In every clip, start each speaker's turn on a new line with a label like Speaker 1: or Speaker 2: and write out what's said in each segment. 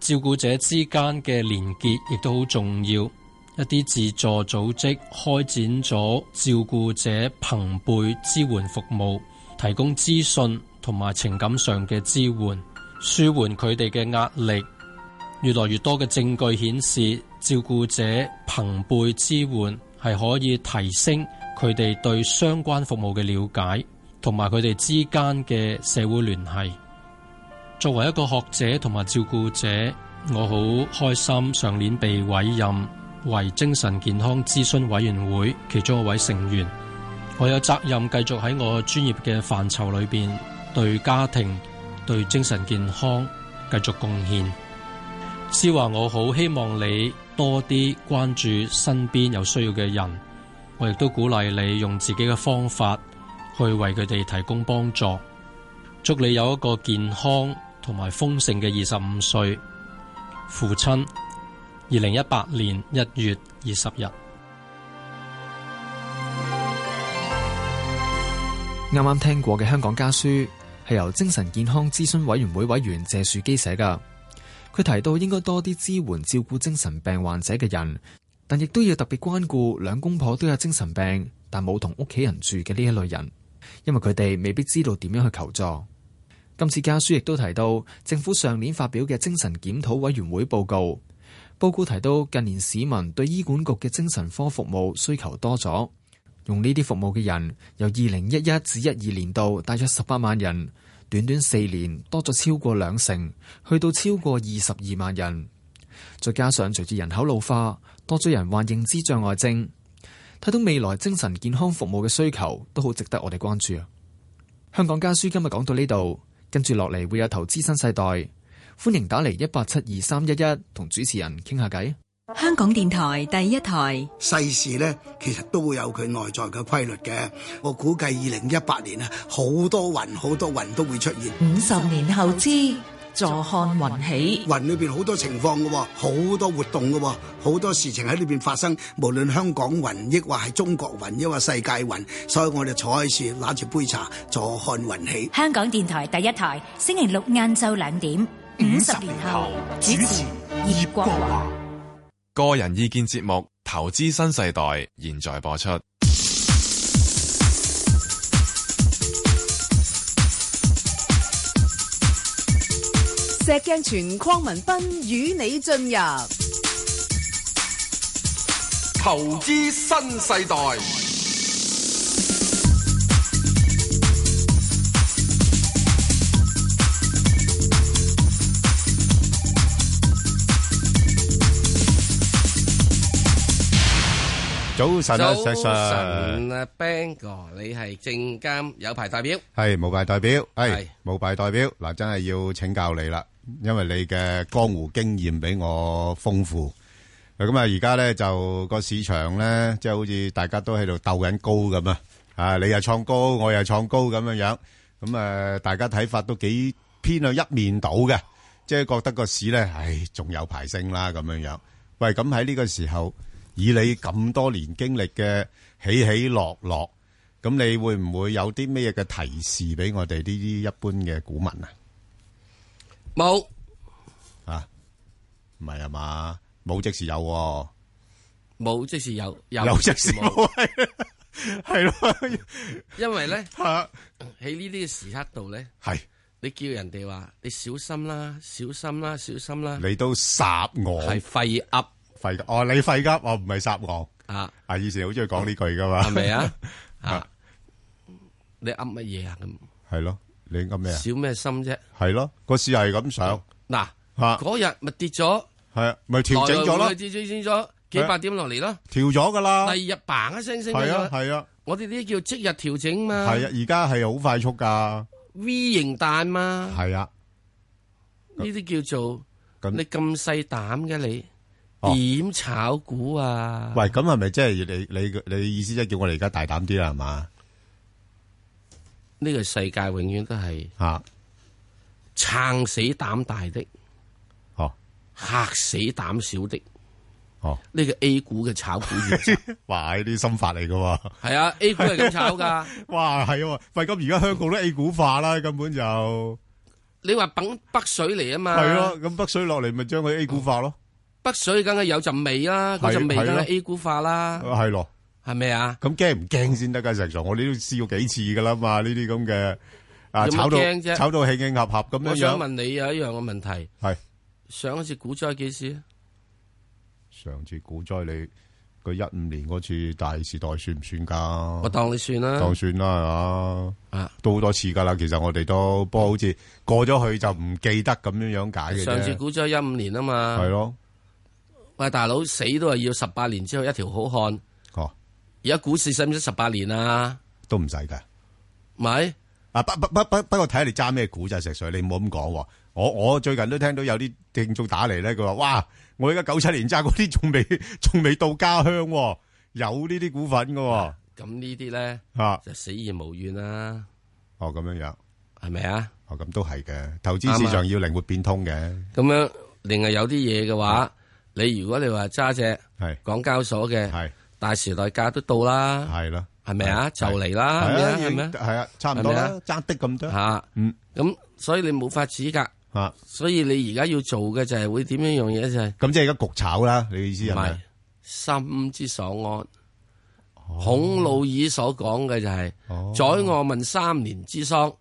Speaker 1: 照顧者之間嘅連結亦都好重要。一啲自助組織開展咗照顧者朋輩支援服務，提供資訊同埋情感上嘅支援，舒緩佢哋嘅壓力。越來越多嘅證據顯示，照顧者朋輩支援係可以提升佢哋對相關服務嘅了解，同埋佢哋之間嘅社會聯繫。作為一個學者同埋照顧者，我好開心上年被委任為精神健康諮詢委員會其中一位成員。我有責任繼續喺我專業嘅範疇裏邊，對家庭、對精神健康繼續貢獻。思華，我好希望你多啲關注身邊有需要嘅人，我亦都鼓勵你用自己嘅方法去為佢哋提供幫助。祝你有一個健康同埋豐盛嘅二十五歲，父親，二零一八年一月二十日。
Speaker 2: 啱啱聽過嘅香港家書係由精神健康諮詢委員會委員謝樹基寫㗎。佢提到應該多啲支援照顧精神病患者嘅人，但亦都要特別關顧兩公婆都有精神病但冇同屋企人住嘅呢一類人，因為佢哋未必知道點樣去求助。今次家書亦都提到政府上年發表嘅精神檢討委員會報告，報告提到近年市民對醫管局嘅精神科服務需求多咗，用呢啲服務嘅人由二零一一至一二年度大約十八萬人，短短四年多咗超過兩成，去到超過二十二萬人。再加上隨住人口老化，多咗人患認知障礙症，睇到未來精神健康服務嘅需求都好值得我哋關注啊！香港家書今日講到呢度。跟住落嚟會有投資新世代，歡迎打嚟一八七二三一一同主持人傾下偈。
Speaker 3: 香港電台第一台，
Speaker 4: 世事咧，其實都會有佢內在嘅規律嘅。我估計二零一八年啊，好多雲好多雲都會出現。
Speaker 5: 五十年後之坐看雲起，
Speaker 4: 雲裏邊好多情況嘅喎，好多活動嘅喎，好多事情喺裏邊發生。無論香港雲，抑或係中國雲，抑或世界雲，所以我哋坐喺樹揦住杯茶，坐看雲起。
Speaker 6: 香港電台第一台，星期六晏晝兩點。
Speaker 7: 五十年後，主持葉國華。
Speaker 8: 個人意見節目《投資新世代》，現在播出。
Speaker 9: 石鏡泉鄺民彬與你進入
Speaker 10: 投資新世代。
Speaker 11: 早晨啊，石 Sir。
Speaker 12: 早晨啊，Bang 哥，你係證監有牌代表？
Speaker 11: 係無牌代表，係無牌代表。嗱，真係要請教你啦。因為你嘅江湖經驗比我豐富，咁啊而家咧就個市場咧，即係好似大家都喺度鬥緊高咁啊！啊，你又創高，我又創高咁樣樣，咁啊大家睇法都幾偏向一面倒嘅，即係覺得個市咧，唉，仲有排升啦咁樣樣。喂，咁喺呢個時候，以你咁多年經歷嘅起起落落，咁你會唔會有啲咩嘅提示俾我哋呢啲一般嘅股民啊？
Speaker 12: 冇
Speaker 11: 啊，唔係啊嘛，冇即時有喎，
Speaker 12: 冇即時有，
Speaker 11: 有即時 冇，係咯，
Speaker 12: 因為咧喺呢啲時刻度咧，
Speaker 11: 係
Speaker 12: 你叫人哋話你小心啦，小心啦，小心啦，
Speaker 11: 你都殺我，
Speaker 12: 係廢噏，
Speaker 11: 廢噏，哦，你廢噏，我唔係殺我
Speaker 12: 啊，
Speaker 11: 啊，以前好中意講呢句噶嘛，
Speaker 12: 係咪 啊？
Speaker 11: À,
Speaker 12: 啊，你噏乜嘢啊？咁
Speaker 11: 係咯。你噏咩啊？
Speaker 12: 少咩心啫？
Speaker 11: 係咯，個市係咁上。
Speaker 12: 嗱，嗰日咪跌咗，
Speaker 11: 係啊，咪調整咗咯，
Speaker 12: 跌整咗幾百點落嚟咯，
Speaker 11: 調咗噶啦。
Speaker 12: 第二日嘭一聲升
Speaker 11: 咗。係啊，係啊。
Speaker 12: 我哋呢啲叫即日調整嘛。
Speaker 11: 係啊，而家係好快速噶。
Speaker 12: V 型彈嘛。
Speaker 11: 係啊，
Speaker 12: 呢啲叫做咁。你咁細膽嘅你，點炒股啊？
Speaker 11: 哦喂，咁係咪即係你你你意思即係叫我哋而家大膽啲啦？係嘛？
Speaker 12: 呢個世界永遠都係
Speaker 11: 吓
Speaker 12: 撐死膽大的，
Speaker 11: 哦
Speaker 12: 嚇死膽小的，
Speaker 11: 哦
Speaker 12: 呢個 A 股嘅炒股原則，
Speaker 11: 哇！呢啲心法嚟噶喎，
Speaker 12: 係啊，A 股 係咁炒噶，
Speaker 11: 哇係喎，喂咁而家香港都 A 股化啦，根本就
Speaker 12: 你話等北水嚟啊嘛，
Speaker 11: 係咯，咁北水落嚟咪將佢 A 股化咯，
Speaker 12: 北水梗係有陣味啦，嗰陣味梗係 A 股化啦，
Speaker 11: 係咯，
Speaker 12: 係咪啊？
Speaker 11: 咁驚唔驚先得噶？石 Sir，我哋都試過幾次噶啦嘛，呢啲咁嘅啊
Speaker 12: 有乜
Speaker 11: 炒到
Speaker 12: 驚啫
Speaker 11: 炒到氣氣合合咁樣樣。
Speaker 12: 我想問你有一樣嘅問題，
Speaker 11: 係
Speaker 12: 上一次股災幾時啊？
Speaker 11: 上次股災你佢一五年嗰次大時代算唔算噶？
Speaker 12: 我當你算啦，
Speaker 11: 當算啦，係嘛？
Speaker 12: 啊，
Speaker 11: 都好多次噶啦，其實我哋都不過好似過咗去就唔記得咁樣樣解嘅啫。
Speaker 12: 上次股災一五年啊嘛，
Speaker 11: 係咯，
Speaker 12: 喂大佬死都係要十八年之後一條好漢，
Speaker 11: 哦，
Speaker 12: 而家股市使唔使十八年啊？
Speaker 11: 都唔使㗎。
Speaker 12: 咪
Speaker 11: 啊不不不不不過睇下你揸咩股咋石 Sir，你唔好咁講喎。我我最近都聽到有啲聽眾打嚟咧，佢話：哇，我而家九七年揸嗰啲仲未 仲未到家鄉喎，有呢啲股份㗎喎。
Speaker 12: 咁呢啲咧
Speaker 11: 啊
Speaker 12: 就死而無怨啦，
Speaker 11: 哦咁樣樣，
Speaker 12: 係咪啊？
Speaker 11: 哦咁都係嘅，投資市
Speaker 12: 啱
Speaker 11: 場
Speaker 12: 啊
Speaker 11: 要靈活變通嘅。
Speaker 12: 咁樣另係有啲嘢嘅話，你如果你話揸只
Speaker 11: 係
Speaker 12: 港交所嘅大時代價都到啦，
Speaker 11: 係啦，
Speaker 12: 係咪啊？就嚟
Speaker 11: 係
Speaker 12: 啦，
Speaker 11: 啊
Speaker 12: 係咪啊？
Speaker 11: 已經係啊差唔多啦爭的咁多
Speaker 12: 吓，
Speaker 11: 嗯，
Speaker 12: 咁所以你冇法子㗎。
Speaker 11: 吓，
Speaker 12: 所以你而家要做嘅就係會點樣樣嘢就係
Speaker 11: 咁即係而家焗炒啦，你嘅意思係
Speaker 12: 唔係
Speaker 11: 咪？
Speaker 12: 心之所安。
Speaker 11: 哦
Speaker 12: 孔老爾所講嘅就係宰我問三年之喪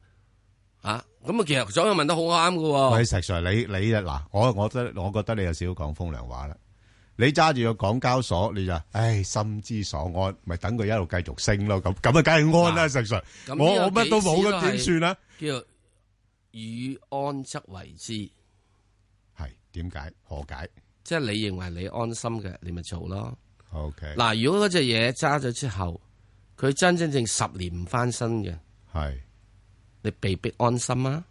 Speaker 12: 啊，咁啊其實宰我問得好啱嘅喎。
Speaker 11: 喂，石 Sir，你你啊嗱，我我覺得我覺得你有少少講風涼話啦。你揸住個港交所，你就唉心之所安，咪等佢一路繼續升咯。咁咁啊，梗係安啦，石 Sir。
Speaker 12: 咁呢
Speaker 11: 我
Speaker 12: 個
Speaker 11: 我乜都冇
Speaker 12: 幾
Speaker 11: 咁點
Speaker 12: 時係
Speaker 11: 算啊？
Speaker 12: 叫與安則為之，即
Speaker 11: 係點解？何解
Speaker 12: 係你認為你安心嘅，你咪做咯。
Speaker 11: ？OK，
Speaker 12: 嗱，如果嗰只嘢揸咗之後，佢真真正十年唔翻身嘅，
Speaker 11: 係
Speaker 12: 你被逼安心啊？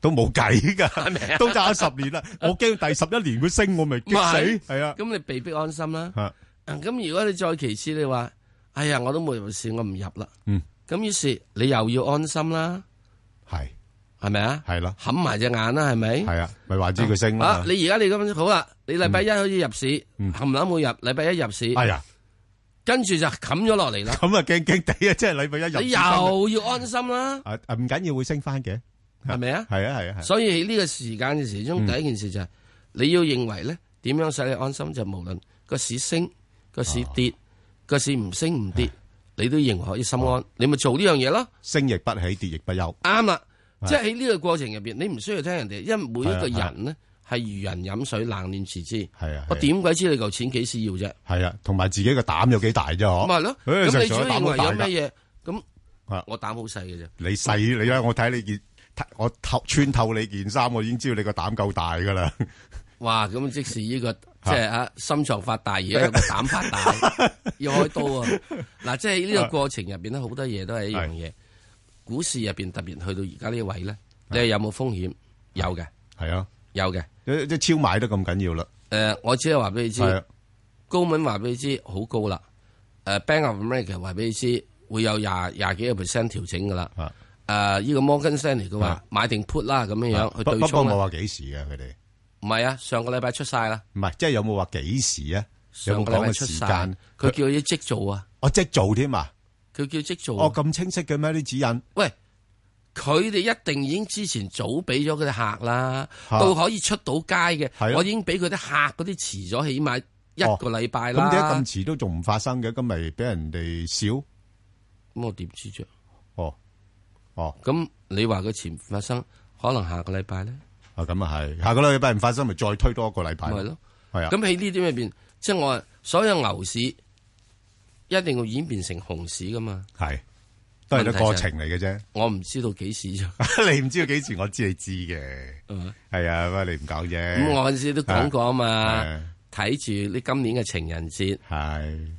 Speaker 11: 都冇計
Speaker 12: 咪
Speaker 11: 㗎，
Speaker 12: 啊
Speaker 11: 都揸咗十年啦。我驚第十一年佢升，我咪激死。係啊，
Speaker 12: 咁你被逼安心啦。
Speaker 11: 啊
Speaker 12: 咁如果你再其次，你話哎呀，我都冇入市，我唔入啦。
Speaker 11: 嗯，
Speaker 12: 咁於是你又要安心啦，
Speaker 11: 係
Speaker 12: 係咪啊？
Speaker 11: 係啦，
Speaker 12: 冚埋隻眼啦，係咪？
Speaker 11: 係啊，咪話知佢升
Speaker 12: 啊
Speaker 11: 啦！。
Speaker 12: 你而家你咁樣好啦，你禮拜一可以入市，
Speaker 11: 嗯
Speaker 12: 冚唪唥冇入，禮拜一入市，
Speaker 11: 哎呀，
Speaker 12: 跟住就冚咗落嚟啦。
Speaker 11: 咁啊驚驚地啊，即係禮拜 一入市
Speaker 12: 你
Speaker 11: 升啊
Speaker 12: 又要安心啦，
Speaker 11: 啊啊唔緊要，會升翻嘅。
Speaker 12: 係咪啊？
Speaker 11: 係啊係啊嗯係。
Speaker 12: 所以喺呢個時間嘅時鐘，第一件事就係你要認為咧，點樣使你安心就無論個市升、個
Speaker 11: 啊
Speaker 12: 市跌、個市唔升唔跌，你都認為可以心安，你咪做呢樣嘢咯。
Speaker 11: 啊升亦不起，跌亦不休。
Speaker 12: 啱啦，
Speaker 11: 係
Speaker 12: 即係喺呢個過程入邊，你唔需要聽人哋，因為每一個
Speaker 11: 係啊
Speaker 12: 人咧係如人飲水，冷暖自知。
Speaker 11: 係啊，
Speaker 12: 我點鬼知你嚿錢幾時要啫？
Speaker 11: 係啊，同埋自己個膽有幾大啫？
Speaker 12: 咁
Speaker 11: 嗬。
Speaker 12: 咪係咯，
Speaker 11: 哦誒
Speaker 12: 咁
Speaker 11: 石
Speaker 12: 你主
Speaker 11: Sir，
Speaker 12: 要
Speaker 11: 膽
Speaker 12: 認
Speaker 11: 好
Speaker 12: 為
Speaker 11: 大
Speaker 12: 有
Speaker 11: 㗎
Speaker 12: 咩嘢？咁
Speaker 11: 啊
Speaker 12: 我膽好細嘅啫。
Speaker 11: 你細你啦，我睇你件，睇我透穿透你件衫，我已經知道你個膽夠大噶啦。
Speaker 12: 哇！咁即使呢個即係啊，心臟發大，而家有個膽發 大，要開刀啊！嗱，即係呢個過程入邊咧，好多嘢都係一樣嘢。股市入邊特別去到而家呢個位咧，你係有冇風險？有嘅，
Speaker 11: 係啊，
Speaker 12: 有嘅。
Speaker 11: 即即超買得咁緊要啦。
Speaker 12: 誒，我只係話俾你
Speaker 11: 係啊
Speaker 12: 知，高敏話俾你知好高啦。誒，Bank of America 話俾你知會有廿廿幾個 percent 調整噶啦。
Speaker 11: 啊
Speaker 12: 誒，呢個摩根 Stanley 佢話買定 put 啦，咁樣樣去
Speaker 11: 啊不
Speaker 12: 對
Speaker 11: 不過
Speaker 12: 沖啊
Speaker 11: 冇
Speaker 12: 啦。
Speaker 11: 話幾時嘅佢哋，
Speaker 12: 唔係啊，上個禮拜出晒啦，
Speaker 11: 唔係即係有冇話幾時啊？有
Speaker 12: 上
Speaker 11: 冇
Speaker 12: 個禮
Speaker 11: 講
Speaker 12: 拜
Speaker 11: 嘅
Speaker 12: 出
Speaker 11: 時
Speaker 12: 晒
Speaker 11: 間？，
Speaker 12: 佢叫你即做啊。
Speaker 11: 我即做添啊！
Speaker 12: 佢叫即做啊。
Speaker 11: 哦，咁清晰嘅咩啲指引？
Speaker 12: 喂，佢哋一定已經之前早俾咗佢啲客啦，
Speaker 11: 嚇
Speaker 12: 到可以出到街
Speaker 11: 係啊哦
Speaker 12: 嘅，我已經俾佢啲客嗰啲遲咗，起碼一個禮拜啦。
Speaker 11: 咁點解咁遲都仲唔發生嘅？咁咪俾人哋笑？
Speaker 12: 咁我點知啫？
Speaker 11: 哦哦，
Speaker 12: 咁你話佢遲唔發生，可能下個禮拜咧，
Speaker 11: 啊咁啊係，下個禮拜唔發生咪再推多一個禮拜
Speaker 12: 咪係咯。
Speaker 11: 係啊，
Speaker 12: 咁喺呢啲入邊，即係我話所有牛市一定要演變成熊市噶嘛？
Speaker 11: 係都係個過程嚟嘅啫。
Speaker 12: 我唔知道幾時啫。
Speaker 11: 你唔知道幾時，我知你知嘅。係啊，不過你唔講啫。
Speaker 12: 咁我嗰陣時都講過啊
Speaker 11: 係
Speaker 12: 嘛，睇住你今年嘅情人節，
Speaker 11: 係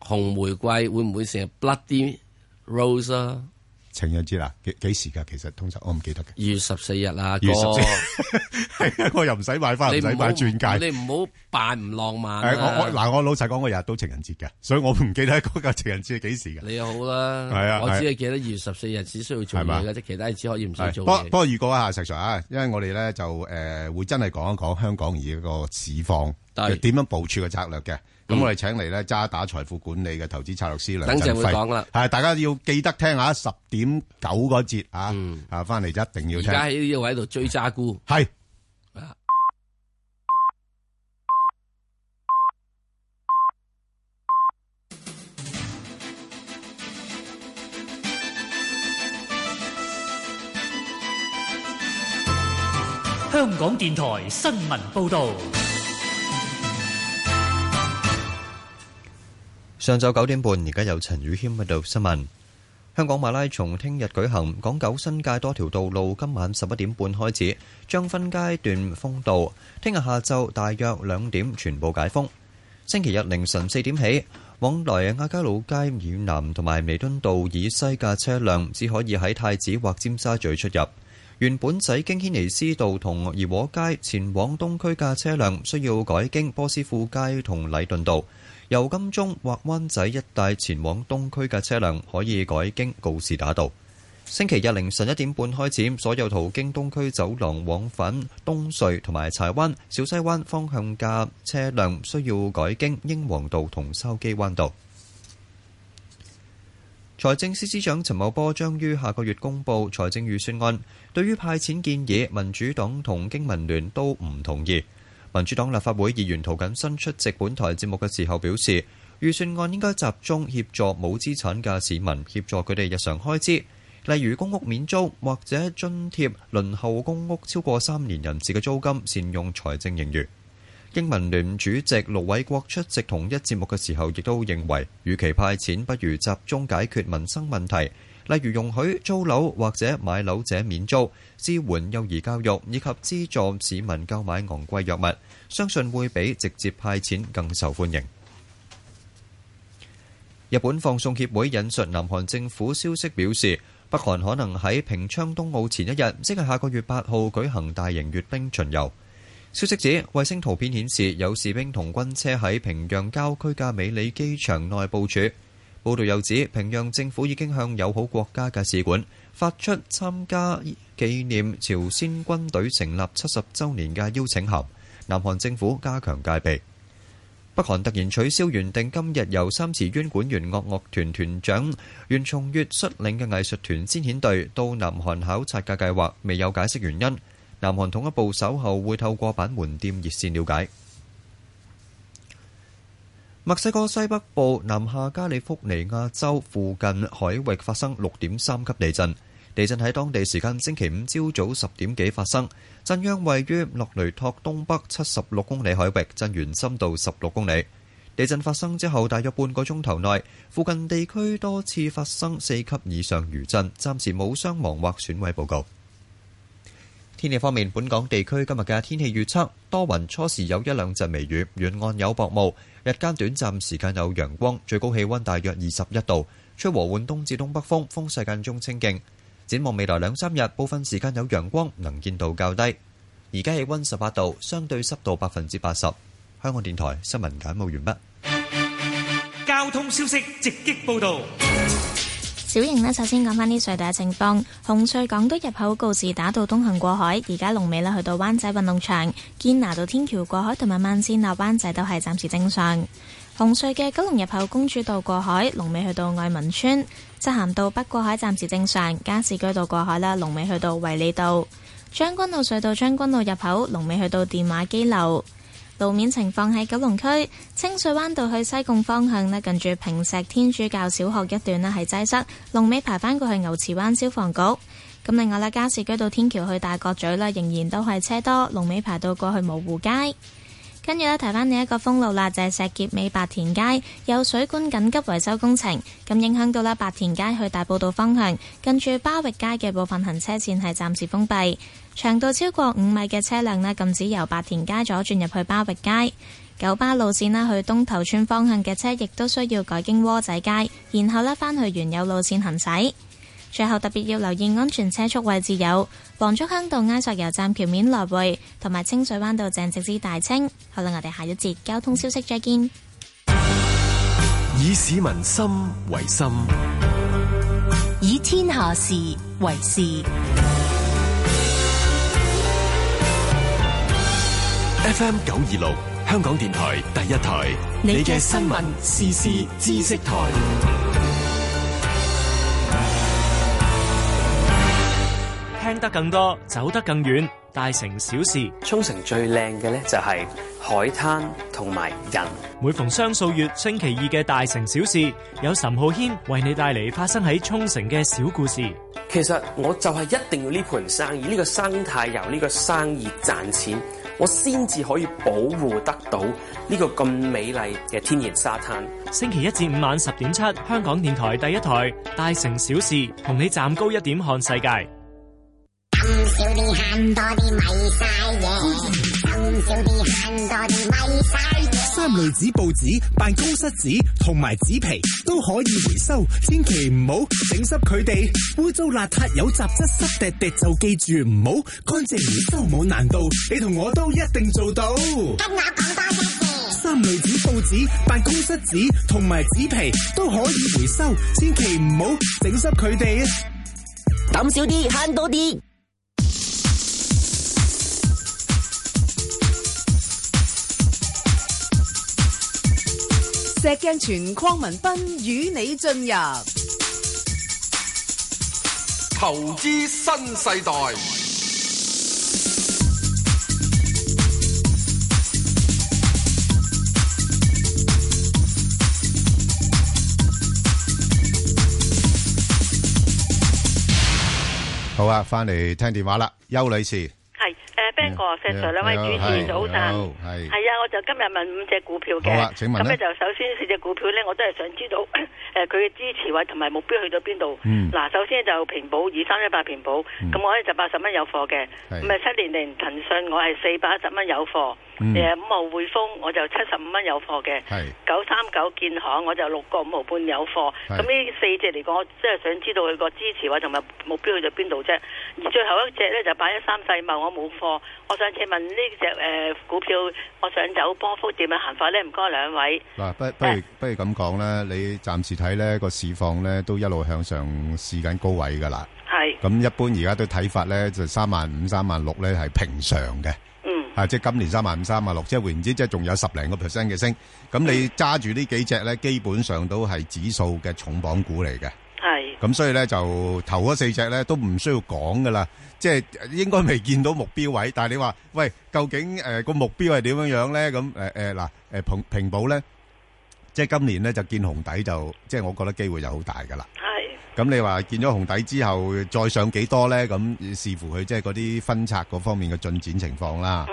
Speaker 12: 紅玫瑰會唔會成日 bloody rose 啊？
Speaker 11: 情人節啊？幾幾時㗎？其實通常我唔記得嘅。
Speaker 12: 二月十四日啊，
Speaker 11: 二月
Speaker 12: 哥
Speaker 11: 十四 係啊，我又唔使買花，唔
Speaker 12: 你
Speaker 11: 使
Speaker 12: 唔好
Speaker 11: 買鑽戒。
Speaker 12: 你唔好扮唔浪漫
Speaker 11: 係我我
Speaker 12: 啊！
Speaker 11: 嗱，我老實講，我日日都情人節嘅，所以我唔記得嗰個 情人節係幾時嘅。
Speaker 12: 你好
Speaker 11: 係啊
Speaker 12: 啦，我只係記得二月十四日只需要做
Speaker 11: 係嘛
Speaker 12: 嘢嘅啫，其他日子可以唔使
Speaker 11: 係
Speaker 12: 做
Speaker 11: 不過不
Speaker 12: 嘢。
Speaker 11: 啊過預告一下石 Sir 啊，因為我哋咧就誒會真係講一講香港而家個市況又點樣部署嘅策略嘅。咁我哋請嚟咧渣打財富管理嘅投資策略師梁
Speaker 12: 嗯等
Speaker 11: 振
Speaker 12: 陣會
Speaker 11: 輝，
Speaker 12: 講啦
Speaker 11: 係大家要記得聽下十點九嗰節啊，啊翻嚟就一定要
Speaker 12: 嗯
Speaker 11: 聽。
Speaker 12: 而家喺呢個位度追渣菇，
Speaker 11: 係
Speaker 7: 香港電台新聞報道，
Speaker 13: 上晝九點半，而家有陳宇軒報道新聞。香港馬拉松聽日舉行，港九新界多條道路今晚十一點半開始將分階段封道，聽日下晝大約兩點全部解封。星期日凌晨四點起，往來亞皆老街以南同埋彌敦道以西嘅車輛只可以喺太子或尖沙咀出入。原本駛經軒尼詩道同怡和街前往東區嘅車輛，需要改經波斯富街同禮頓道；由金鐘或灣仔一帶前往東區嘅車輛，可以改經告士打道。星期日凌晨一點半開始，所有途經東區走廊往返東隧同埋柴灣、小西灣方向嘅車輛，需要改經英皇道同筲箕灣道。財政司司長陳茂波將於下個月公布財政預算案。對於派錢建議，民主黨同經民聯都唔同意。民主黨立法會議員涂謹申出席本台節目嘅時候表示，預算案應該集中協助冇資產嘅市民，協助佢哋日常開支，例如公屋免租或者津貼輪候公屋超過三年人士嘅租金，善用財政盈餘。經民聯主席盧偉國出席同一節目嘅時候，亦都認為，與其派錢，不如集中解決民生問題，例如容許租樓或者買樓者免租，支援幼兒教育以及資助市民購買昂貴藥物，相信會比直接派錢更受歡迎。日本放送協會引述南韓政府消息表示，北韓可能喺平昌冬奧前一日，即係下個月八號舉行大型閱兵巡遊。消息指，衛星圖片顯示有士兵同軍車喺平壤郊區嘅美里機場內部署。報道又指，平壤政府已經向友好國家嘅使館發出參加紀念朝鮮軍隊成立七十週年嘅邀請函。南韓政府加強戒備。北韓突然取消原定今日由三池淵管弦樂樂團團長袁松月率領嘅藝術團先遣隊到南韓考察嘅計劃，未有解釋原因。南韓統一部稍後會透過板門店熱線了解。墨西哥西北部南下加利福尼亞州附近海域發生六點三級地震，地震喺當地時間星期五朝早十點幾發生，震央位於洛雷托東北七十六公里海域，震源深度十六公里。地震發生之後，大約半個鐘頭內，附近地區多次發生四級以上餘震，暫時冇傷亡或損毀報告。天氣方面，本港地區今日嘅天氣預測多雲，初時有一兩陣微雨，沿岸有薄霧，日間短暫時間有陽光，最高氣温大約二十一度，吹和緩東至東北風，風勢間中清勁。展望未來兩三日，部分時間有陽光，能見度較低。而家氣温十八度，相對濕度百分之八十。香港電台新聞簡報完畢。
Speaker 7: 交通消息直擊報道。
Speaker 14: 小瑩呢，首先講返啲隧道嘅情況。紅隧港島入口告士打道東行過海，而家龍尾呢去到灣仔運動場；堅拿道天橋過海同埋慢線落灣仔都係暫時正常。紅隧嘅九龍入口公主道過海，龍尾去到愛民村；漆咸道北過海暫時正常，加士居道過海啦，龍尾去到衛理道。將軍澳隧道將軍澳入口，龍尾去到電話機樓。路面情況喺九龍區清水灣道去西貢方向呢，近住平石天主教小學一段呢係擠塞，龍尾排返過去牛池灣消防局。咁另外呢，加士居道天橋去大角咀呢，仍然都係車多，龍尾排到過去蕪湖街。跟住呢，提翻你一個封路啦，就係、是、石硤尾白田街有水管緊急維修工程，咁影響到呢白田街去大埔道方向，近住巴域街嘅部分行車線係暫時封閉，長度超過五米嘅車輛呢，禁止由白田街左轉入去巴域街。九巴路線呢，去東頭村方向嘅車亦都需要改經窩仔街，然後呢返去原有路線行駛。最後特別要留意安全車速位置有黃竹坑道埃索油站橋面來回，同埋清水灣道鄭直至大清。好啦，我哋下一節交通消息再見。
Speaker 15: 以市民心為心，
Speaker 6: 以天下事為事。
Speaker 15: FM 九二六香港電台第一台，你嘅新聞時事知識台。
Speaker 16: 聽得更多，走得更遠，大城小事。
Speaker 17: 沖繩最靚嘅呢，就係海灘同埋人。
Speaker 16: 每逢雙數月星期二嘅大城小事，有岑浩軒為你帶嚟發生喺沖繩嘅小故事。
Speaker 17: 其實我就係一定要呢盤生意，呢個生態由呢個生意賺錢，我先至可以保護得到呢個咁美麗嘅天然沙灘。
Speaker 16: 星期一至五晚十點七，香港電台第一台《大城小事》，同你站高一點看世界。
Speaker 18: 貪少啲慳多啲咪晒嘢，貪少啲慳多啲咪晒嘢。
Speaker 19: 三類紙報紙、辦公室紙同埋紙皮都可以回收，千祈唔好整濕佢哋。污糟邋遢有雜質濕滴滴就記住唔好，乾淨回收冇難度，你同我都一定做到。
Speaker 18: 跟我講多一次。
Speaker 19: 三類紙報紙、辦公室紙同埋紙皮都可以回收，千祈唔好整濕佢哋啊！
Speaker 18: 抌少啲，慳多啲。
Speaker 9: 石鏡泉鄺民彬與你進入
Speaker 10: 投資新世代。
Speaker 11: 好啊，翻嚟聽電話啦，邱女士。
Speaker 20: 係誒，Ben 哥、
Speaker 11: 嗯
Speaker 20: 石 Sir 兩位主持早晨，係啊，我就今日問五隻股票嘅，
Speaker 11: 好啊請問
Speaker 20: 咁咧
Speaker 11: 咧
Speaker 20: 就首先四隻股票咧，我都係想知道 誒佢嘅支持位同埋目標去到邊度。
Speaker 11: 嗯
Speaker 20: 嗱，首先就平保二三一八平保，咁我咧就八十蚊有貨嘅，
Speaker 11: 係
Speaker 20: 咁啊七年零騰訊我係四百一十蚊有貨，
Speaker 11: 嗯
Speaker 20: 誒五號匯豐我就七十五蚊有貨嘅，
Speaker 11: 係
Speaker 20: 九三九建行我就六個五毫半有貨，
Speaker 11: 係
Speaker 20: 咁呢四隻嚟講，我即係想知道佢個支持位同埋目標去到邊度啫。而最後一隻咧就八一三世貿，我冇貨。我想請問呢只誒股票，我想走波幅點樣行法咧？唔該兩位。
Speaker 11: 嗱，不不如不如咁講啦，你暫時睇咧個市況咧都一路向上試緊高位噶啦。
Speaker 20: 係。
Speaker 11: 咁一般而家都睇法咧，就三萬五、三萬六咧係平常嘅。
Speaker 20: 嗯。
Speaker 11: 啊，即係今年三萬五、三萬六，即係換言之，即係仲有十零個 percent 嘅升。咁你揸住呢幾隻咧，基本上都係指數嘅重磅股嚟嘅。
Speaker 20: 係
Speaker 11: 咁所以咧就頭嗰四隻咧都唔需要講噶啦，即係應該未見到目標位，但係你話喂，究竟誒個、目標係點樣樣咧？咁誒誒嗱誒平平保咧，即係今年咧就見紅底就，即係我覺得機會就好大噶啦。咁你話見咗紅底之後再上幾多咧？咁視乎佢即係嗰啲分拆嗰方面嘅進展情況啦。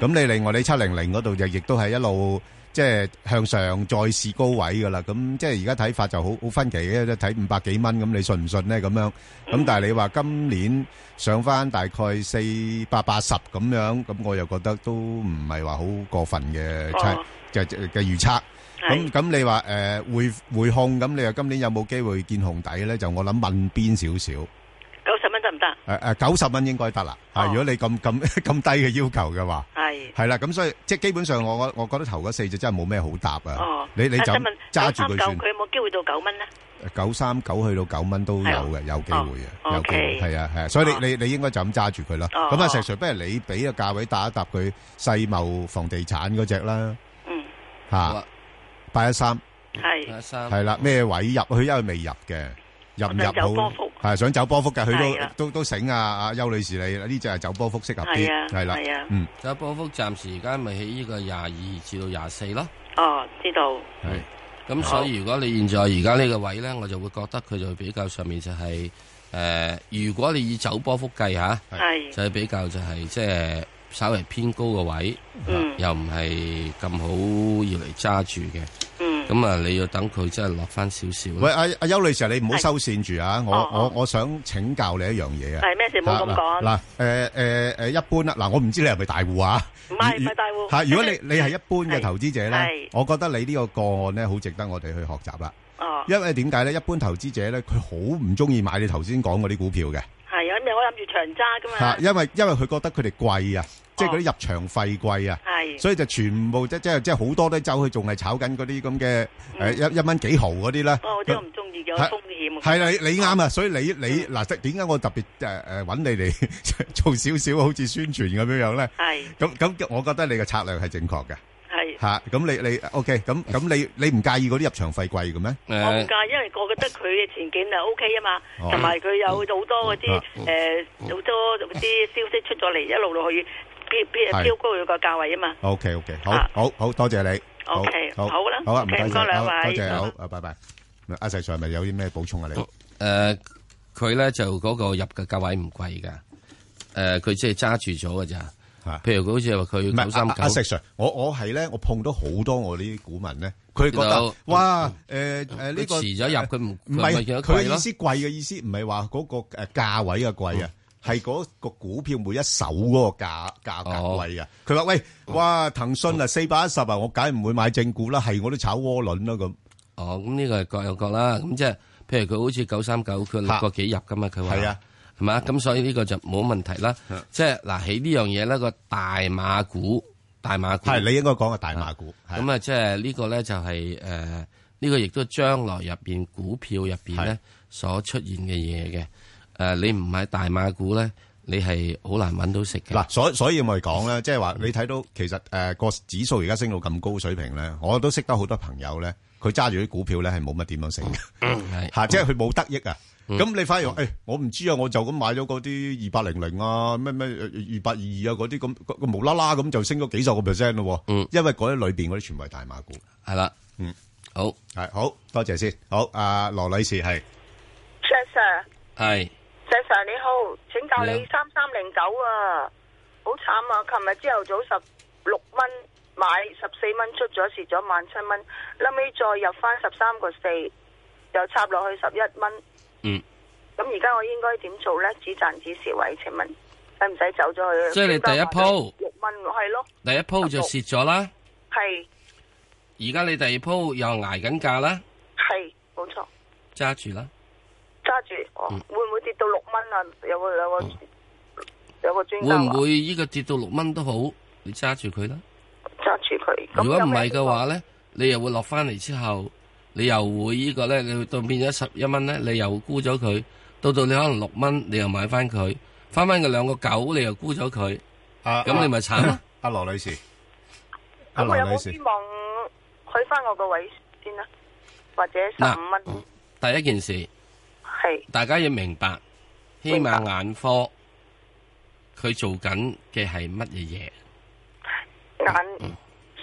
Speaker 11: 咁你另外你七零零嗰度就亦都係一路即係向上再試高位噶啦。咁即係而家睇法就好好分歧嘅，睇五百幾蚊咁，你信唔信咧？咁樣咁，但係你話今年上翻大概四百八十咁樣，咁我又覺得都唔係話好過分嘅差嘅嘅嘅預測。咁
Speaker 20: 係
Speaker 11: 咁你話誒匯匯控咁，你話今年有冇機會見紅底咧？就我諗問邊少少。
Speaker 20: 九十蚊得唔得？
Speaker 11: 誒誒，九十蚊應該得啦。係如果你咁 咁咁低嘅要求嘅話，
Speaker 20: 係
Speaker 11: 係啦。咁所以即係基本上我我覺得頭嗰四隻真係冇咩好答啊
Speaker 20: 哦。。
Speaker 11: 你你就
Speaker 20: 想問
Speaker 11: 揸住
Speaker 20: 九三
Speaker 11: 佢算
Speaker 20: 九。佢有冇機會到九蚊咧？
Speaker 11: 九三九去到九蚊都有嘅，有機會嘅，有機會係啊係啊。所以你你你應該就咁揸住佢啦。
Speaker 20: 哦
Speaker 11: 咁啊，
Speaker 20: 哦
Speaker 11: 石 Sir，不如你俾個價位打一搭佢世貿房地產嗰只啦。
Speaker 20: 嗯。
Speaker 11: 嚇，八一三。
Speaker 20: 係。
Speaker 11: 系啦，咩位入？佢因為未入嘅，入唔
Speaker 20: 我想走波
Speaker 11: 入好
Speaker 20: 幅
Speaker 11: 係想走波幅嘅，
Speaker 12: 係
Speaker 11: 佢
Speaker 12: 啊
Speaker 11: 都都都醒啊！阿邱女士你呢只係走波幅適合
Speaker 12: 係啊
Speaker 11: 啲，係啦
Speaker 12: 係啊，
Speaker 11: 嗯，
Speaker 12: 走波幅暫時而家咪喺呢個廿二至到廿四咯。
Speaker 20: 哦，知道。
Speaker 12: 係。咁所以如果你現在而家呢個位咧，我就會覺得佢就比較上面就係、誒、如果你以走波幅計嚇，
Speaker 20: 係
Speaker 12: 就係比較就係即係稍微偏高嘅位，
Speaker 20: 嗯
Speaker 12: 又唔係咁好要嚟揸住嘅。
Speaker 20: 嗯
Speaker 12: 咁啊，你要等佢真係落翻少少啦。
Speaker 11: 喂，阿阿邱女士，你唔好
Speaker 12: 係
Speaker 11: 收線住啊！我
Speaker 12: 哦
Speaker 11: 我我想請教你一樣嘢啊！
Speaker 20: 係咩事唔好咁講
Speaker 11: 嗱誒誒誒，一般啦，嗱，我唔知你係咪大戶啊？
Speaker 20: 唔係唔係大戶
Speaker 11: 嚇！如果你你係一般嘅投資者咧
Speaker 20: 係，
Speaker 11: 我覺得你呢個個案咧，好值得我哋去學習啦。
Speaker 20: 哦。
Speaker 11: 因為點解咧？一般投資者咧，佢好唔中意買你頭先講嗰啲股票嘅。
Speaker 20: 係啊，因為我諗住長揸噶
Speaker 11: 吓，
Speaker 20: 嘛。
Speaker 11: 因為因为佢覺得佢哋貴啊，即係嗰啲入場費貴啊，
Speaker 20: 係
Speaker 11: 所以就全部即即係即係好多都走去仲係炒緊嗰啲咁嘅诶一一蚊幾毫嗰啲咧。
Speaker 20: 哦，我都唔中意有
Speaker 11: 係
Speaker 20: 風險。
Speaker 11: 係啦，你你啱啊，所以你你嗱，即係點解我特別诶诶揾你嚟做少少好似宣傳咁樣樣咧？
Speaker 20: 係
Speaker 11: 咁咁，我覺得你嘅策略係正確嘅。
Speaker 20: 係係。
Speaker 11: 嚇，咁你-你- OK，咁-咁你-你唔介意嗰啲入場費貴嘅咩？
Speaker 20: 我唔介，因為我覺得佢嘅前景係 O K 啊嘛，
Speaker 11: 哦
Speaker 20: 同埋佢有好多嗰啲
Speaker 11: 嗯
Speaker 20: 誒好多啲消息出咗嚟，一路落去飆飆
Speaker 11: 係
Speaker 20: 飆高佢個價位啊嘛。
Speaker 11: OK，OK，好，
Speaker 20: 啊。
Speaker 11: 好，好，多謝你。
Speaker 20: OK，
Speaker 11: 好，好，
Speaker 20: 好啦，
Speaker 11: 好啊，
Speaker 20: OK，
Speaker 11: 唔該晒，
Speaker 20: 唔該兩
Speaker 11: 好，
Speaker 20: 位。
Speaker 11: 多謝，好，啊，拜拜。阿石Sir係咪有啲咩補充啊，你？
Speaker 12: 诶，佢咧就嗰個入嘅價位唔貴噶，诶，佢即係揸住咗嘅咋。譬如好似話
Speaker 11: 唔係，
Speaker 12: 佢九三
Speaker 11: 啊，
Speaker 12: 九，
Speaker 11: 啊，石Sir，我-我係呢，我碰到好多我啲股民呢，佢覺得，
Speaker 12: 知道。
Speaker 11: 哇，誒，誒，呢個-
Speaker 12: 佢遲咗入，佢唔-
Speaker 11: 唔係，
Speaker 12: 佢咪見得貴咯。
Speaker 11: 呃佢嘅意思貴嘅意思唔係話嗰個，誒，價位嘅貴啊，係嗰個股票每一手嗰個價-價格
Speaker 12: 哦
Speaker 11: 貴啊。佢話，喂，哇，騰訊啊，410啊，我梗係唔會買正股啦，係我都炒窩輪啦，咁。
Speaker 12: 哦，咁呢個係各有各啦。咁即係譬如佢好似九三九，佢六個幾入噶嘛，佢話
Speaker 11: 係啊，
Speaker 12: 係嘛？咁所以呢個就冇問題啦。即係嗱，喺呢樣嘢咧個大馬股，大馬股
Speaker 11: 係你應該講個大馬股。係
Speaker 12: 咁啊，即係呢個咧就係誒呢個亦都將來入邊股票入邊咧所出現嘅嘢嘅。誒，你唔買大馬股咧，你係好難揾到食嘅。
Speaker 11: 嗱，所所以咪講咧，即係話你睇到其實誒個指數而家升到咁高水平咧，我都識得好多朋友咧，佢揸住啲股票咧係冇乜點樣升嘅， 嚇，即係佢冇得益啊。咁你反而話，誒，我唔知啊，我就咁買咗嗰啲二八零零啊，咩咩二八二二啊嗰啲咁，個無啦啦咁就升咗幾十個 percent 咯喎。因為嗰啲裏邊嗰啲全部係大馬股。
Speaker 12: 係啦，
Speaker 11: 嗯，
Speaker 12: 好，
Speaker 11: 係好多謝先。好，阿羅女士係
Speaker 21: Sir Sir
Speaker 12: 係
Speaker 21: Sir Sir 你好，請教
Speaker 11: 你
Speaker 21: 你三三零九啊，好慘啊！琴日朝頭早十六蚊買，十四蚊出咗，蝕咗萬七蚊，後尾再入翻十三個四，又插落去十一蚊。
Speaker 12: 嗯。
Speaker 21: 咁而家我應該點做呢？只賺只蝕位，請問使唔使走咗去？
Speaker 12: 即係你第一鋪
Speaker 21: 六蚊係咯，
Speaker 12: 第一鋪就蝕咗啦，
Speaker 21: 係
Speaker 12: 而家你第二鋪又捱緊價啦，
Speaker 21: 係冇錯，
Speaker 12: 揸住啦。
Speaker 21: 揸住、哦
Speaker 12: 嗯
Speaker 21: 會唔會跌到六蚊啊？有個有個有個專家
Speaker 12: 會唔
Speaker 21: 話
Speaker 12: 會呢個跌到六蚊都好，你揸住佢啦。
Speaker 21: 揸住佢？咁
Speaker 12: 如果
Speaker 21: 有
Speaker 12: 唔
Speaker 21: 咩
Speaker 12: 係嘅話咧，你又會落翻嚟之後，你又會呢個咧，你會到變咗十一蚊咧，你又沽咗佢，到到你可能六蚊，你又買翻佢，翻翻個兩個九，你又沽咗佢，咁你咪慘咯。
Speaker 11: 啊 阿羅女士，
Speaker 12: 阿
Speaker 21: 咁我有冇希望去翻我個位先啦？或者十五蚊
Speaker 12: 第一件事，
Speaker 21: 係
Speaker 12: 大家要明白，希瑪眼科佢做緊嘅係乜嘢嘢？嗯
Speaker 21: 眼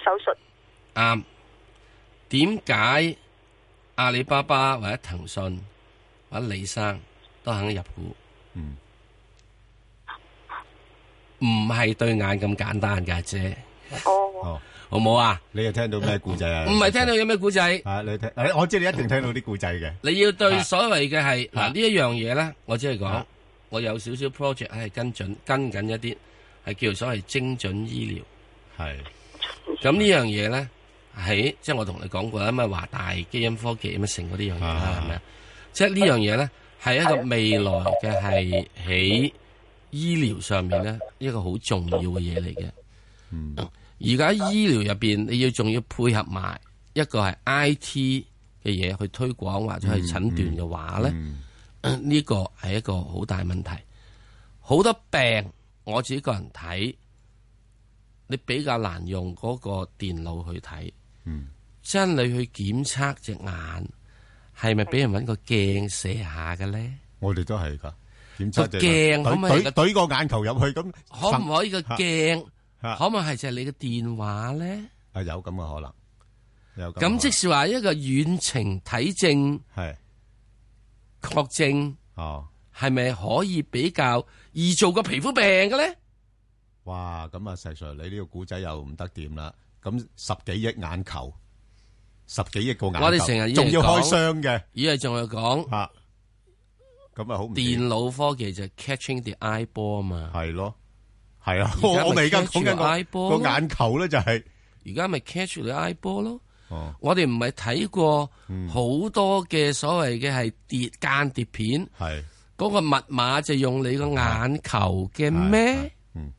Speaker 21: 手術
Speaker 12: 啱。點解阿里巴巴或者騰訊或者李生都肯入股？
Speaker 11: 嗯，
Speaker 12: 唔係對眼咁簡單㗎啫。
Speaker 11: 哦，
Speaker 12: 好冇啊？
Speaker 11: 你又聽到咩故仔啊？
Speaker 12: 唔係聽到有咩故仔？
Speaker 11: 啊，你聽，誒我知你一定聽到啲故仔嘅。
Speaker 12: 你要對所謂嘅係嗱呢一樣嘢咧，我只係講，我有少少 project 係跟準跟緊一啲係叫所謂精準醫
Speaker 11: 療。係。
Speaker 12: 咁呢樣嘢咧，喺即係我同你講過啦，咩華大基因科技乜成嗰啲樣嘢啦，係咪啊？即係呢樣嘢咧，係一個未來嘅係喺醫療上面咧一個好重要嘅嘢嚟嘅。而家醫療入邊，你要仲要配合埋一個係 I T 嘅嘢去推廣或者去診斷嘅話咧，呢個係一個好大問題。好多病我自己個人睇，你比較難用嗰個電腦去睇。
Speaker 11: 嗯，
Speaker 12: 即係你去檢測隻眼係咪俾人揾個鏡射下嘅咧？
Speaker 11: 我哋都係㗎，檢
Speaker 12: 個
Speaker 11: 測
Speaker 12: 鏡可唔可以
Speaker 11: 懟懟懟個眼球入去咁，
Speaker 12: 可唔可以個
Speaker 11: 嚇
Speaker 12: 鏡
Speaker 11: 嚇
Speaker 12: 可唔可以係就係你嘅電話咧？
Speaker 11: 啊有咁嘅可能，有
Speaker 12: 咁即
Speaker 11: 係
Speaker 12: 是話一個遠程體症
Speaker 11: 係
Speaker 12: 確症
Speaker 11: 哦，
Speaker 12: 係咪可以比較易做過皮膚病嘅咧？
Speaker 11: 哇！咁啊，石 Sir，你呢個古仔又唔得掂啦。咁十幾億眼球，十幾億個眼球，
Speaker 12: 我哋成日
Speaker 11: 仲要開箱嘅，
Speaker 12: 以為仲要講
Speaker 11: 嚇，咁啊好
Speaker 12: 電腦科技就係 catching the eye ball 啊嘛，
Speaker 11: 係咯，係啊！我我咪而家講緊
Speaker 12: eye
Speaker 11: 個
Speaker 12: ball
Speaker 11: 個眼球咧，就係
Speaker 12: 而家咪 catch the eye ball 咯。
Speaker 11: 哦，嗯
Speaker 12: 我哋唔係睇過好多嘅所謂嘅係碟間碟片，
Speaker 11: 係
Speaker 12: 嗰個密碼就用你個眼球嘅咩？
Speaker 11: 嗯，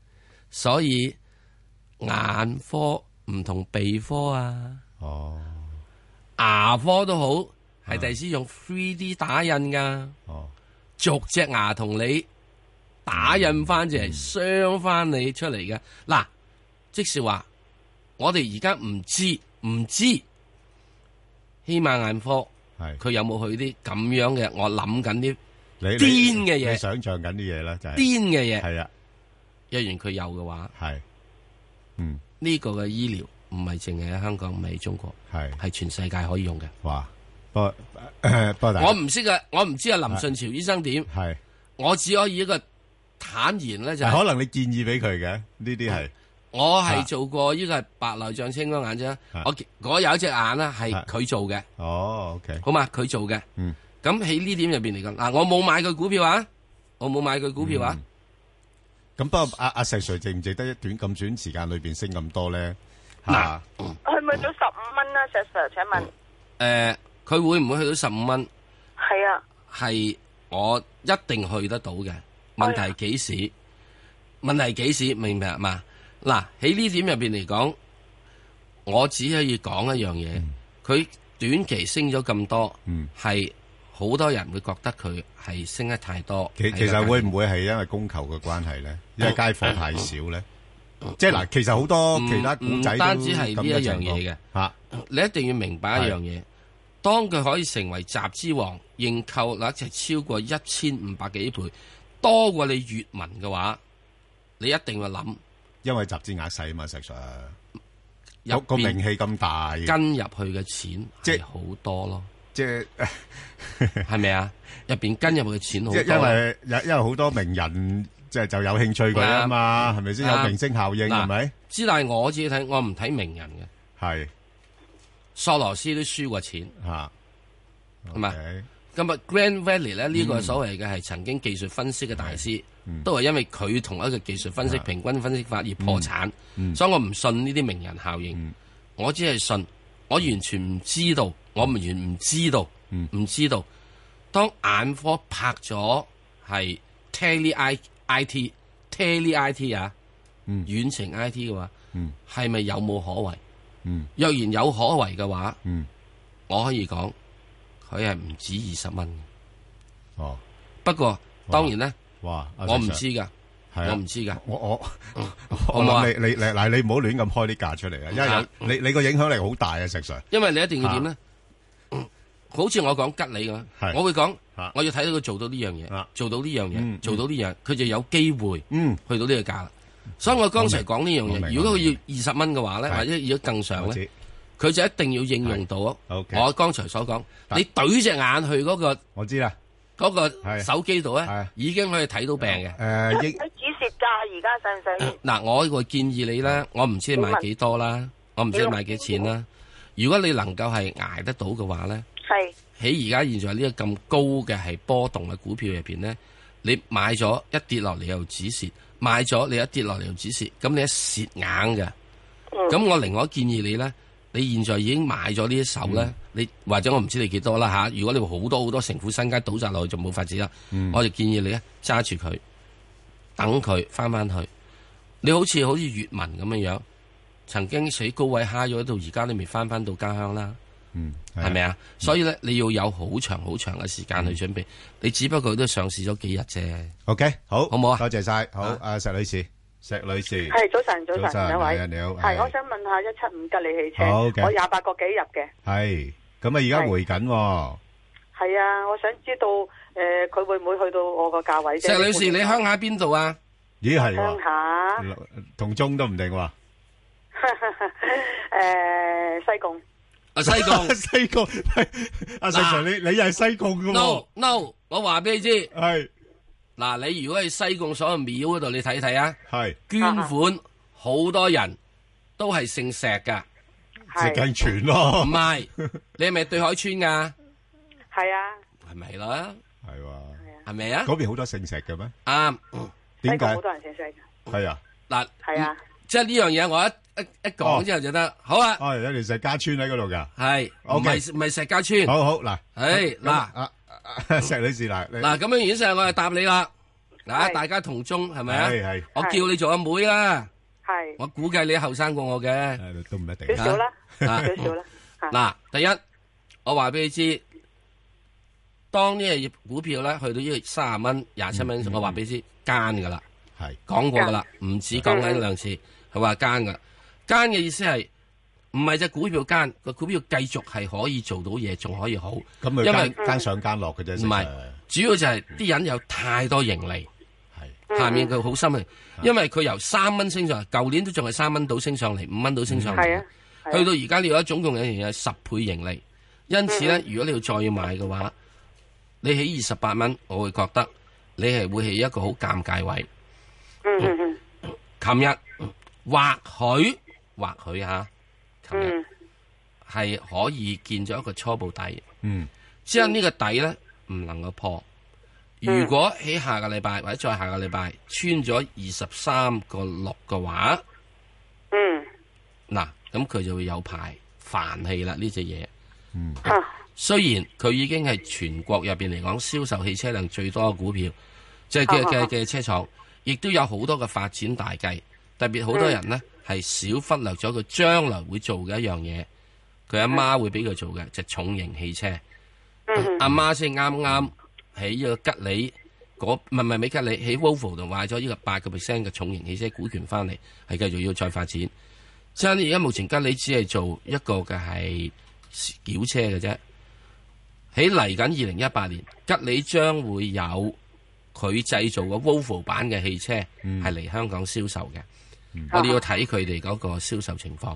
Speaker 12: 所以眼科唔同鼻科啊，
Speaker 11: 哦，
Speaker 12: 牙科都好，係第時用 3D 打印噶，
Speaker 11: 啊哦，
Speaker 12: 逐隻牙同你
Speaker 11: 嗯
Speaker 12: 打印翻就嚟鑲翻你出嚟嘅。嗱，即是話我哋而家唔知唔知希瑪眼科佢有冇去啲咁樣嘅？我諗緊啲
Speaker 11: 你
Speaker 12: 癲
Speaker 11: 你
Speaker 12: 嘅嘢
Speaker 11: 你，想象緊啲嘢啦，就係
Speaker 12: 癲嘅嘢
Speaker 11: 係啊，
Speaker 12: 若然佢有嘅話，
Speaker 11: 係嗯
Speaker 12: 呢個嘅醫療唔係淨係喺香港，唔係喺中國，
Speaker 11: 係
Speaker 12: 係全世界可以用嘅。
Speaker 11: 哇！不過不過大家
Speaker 12: 我唔識啊，我唔知啊林信潮醫生點，
Speaker 11: 係
Speaker 12: 我只可以一個坦言咧就係
Speaker 11: 可能你建議俾佢嘅呢啲係
Speaker 12: 我係做過呢個係白內障青光眼啫，我我有一隻眼啦，係佢做嘅。
Speaker 11: 哦，OK，
Speaker 12: 好嘛，佢做嘅。
Speaker 11: 嗯，
Speaker 12: 咁喺呢點入邊嚟講，嗱，我冇買佢股票啊，我冇買佢股票啊。
Speaker 11: 咁。不過阿阿石 Sir 值唔值得一短咁短時間裏邊升咁多咧？嗱，
Speaker 21: 去唔去到十五蚊
Speaker 1: 啊
Speaker 21: 啦石 Sir？請問
Speaker 11: 哦嗯
Speaker 12: 誒，佢會唔會去到十五蚊？
Speaker 21: 係啊，
Speaker 12: 係我一定去得到嘅。問題幾時？問題幾時？明唔明嘛？嗱，喺呢點入邊嚟講，我只可以講一樣嘢，佢短期升咗咁多，係好多人會覺得佢係升得太多。
Speaker 11: 其其實會唔會係因為供求嘅關係咧？因為街貨太少咧？即係嗱，其實好多其他古仔都
Speaker 12: 唔單止係呢
Speaker 11: 咁嘅
Speaker 12: 一樣
Speaker 11: 情況
Speaker 12: 嘢嘅
Speaker 11: 嚇，
Speaker 12: 你一定要明白一樣嘢，當佢可以成為集資王，認購嗱就超過一千五百幾倍，多過你粵文嘅話，你一定要諗
Speaker 11: 因為集資額細啊嘛，石 Sir
Speaker 12: 入
Speaker 11: 個個
Speaker 12: 邊
Speaker 11: 名氣咁大，
Speaker 12: 跟入去嘅錢即係好多咯，
Speaker 11: 即 係
Speaker 12: 係咪啊？入邊跟入去嘅錢好
Speaker 11: 因
Speaker 12: 多，
Speaker 11: 因為因因為好多名人即係就有興趣佢啊嘛，係咪先有明星效應
Speaker 12: 嗱
Speaker 11: 係咪？？
Speaker 12: 之但係我自己睇，我唔睇名人嘅。
Speaker 11: 係，
Speaker 12: 索羅斯都輸過錢。
Speaker 11: 嚇，
Speaker 12: 係咪？咁啊，Grand
Speaker 11: 嗯
Speaker 12: Valley 咧呢個所謂嘅係曾經技術分析嘅大師，都係因為佢同一個技術分析平均分析法而破產，
Speaker 11: 嗯
Speaker 12: 所以我唔信呢啲名人效應，我只係信，我完全唔知道，我完全唔知道，
Speaker 11: 嗯
Speaker 12: 唔知道，當眼科拍咗係 Tele I I T Tele I T 啊，
Speaker 11: 嗯
Speaker 12: 遠程 I T 嘅話，係咪有冇可為？
Speaker 11: 嗯
Speaker 12: 若然有可為嘅話，我可以講佢係唔止二十蚊嘅。
Speaker 11: 哦，
Speaker 12: 不過當然咧，
Speaker 11: 哇！阿
Speaker 12: 我唔
Speaker 11: Sir
Speaker 12: 知㗎，
Speaker 11: 係啊
Speaker 12: 我唔知㗎。
Speaker 11: 我我
Speaker 12: 好
Speaker 11: 我
Speaker 12: 唔好啊
Speaker 11: 諗你你你嗱，你唔好亂咁開啲價出嚟啊，因為
Speaker 12: 啊
Speaker 11: 有你你個影響力好大啊，石 Sir。
Speaker 12: 因為你一定要點咧？好似我講吉你咁，
Speaker 11: 係嗯
Speaker 12: 我會講，我要睇到佢做到呢樣嘢，做到呢樣嘢，做到呢樣，佢就有機會去到呢個價啦。所以我剛才講呢樣
Speaker 11: 我明
Speaker 12: 嘢，如果佢要二十蚊嘅話咧，或者如果更上
Speaker 11: 我
Speaker 12: 咧
Speaker 11: 知，
Speaker 12: 佢就一定要應用到我剛才所講，
Speaker 11: 得
Speaker 12: 你懟隻眼去嗰個，
Speaker 11: 我知啦，
Speaker 12: 嗰個手機度咧，已經可以睇到病嘅。
Speaker 11: 誒，
Speaker 21: 你止蝕價而家使唔使？
Speaker 12: 嗱，我個建議你啦，我唔知你買幾多啦，我唔知你買幾錢啦。如果你能夠係捱得到嘅話咧，
Speaker 21: 係
Speaker 12: 喺而家現在呢個咁高嘅係波動嘅股票入邊咧，你買咗一跌落嚟又止蝕，買咗你一跌落嚟又止蝕，咁你一蝕硬嘅。咁我另外建議你咧，你現在已經買咗呢一手咧，你或者我唔知你幾多啦吓。如果你好多好多城府身家倒晒落去就冇法子啦，我就建議你咧揸住佢，等佢翻翻去。你好似好似粵文咁樣樣，曾經死高位蝦咗到而家，你未翻翻到家鄉啦。
Speaker 11: 嗯，
Speaker 12: 係咪啊？所以咧，你要有好長好長嘅時間去準備。你只不過都上市咗幾日啫。
Speaker 11: OK，好，
Speaker 12: 好唔好啊？
Speaker 11: 多謝晒，好，阿石女士，石女士，
Speaker 21: 係早晨，早晨兩
Speaker 11: 係啊
Speaker 21: 位，
Speaker 11: 你好，
Speaker 21: 係我想問下一七五吉利汽車，
Speaker 11: 好嘅
Speaker 21: 我廿八個幾入嘅，
Speaker 11: 係，咁啊，而家回緊喎，
Speaker 21: 係啊，我想知道誒佢會唔會去到我個價位啫？
Speaker 12: 石女士，你鄉下邊度啊？
Speaker 11: 咦係
Speaker 21: 鄉
Speaker 11: 喎，
Speaker 2: 啊
Speaker 21: 下
Speaker 11: 同中都唔定喎，
Speaker 2: 呃
Speaker 21: 誒西貢
Speaker 12: 啊西 貢，
Speaker 11: 西貢，阿石 Sir 你你又係西貢嘅喎
Speaker 12: No，no，我話俾你知。
Speaker 11: 啊係
Speaker 12: 嗱，你如果去西貢所有廟嗰度，你睇睇啊。
Speaker 11: 係
Speaker 12: 捐款，好多人都係姓石噶。
Speaker 11: 石鏡泉咯
Speaker 12: 唔係，你係咪對海村噶？
Speaker 21: 係啊，
Speaker 12: 係咪啦？
Speaker 11: 係喎，
Speaker 12: 係咪啊？
Speaker 11: 嗰邊好多姓石嘅咩？
Speaker 12: 啱。
Speaker 21: 西
Speaker 11: 點
Speaker 21: 貢
Speaker 11: 解
Speaker 21: 好？多人姓石㗎，
Speaker 11: 係啊，
Speaker 12: 嗱，
Speaker 21: 係啊，
Speaker 12: 即係呢樣嘢，我一一一講之後就得。好啊。
Speaker 11: 哦，有條石家村喺嗰度㗎，
Speaker 12: 係，唔
Speaker 11: OK
Speaker 12: 係唔係石家村。
Speaker 11: 好好嗱，
Speaker 12: 唉
Speaker 11: 咁
Speaker 12: 嗱
Speaker 11: 啊啊 石女士嗱，你
Speaker 12: 嗱，咁樣演上我就答你啦。嗱，大家同中係咪啊？
Speaker 11: 係係
Speaker 12: 我叫你做阿妹啦。
Speaker 21: 係
Speaker 12: 我估計你後生過我嘅。啊
Speaker 11: 都唔一定
Speaker 21: 少少啦，少少啦，
Speaker 12: 嗱，第一，我話俾你知，當呢只股票咧去到呢個三十蚊、廿七蚊，我話俾你知，奸噶啦，
Speaker 11: 嗯係
Speaker 12: 講過噶啦，唔止講緊兩次，係話奸噶。奸嘅意思係唔係只股票奸，個股票繼續係可以做到嘢，仲可以好。
Speaker 11: 咁佢
Speaker 12: 因為
Speaker 11: 奸奸上奸落嘅啫，
Speaker 12: 嗯唔係主要就係啲人有太多盈利，下面佢好
Speaker 11: 嗯
Speaker 12: 心啊，因為佢由三蚊升上，嚟，舊年都仲係三蚊到升上嚟，五蚊到升上嚟。
Speaker 21: 係啊係啊嗯
Speaker 12: 去到而家你有一總共有一樣嘢係十倍盈利，因此咧，如果你要再買嘅話，你起二十八蚊，我會覺得你係會起一個好尷尬位。
Speaker 21: 嗯
Speaker 12: 琴日嗯或許或許吓，琴
Speaker 21: 嗯
Speaker 12: 日係可以見咗一個初步底，
Speaker 11: 嗯，
Speaker 12: 之後呢個底咧唔能夠破。
Speaker 11: 嗯
Speaker 12: 如果喺下個禮拜或者再下個禮拜穿咗二十三個六嘅話，
Speaker 21: 嗯，
Speaker 12: 嗱，咁佢就會有排煩氣啦呢只嘢。
Speaker 11: 嗯，
Speaker 21: 啊
Speaker 12: 雖然佢已經係全國入邊嚟講銷售汽車量最多嘅股票，即係嘅
Speaker 21: 啊啊啊
Speaker 12: 嘅嘅車廠，亦都有好多嘅發展大計。特別好多人呢係少忽略咗佢將來會做嘅一樣嘢，佢阿媽會俾佢做嘅就係重型汽車。阿媽先啱啱喺呢個吉利嗰唔係唔係美吉利喺 Volvo 度買咗呢個八個 percent 嘅重型汽車股權翻嚟，係繼續要再發展。即係而家目前吉利只係做一個嘅係轎車嘅啫。喺嚟緊二零一八年，吉利將會有佢製造嘅 Volvo 版嘅汽車係嚟香港銷售嘅。我哋要睇佢哋嗰個銷售情況。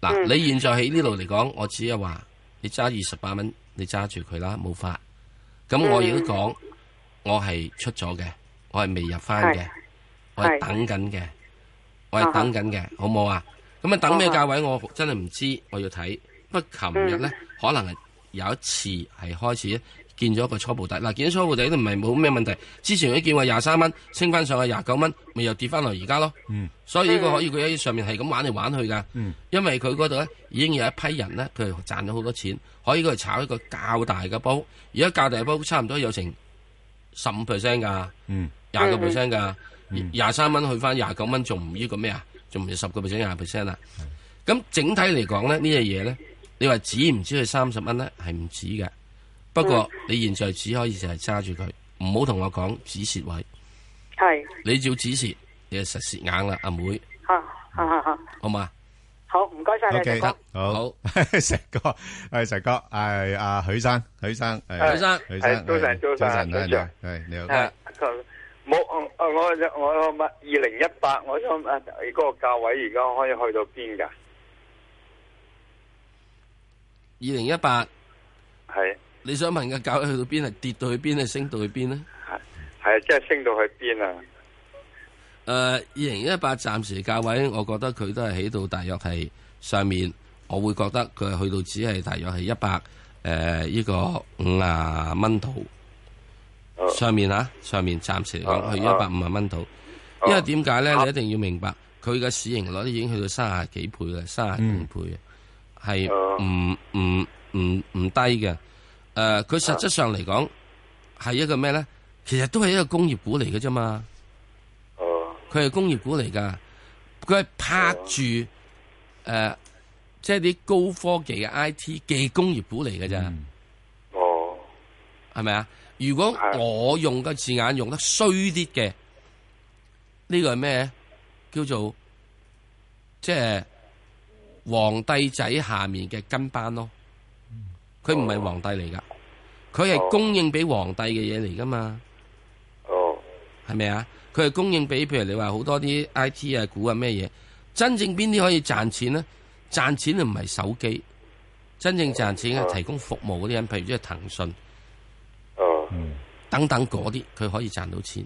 Speaker 12: 嗱，
Speaker 1: 嗯
Speaker 12: 你現在喺呢度嚟講，我只係話你揸二十八蚊，你揸住佢啦，冇法。咁
Speaker 1: 嗯
Speaker 12: 我亦都講，我係出咗嘅，我係未入翻嘅
Speaker 1: 係，
Speaker 12: 我係
Speaker 1: 係
Speaker 12: 等緊嘅，我係等緊嘅，好冇啊？咁啊，等咩價位我真係唔知，我要睇。不過琴日
Speaker 1: 嗯
Speaker 12: 咧，可能係有一次係開始咧見咗一個初步底，嗱、見咗初步底都唔係冇咩問題。之前都見過廿三蚊，升翻上去廿九蚊，咪又跌翻落而家咯。
Speaker 11: 嗯，
Speaker 12: 所以呢個可以佢喺上面係咁玩嚟玩去㗎。因為佢嗰度咧已經有一批人咧，佢係賺咗好多錢，可以佢係炒一個較大嘅煲。而家較大嘅煲差唔多有成十五 percent 㗎，
Speaker 11: 嗯，
Speaker 12: 廿個 percent 㗎，廿三蚊去翻廿九蚊，仲唔呢個咩啊？仲唔係十個 percent 廿 percent 啊？咁整體嚟講咧，呢樣嘢咧，你話止唔止佢三十蚊咧，係唔止嘅。不過你現在只可以就係揸住佢，唔好同我講止蝕位。
Speaker 21: 係
Speaker 12: 你照止蝕，你就實蝕硬啦，阿妹，
Speaker 21: 吓吓吓吓，
Speaker 12: 好嘛？
Speaker 21: 好唔該晒你，
Speaker 11: OK，
Speaker 21: 石哥。
Speaker 11: 好。石哥，係，石哥，係，啊，許生，許生，係，
Speaker 22: 係。
Speaker 11: 許生，
Speaker 22: 係，早晨，
Speaker 11: 係，
Speaker 22: 早晨，
Speaker 11: 早晨，
Speaker 22: 早晨。
Speaker 11: 係，係，你好。
Speaker 22: 啊冇，我我我我二零一八，我想誒嗰個價位而家可以去到邊㗎？
Speaker 12: 二零一八
Speaker 22: 係
Speaker 12: 你想問嘅價位去到邊？係啊跌到去邊？係升到去邊啊呢？
Speaker 22: 係啊即係升到去邊啊？
Speaker 12: 誒、呃二零一八暫時價位，我覺得佢都係喺到大約係上面，我會覺得佢係去到只係大約係一百誒呢個五啊蚊度上面啊，上面暫時嚟講去一百五啊蚊度，因為點解咧？你一定要明白佢嘅市盈率已經去到三十幾倍啦，三十幾倍啊，係唔唔唔唔低嘅。誒、佢實質上嚟講係一個咩咧？其實都係一個工業股嚟嘅啫嘛。佢係工業股嚟噶，佢係拍住誒、呃即係啲高科技嘅 I T 技工業股嚟嘅咋。
Speaker 22: 哦，
Speaker 12: 係咪啊？如果我用嘅字眼用得衰啲嘅，呢、個係咩？叫做即係皇帝仔下面嘅跟班咯。佢唔
Speaker 22: 哦
Speaker 12: 係皇帝嚟噶，佢係供應俾皇帝嘅嘢嚟噶嘛。
Speaker 22: 哦，
Speaker 12: 係咪啊？佢係供應俾譬如你話好多啲 I T 啊股啊咩嘢，真正邊啲可以賺錢呢？賺錢唔係手機，真正賺錢係提供服務嗰啲人，譬如即係騰訊，
Speaker 22: 哦，
Speaker 12: 等等嗰啲，佢可以賺到錢，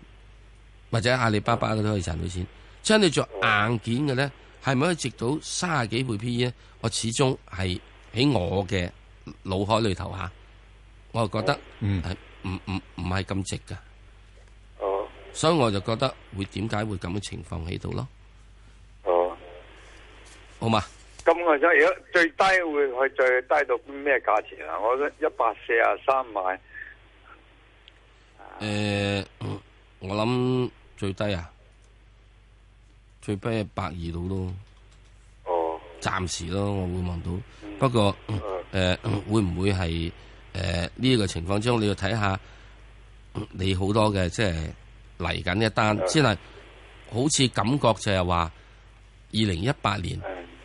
Speaker 12: 或者阿里巴巴佢都可以賺到錢。將你做硬件嘅咧，係咪可以值到三十幾倍 P E 咧？我始終係喺我嘅腦海裏頭吓，我係覺得係唔唔唔係咁值噶。
Speaker 22: 哦，
Speaker 12: 所以我就覺得會點解會咁嘅情況喺度咯。
Speaker 22: 哦，
Speaker 12: 好嘛？
Speaker 22: 咁我想而家最低會去最低到咩價錢啊？我一百四啊三買，
Speaker 12: 誒、呃我諗最低啊，最低係百二度咯。
Speaker 22: 哦，
Speaker 12: 暫時咯，我會望到。不過誒、會唔會係誒呢個情況之中，你要睇下嗯你好多嘅即係嚟緊一單，先係好似感覺就係話二零一八年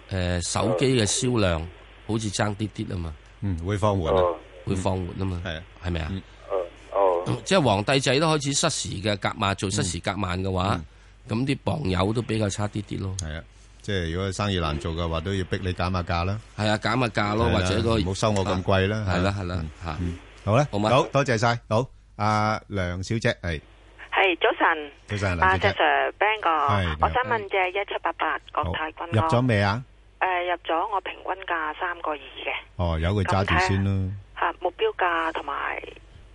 Speaker 12: 诶手機嘅銷量好似爭啲啲啊嘛，
Speaker 11: 嗯，會放緩啊，嗯
Speaker 12: 會放緩啊嘛，
Speaker 11: 係
Speaker 12: 係咪啊？哦，即係皇帝仔都開始失時嘅夾萬，做失時夾萬嘅
Speaker 11: 嗯
Speaker 12: 話，咁啲傍友都比較差啲啲咯。
Speaker 11: 系啊，即係如果生意難做嘅話，都要逼你減下價啦。
Speaker 12: 係啊，減下價咯，或者個啊
Speaker 11: 唔好收我咁貴啦。嗯
Speaker 12: 係啦係啦嚇，
Speaker 11: 好啦，
Speaker 12: 好嘛
Speaker 11: 好多謝晒，好，阿梁小姐哎係
Speaker 1: 系早晨，
Speaker 11: 早晨，
Speaker 1: 啊
Speaker 11: 梁
Speaker 1: 石
Speaker 11: 小姐
Speaker 1: Sir Ben 哥
Speaker 11: 係你好，
Speaker 1: 我想問只一七八八國泰君
Speaker 11: 入咗
Speaker 1: 安，
Speaker 11: 未啊？
Speaker 1: 诶入咗我平均價三個二嘅
Speaker 11: 哦，有佢揸住先啦，
Speaker 1: 吓目標價同埋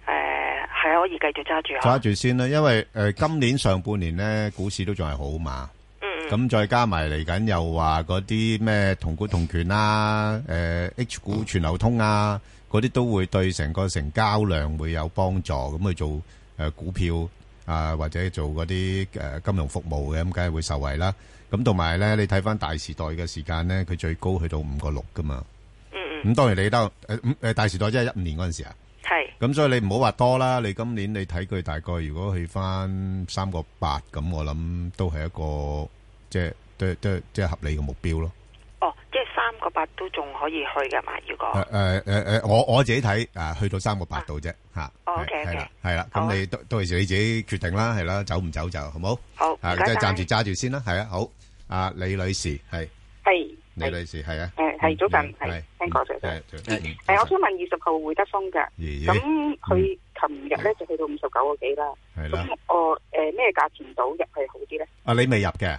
Speaker 1: 诶係可以繼續揸住啊，
Speaker 11: 揸住先啦，因為诶今年上半年咧股市都仲係好嘛。
Speaker 1: 嗯嗯
Speaker 11: 咁再加埋嚟緊又話嗰啲咩同股同權啊，誒、H 股全流通啊，嗰啲都會對成個成交量會有幫助，咁去做誒、呃股票啊，或者做嗰啲誒金融服務嘅，咁梗係會受惠啦。咁同埋咧，你睇翻大時代嘅時間咧，佢最高去到五個六噶嘛。
Speaker 1: 嗯
Speaker 11: 嗯。咁當然你都誒五誒大時代即係一五年嗰陣時啊。
Speaker 1: 係
Speaker 11: 咁所以你唔好話多啦，你今年你睇佢大概如果去翻三個八咁，我諗都係一個即係都都即係合理嘅目標咯。
Speaker 1: 哦，即係三個八都仲可以去噶嘛？如果
Speaker 11: 誒誒誒誒，我我自己睇啊，去到三個八度啫嚇。
Speaker 1: 哦，OK，OK
Speaker 11: 係啦係啦，咁你到到時你自己決定啦，係啦，走唔走就好冇？
Speaker 2: 好
Speaker 11: 啊，
Speaker 2: 唔
Speaker 11: 即
Speaker 2: 該
Speaker 11: 係
Speaker 2: 晒
Speaker 11: 暫時揸住先啦，係啊，好。啊，李女士係
Speaker 2: 系
Speaker 11: 李女士係啊，
Speaker 2: 诶系早晨
Speaker 11: 係
Speaker 2: 系聽過早晨。
Speaker 11: 係係
Speaker 2: 诶，我想問二十號會德豐嘅，
Speaker 11: 咦
Speaker 2: 咁佢琴日咧就去到五十九個幾啦。
Speaker 11: 係啦。
Speaker 2: 我诶咩價錢到入去好啲咧？
Speaker 11: 啊，你未入嘅？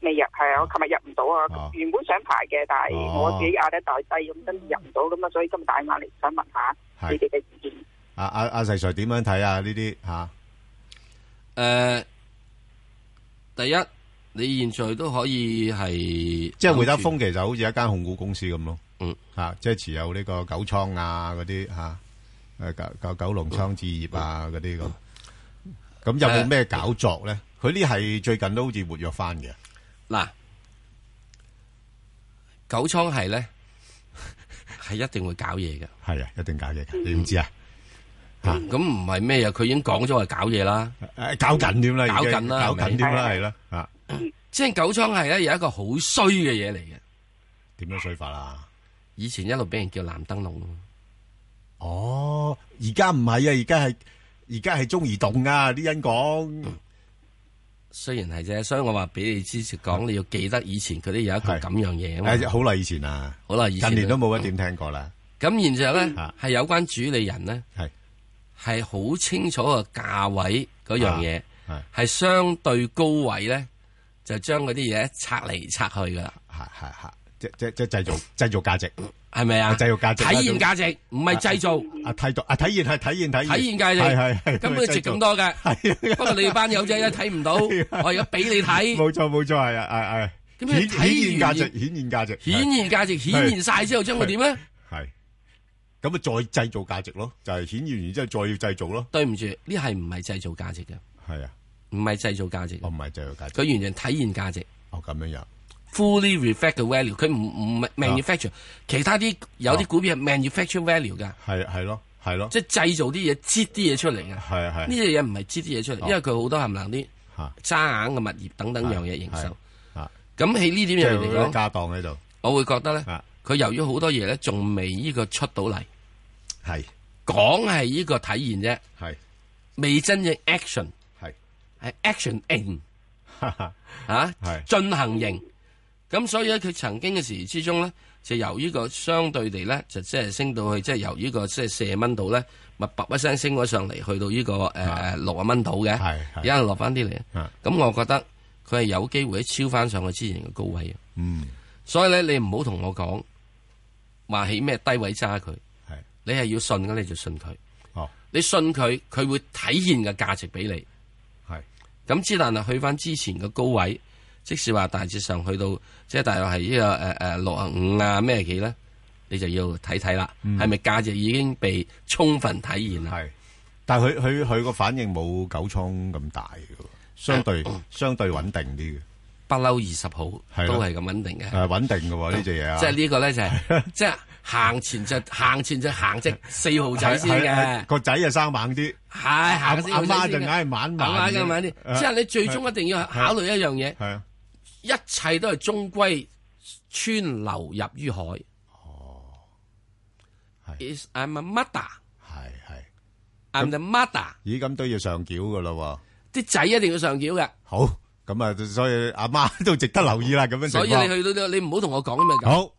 Speaker 2: 未入係啊，我琴日入唔到啊
Speaker 11: 哦。
Speaker 2: 原本想排嘅，但係我自己壓得大低，咁跟住入唔到，咁啊，所以今日打電話嚟想問下
Speaker 11: 係
Speaker 2: 你哋嘅意見。
Speaker 11: 啊啊啊！石 Sir 點樣睇啊？呢啲嚇
Speaker 12: 誒，第一你現在都可以係
Speaker 11: 即係
Speaker 12: 諗住
Speaker 11: 會德豐其實好似一間控股公司咁咯。
Speaker 12: 嗯，
Speaker 11: 嚇，即係持有呢個九倉啊嗰啲嚇，誒九九九龍倉置業啊嗰啲咁。咁有冇咩搞作咧？佢呢係最近都好似活躍翻嘅。
Speaker 12: 嗱，九倉係咧係一定會搞嘢嘅。
Speaker 11: 係啊，一定搞嘢嘅，你唔知啊？
Speaker 12: 咁唔係咩啊？佢已經講咗係搞嘢啦，
Speaker 11: 誒搞緊添啦，已經
Speaker 12: 搞緊啦，
Speaker 11: 搞緊添啦，係啦，啊，
Speaker 12: 即係九倉係咧有一個好衰嘅嘢嚟嘅。
Speaker 11: 點樣衰法啊？
Speaker 12: 以前一路俾人叫藍燈籠，
Speaker 11: 哦，而家唔係啊，而家係而家係中移動啊，啲人講。
Speaker 12: 雖然係啫，所以我話俾你知講，你要記得以前佢哋有一個咁樣嘢啊
Speaker 11: 誒
Speaker 12: 嘛。
Speaker 11: 好耐以前啊，
Speaker 12: 好耐以前啊
Speaker 11: 近年都冇乜點聽過啦。啊
Speaker 12: 咁然之後咧，係有關主理人咧，
Speaker 11: 係
Speaker 12: 係好清楚個價位嗰樣嘢，
Speaker 11: 係
Speaker 12: 係相對高位咧，就將嗰啲嘢拆嚟拆去噶啦。
Speaker 11: 係係係，即即即製造製造價值，
Speaker 12: 係咪啊？
Speaker 11: 製造價值啦，
Speaker 12: 體現價值唔係製造。
Speaker 11: 啊睇到啊體現係體現體現
Speaker 12: 體現價值，
Speaker 11: 係係係
Speaker 12: 根本就值咁 多嘅。不過你班友仔咧睇唔到，我而家俾你睇。
Speaker 11: 冇錯冇錯 係啊係
Speaker 12: 咁
Speaker 11: 係
Speaker 12: 你
Speaker 11: 顯
Speaker 12: 睇完
Speaker 11: 顯現價值顯現價值
Speaker 12: 顯現價值顯現晒之後，將佢點咧？
Speaker 11: 係咁啊再製造價值咯，就係顯現完之後再要製造咯。
Speaker 12: 對唔住，呢係唔係製造價值嘅？
Speaker 11: 係啊，
Speaker 12: 唔係製造價值。
Speaker 11: 我哦唔係製造價值。
Speaker 12: 佢完全體現價值。
Speaker 11: 哦咁樣樣。啊
Speaker 12: fully reflect 嘅 value，佢唔唔係 manufacture，其他啲有啲股票係 manufacture value 㗎，
Speaker 11: 係係咯係咯，
Speaker 12: 即係製造啲嘢，擠啲嘢出嚟嘅。
Speaker 11: 係啊係
Speaker 12: 呢隻嘢唔係擠啲嘢出嚟，
Speaker 11: 哦
Speaker 12: 因為佢好多含能啲
Speaker 11: 嚇
Speaker 12: 揸硬嘅物業等等樣嘢營收。
Speaker 11: 啊，
Speaker 12: 咁喺呢點嘢
Speaker 11: 即係
Speaker 12: 嚟
Speaker 11: 有啲
Speaker 12: 講，
Speaker 11: 家當喺度，
Speaker 12: 我會覺得咧
Speaker 11: 啊，
Speaker 12: 佢由於好多嘢咧，仲未呢個出到嚟，
Speaker 11: 係
Speaker 12: 講係呢個體現啫，
Speaker 11: 係
Speaker 12: 未真正 action，
Speaker 11: 係
Speaker 12: 係 action in 嚇
Speaker 11: 係
Speaker 12: 進行型。咁所以咧，佢曾經嘅時之中咧，就由呢個相對地咧，就即係升到去，即係由呢個即係四十蚊度咧，咪叭一聲升咗上嚟，去到呢個誒誒六啊蚊度嘅，而家落翻啲嚟。
Speaker 11: 啊
Speaker 12: 咁我覺得佢係有機會超翻上去之前嘅高位嘅。
Speaker 11: 嗯
Speaker 12: 所以咧，你唔好同我講話起咩低位揸佢，
Speaker 11: 係
Speaker 12: 你係要信嘅，你就信佢。
Speaker 11: 哦，
Speaker 12: 你信佢，佢會體現嘅價值俾你。
Speaker 11: 係
Speaker 12: 咁之，但啊係去翻之前嘅高位，即使話大致上去到即係大約係呢個誒誒六啊五啊咩幾咧，你就要睇睇啦，
Speaker 11: 嗯
Speaker 12: 係咪價值已經被充分體啊現啦？
Speaker 11: 係，但係佢佢佢個反應冇九倉咁大嘅喎，相對相對穩定啲嘅。
Speaker 12: 嗯不嬲二十號
Speaker 11: 係咯
Speaker 12: 都係咁穩定嘅。
Speaker 11: 誒穩定嘅喎呢隻嘢啊，
Speaker 12: 即係呢個咧就係即係行前就行前就行隻四號仔先
Speaker 11: 係係
Speaker 12: 嘅
Speaker 11: 係。個仔就生猛啲，
Speaker 12: 係行先
Speaker 11: 阿
Speaker 12: 佢
Speaker 11: 媽
Speaker 12: 先
Speaker 11: 就
Speaker 12: 嘅
Speaker 11: 硬係晚晚
Speaker 12: 阿媽
Speaker 11: 嘅
Speaker 12: 嘅晚啲
Speaker 11: 誒，
Speaker 12: 即係你最終一定要考慮一樣嘢，
Speaker 11: 係啊，
Speaker 12: 一切都係終歸川流入於海。哦，is I'm a mother。係係，I'm the mother。
Speaker 11: 咦，咁都要上繳噶咯
Speaker 12: 啲仔一定要上繳嘅，
Speaker 11: 喎。好，咁啊，所以阿媽 都值得留意啦。咁樣情
Speaker 12: 所以
Speaker 11: 況
Speaker 12: 你去到你唔好同我講咁嘅。
Speaker 11: 好。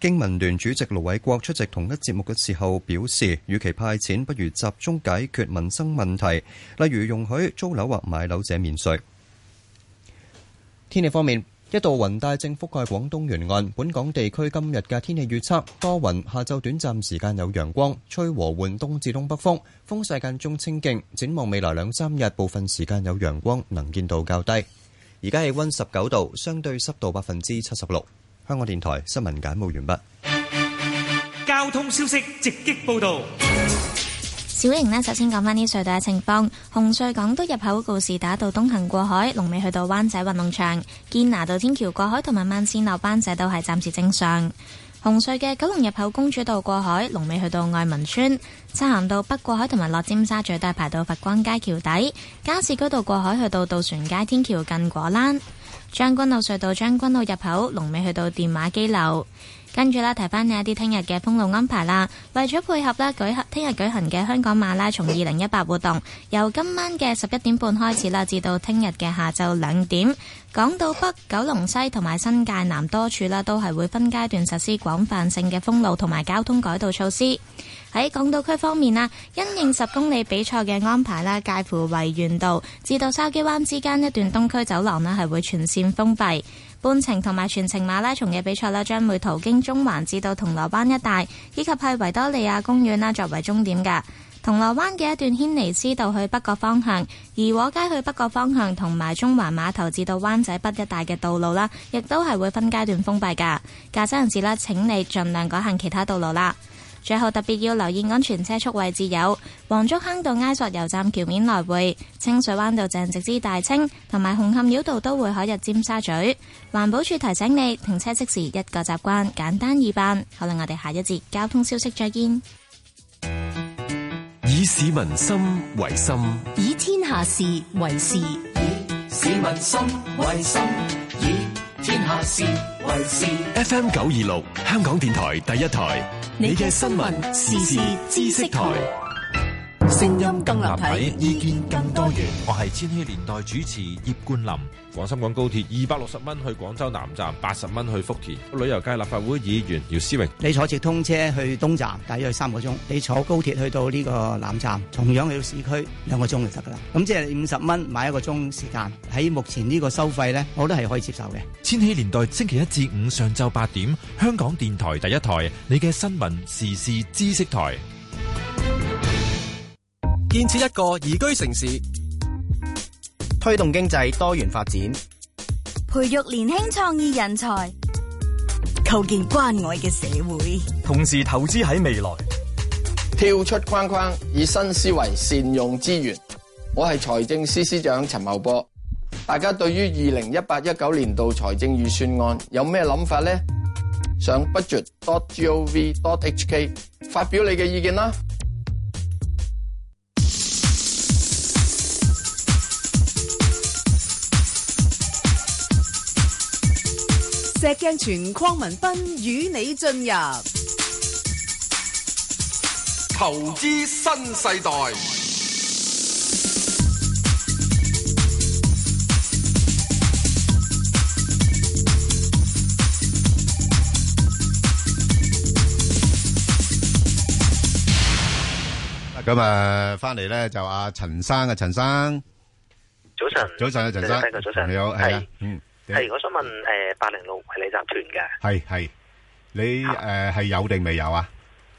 Speaker 13: 經民聯主席盧偉國出席同一節目嘅時候表示，與其派錢，不如集中解決民生問題，例如容許租樓或買樓者免税。天氣方面，一道雲帶正覆蓋廣東沿岸，本港地區今日嘅天氣預測多雲，下晝短暫時間有陽光，吹和緩東至東北風，風勢間中清勁。展望未來兩三日，部分時間有陽光，能見度較低。而家氣温十九度，相對濕度百分之七十六。香港電台新聞簡報完畢。
Speaker 7: 交通消息直擊報道。
Speaker 14: 小瑩呢，首先講返啲隧道嘅情況。紅隧港島入口告士打道東行過海，龍尾去到灣仔運動場；堅拿道天橋過海同埋慢線落灣仔都係暫時正常。紅隧嘅九龍入口公主道過海，龍尾去到愛民村；漆咸道北過海同埋落尖沙咀都係排到佛光街橋底；加士居道過海去到渡船街天橋近果欄；將軍澳隧道將軍澳入口，龍尾去到電話機樓。跟住啦，提翻你一啲聽日嘅封路安排啦。為咗配合啦，舉行聽日舉行嘅香港馬拉松二零一八活動，由今晚嘅十一點半開始啦，至到聽日嘅下晝兩點，港島北、九龍西同埋新界南多處啦，都係會分階段實施廣泛性嘅封路同埋交通改道措施。喺港島區方面啦，因應十公里比賽嘅安排啦，介乎維園道至到筲箕灣之間一段東區走廊呢係會全線封閉。半程同埋全程馬拉松嘅比賽啦，將會途經中環至到銅鑼灣一帶，以及係維多利亞公園啦作為終點㗎。銅鑼灣嘅一段軒尼詩道去北角方向，怡和街去北角方向，同埋中環碼頭至到灣仔北一帶嘅道路啦，亦都係會分階段封閉㗎。駕駛人士啦，請你盡量改行其他道路啦。最後特別要留意安全車速位置有黃竹坑道埃索油站橋面來回、清水灣道鄭直之大清同埋紅磡繞道都會海入尖沙咀。環保署提醒你停車即時一個習慣，簡單易辦。好啦，我哋下一節交通消息再見。
Speaker 15: 以市民心為心，
Speaker 3: 以天下事為事，
Speaker 5: 市民心為心，以天下事為事。
Speaker 15: FM 九二六，香港電台第一台，你嘅新聞時事知識台，
Speaker 3: 聲音更立體，
Speaker 23: 意見更多元。我係千禧年代主持葉冠霖。
Speaker 24: 廣深港高鐵二百六十蚊去廣州南站，八十蚊去福田。旅遊界立法會議員姚思榮，
Speaker 25: 你坐直通車去東站，大約三個鐘；你坐高鐵去到呢個南站，同樣去到市區兩個鐘就得噶啦。咁即係五十蚊買一個鐘時間。喺目前呢個收費呢，我都係可以接受嘅。
Speaker 23: 千禧年代星期一至五上晝八點，香港電台第一台，你嘅新聞時事知識台。
Speaker 26: 建設一個宜居城市，推動經濟多元發展。
Speaker 27: 培育年輕創意人才，構建關愛嘅社會。
Speaker 28: 同時投資喺未來。
Speaker 29: 跳出框框，以新思維善用資源。我係財政司司長陳茂波。大家對於二零一八一九年度財政預算案有咩諗法呢？上 budget.gov.hk 發表你嘅意見啦。
Speaker 9: 石鏡泉鄺民彬與你進入
Speaker 10: 投資新世代，
Speaker 11: 咁啊，翻嚟咧就阿陳生啊，陳生，
Speaker 30: 早晨，
Speaker 11: 早晨啊，陳
Speaker 30: 早晨
Speaker 11: 生，
Speaker 30: 早晨
Speaker 11: 你好，係啊，嗯，
Speaker 30: 係，我想問誒八零六惠理集團嘅，
Speaker 11: 係係，你誒係有定未有啊？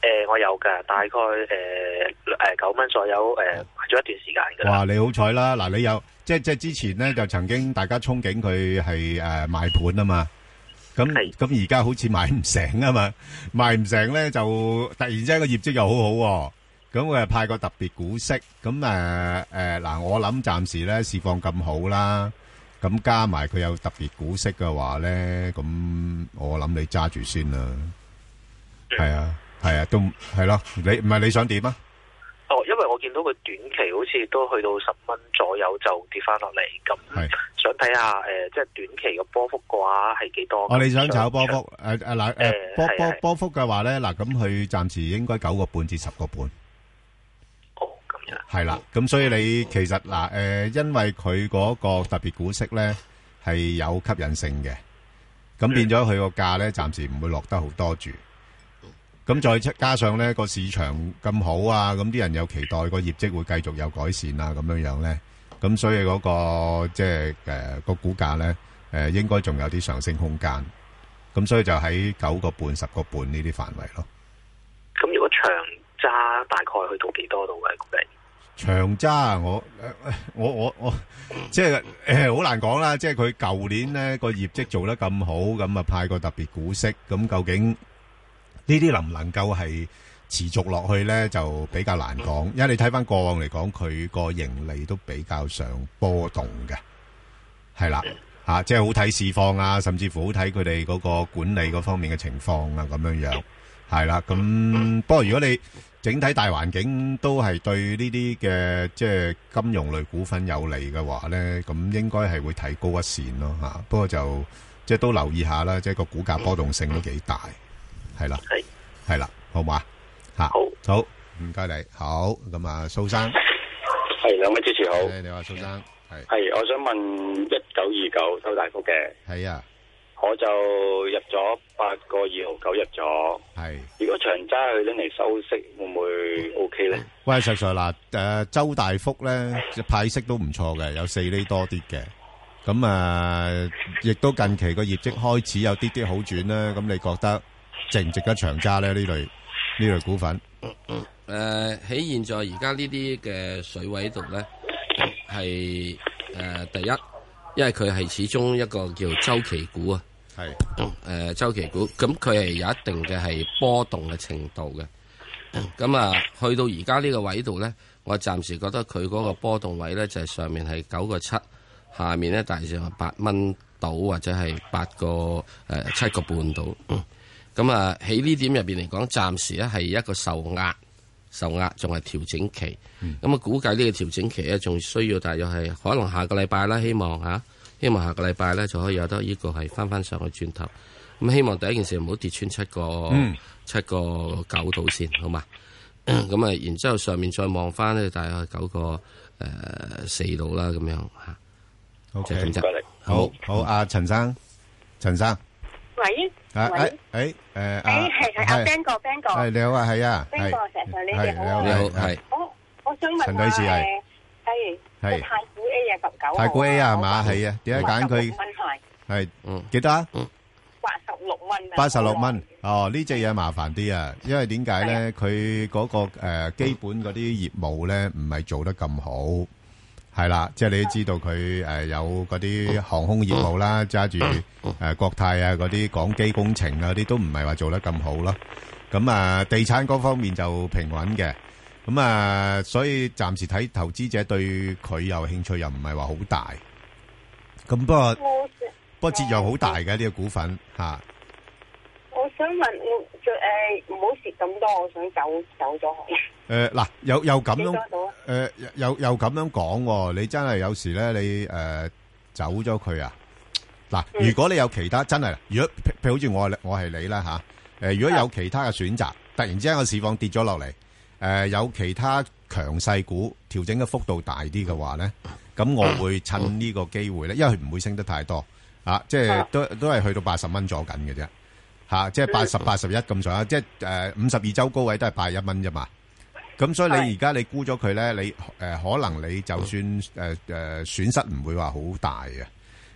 Speaker 30: 誒我有㗎，大概誒誒九蚊左右誒
Speaker 11: 哦
Speaker 30: 買咗一段時間㗎啦。
Speaker 11: 哇！你好彩啦，嗱，你有即即之前咧就曾經大家憧憬佢係誒賣盤啊嘛，咁咁而家好似賣唔成啊嘛， 賣唔成咧就突然之間個業績又好好、喎，咁佢又派個特別股息，咁誒誒嗱，我諗暫時咧市況咁好啦，咁加埋佢有特別股息嘅話咧，咁我諗你揸住先啦，係啊係啊，都係咯，你唔係你想點啊？
Speaker 30: 哦，因為我我見到佢短期好似都去到十蚊左右就跌翻落嚟，咁想睇下誒，即係短期嘅波幅嘅話係幾多？
Speaker 11: 哦，你想炒波幅？誒誒嗱誒波波波幅嘅話咧，嗱咁佢暫時應該九個半至十個半。係啦，咁所以你其實嗱，誒、因為佢嗰個特別股息咧係有吸引性嘅，咁變咗佢個價咧暫時唔會落得好多住。咁再加上咧個市場咁好啊，咁啲人有期待個業績會繼續有改善啊，咁樣樣咧，咁所以嗰、個即係誒個股價咧，誒、應該仲有啲上升空間。咁所以就喺九個半、十個半呢啲範圍咯。
Speaker 30: 咁如果長揸大概去到幾多度嘅估計？
Speaker 11: 長揸啊我 誒我我我即係 誒好難講啦，即係佢舊年咧個業績做得咁好，咁啊派個特別股息，咁究竟呢啲能唔能夠係持續落去咧，就比較難講。因為你睇翻過往嚟講，佢個盈利都比較上波動嘅，係啦嚇，即係好睇市況啊，甚至乎好睇佢哋嗰個管理嗰方面嘅情況啊，咁樣樣係啦。咁不過如果你整體大環境都係對呢啲嘅即係金融類股份有利嘅話咧，咁應該係會提高一線咯嚇。不過就即係都留意下啦，即係個股價波動性都幾大，係啦，係啦，好嘛嚇，好，好，唔該你，好咁啊，蘇生，
Speaker 4: 係兩位主持好。
Speaker 11: 誒你話蘇生
Speaker 4: 係，我想問一九二九周大福嘅，
Speaker 11: 係啊，
Speaker 4: 我就入咗八個二毫九入咗。
Speaker 11: 係。
Speaker 4: 如果長揸去拎嚟收息，會唔會 O K 咧？
Speaker 11: 喂石 Sir 嗱，誒周大福咧派息都唔錯嘅，有四厘多啲嘅。咁啊，亦都近期個業績開始有啲啲好轉啦。咁你覺得值唔值得長揸咧？呢類呢類股份？
Speaker 12: 嗯誒、喺現在而家呢啲嘅水位度咧，係誒、第一，因為佢係始終一個叫周期股啊，嗯
Speaker 11: 係
Speaker 12: 誒、周期股，咁佢係有一定嘅係波動嘅程度嘅。咁啊，去到而家呢個位度咧，我暫時覺得佢嗰個波動位咧就係、上面係九個七，下面咧大致上八蚊到或者係八個誒七個半到。嗯咁啊，喺呢點入邊嚟講，暫時咧係一個受壓，受壓仲係調整期。
Speaker 11: 嗯
Speaker 12: 咁啊，估計呢個調整期咧，仲需要大約係可能下個禮拜啦，希望嚇、希望下個禮拜咧就可以有得呢個係翻翻上去轉頭。咁希望第一件事唔好跌穿七個、
Speaker 6: 嗯
Speaker 12: 七個九度先，好嘛？ 咁啊，然之後上面再望翻咧，大約係九個誒四度啦，咁樣嚇。
Speaker 11: 好
Speaker 12: 就係咁啫
Speaker 11: 好好，阿陳生，陳生，
Speaker 8: 喂，
Speaker 11: 啊
Speaker 8: 喂，
Speaker 11: 誒誒誒，
Speaker 8: 誒係係阿 Ben 哥，Ben 哥，
Speaker 11: 係你好啊，係啊，
Speaker 8: Ben 哥成日你
Speaker 11: 係
Speaker 8: 哋好啊，
Speaker 11: 你好係
Speaker 8: 我我想問
Speaker 11: 陳女士
Speaker 8: 下
Speaker 11: 係
Speaker 8: 誒，係
Speaker 11: 係
Speaker 8: 太古 A 啊，十九
Speaker 11: 太古 A 啊，係嘛？係啊，點解揀佢？
Speaker 8: 蚊係
Speaker 11: 係幾多啊？
Speaker 8: 八十六蚊啊，
Speaker 11: 八十六蚊。哦，呢只嘢麻煩啲啊，因為點解咧？佢嗰、個、呃、基本嗰啲業務咧，唔係做得咁好，係啦，即係你都知道佢誒、呃有嗰啲航空業務啦，揸住誒國泰啊嗰啲港機工程啊嗰啲都唔係話做得咁好咯。咁啊，地產嗰方面就平穩嘅。咁啊，所以暫時睇投資者對佢有興趣又唔係話好大。咁不過不過折讓好大嘅呢、個股份嚇。
Speaker 8: 我想問我最誒唔好蝕咁多，我想走走咗佢。
Speaker 11: 诶，呃嗱、又又咁
Speaker 8: 幾多
Speaker 11: 樣呃
Speaker 8: 度啊
Speaker 11: 诶、又又咁樣講喎，你真係有時咧，你诶、誒走咗佢啊！嗱，如果你有其他真係，如果譬譬如好似我係我係你啦吓，诶、如果有其他嘅選擇，突然之間個市況跌咗落嚟，诶、有其他強勢股調整嘅幅度大啲嘅話咧，咁我會趁呢個機會咧，因為佢唔會升得太多啊，即係都都係去到八十蚊左緊嘅啫。吓、即係八十八十一咁上下，即係诶五十二周高位都係八一蚊啫嘛。咁所以你而家你估咗佢咧，你誒、呃可能你就算誒誒、呃呃、損失唔會話好大嘅，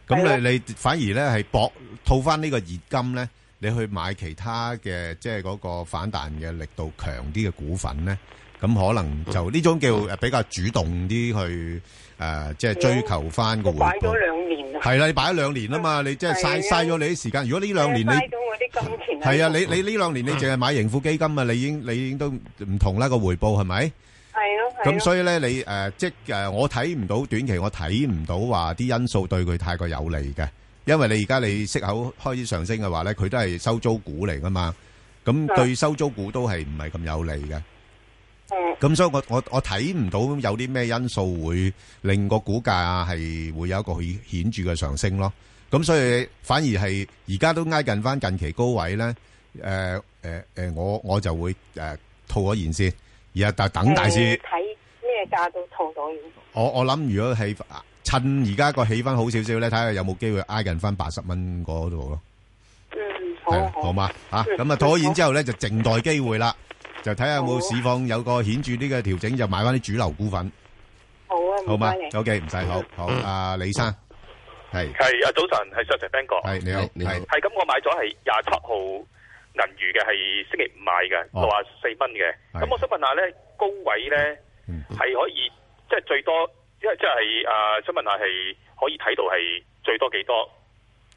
Speaker 11: 咁你你反而咧係搏套翻呢個熱金咧，你去買其他嘅即係嗰個反彈嘅力度強啲嘅股份咧，咁可能就
Speaker 8: 嗯
Speaker 11: 呢種叫呃誒比較主動啲去誒、呃即係追求翻個回
Speaker 8: 擺
Speaker 11: 報
Speaker 8: 咗。兩年啦，
Speaker 11: 係啦，你擺咗兩年啊嘛，你即係嘥
Speaker 8: 係啊
Speaker 11: 嘥咗你啲時間。如果呢兩年你
Speaker 8: 嘥咗我啲金錢喺
Speaker 11: 係啊，
Speaker 8: 度
Speaker 11: 你你呢兩年你
Speaker 8: 嗯
Speaker 11: 淨係買盈富基金啊，你已經你已經都唔同啦個回報係咪？
Speaker 8: 係咯係咯
Speaker 11: 咁所以咧，你誒、呃即係誒，我睇唔到短期，我睇唔到話啲因素對佢太過有利嘅，因為你而家你息口開始上升嘅話咧，佢都係收租股嚟噶嘛，咁對收租股都係唔係咁有利嘅。咁所以我我我睇唔到有啲咩因素會令個股價係會有一個顯著嘅上升咯。咁所以反而係而家都挨近翻近期高位咧，誒誒誒，我我就會誒套咗現先，而係但等大市。
Speaker 8: 睇咩價都套到現。
Speaker 11: 我我諗如果係趁而家個氣氛好少少咧，睇下有冇機會挨近翻八十蚊嗰度咯。
Speaker 8: 嗯，好
Speaker 11: 係
Speaker 8: 啊
Speaker 11: 啦好嘛嚇，
Speaker 8: 嗯
Speaker 11: 咁啊套咗現之後咧就靜待機會啦，就睇下有冇市況有個顯著啲嘅調整，就買翻啲主流股份，
Speaker 8: 好啊，
Speaker 11: 好
Speaker 8: 唔
Speaker 11: 嘛
Speaker 8: 該你。嗯
Speaker 11: ？OK，唔使好，好啊，李生係
Speaker 1: 係啊，早晨，係 Sir Ben 哥。
Speaker 11: 係你好你好
Speaker 1: 係咁，我買咗係廿七號銀娛嘅，係星期五買嘅，
Speaker 11: 哦
Speaker 1: 六啊四蚊嘅。咁我想問下咧，高位咧
Speaker 11: 嗯
Speaker 1: 係可以即係最多，即係即係啊，想問下係可以睇到係最多幾多，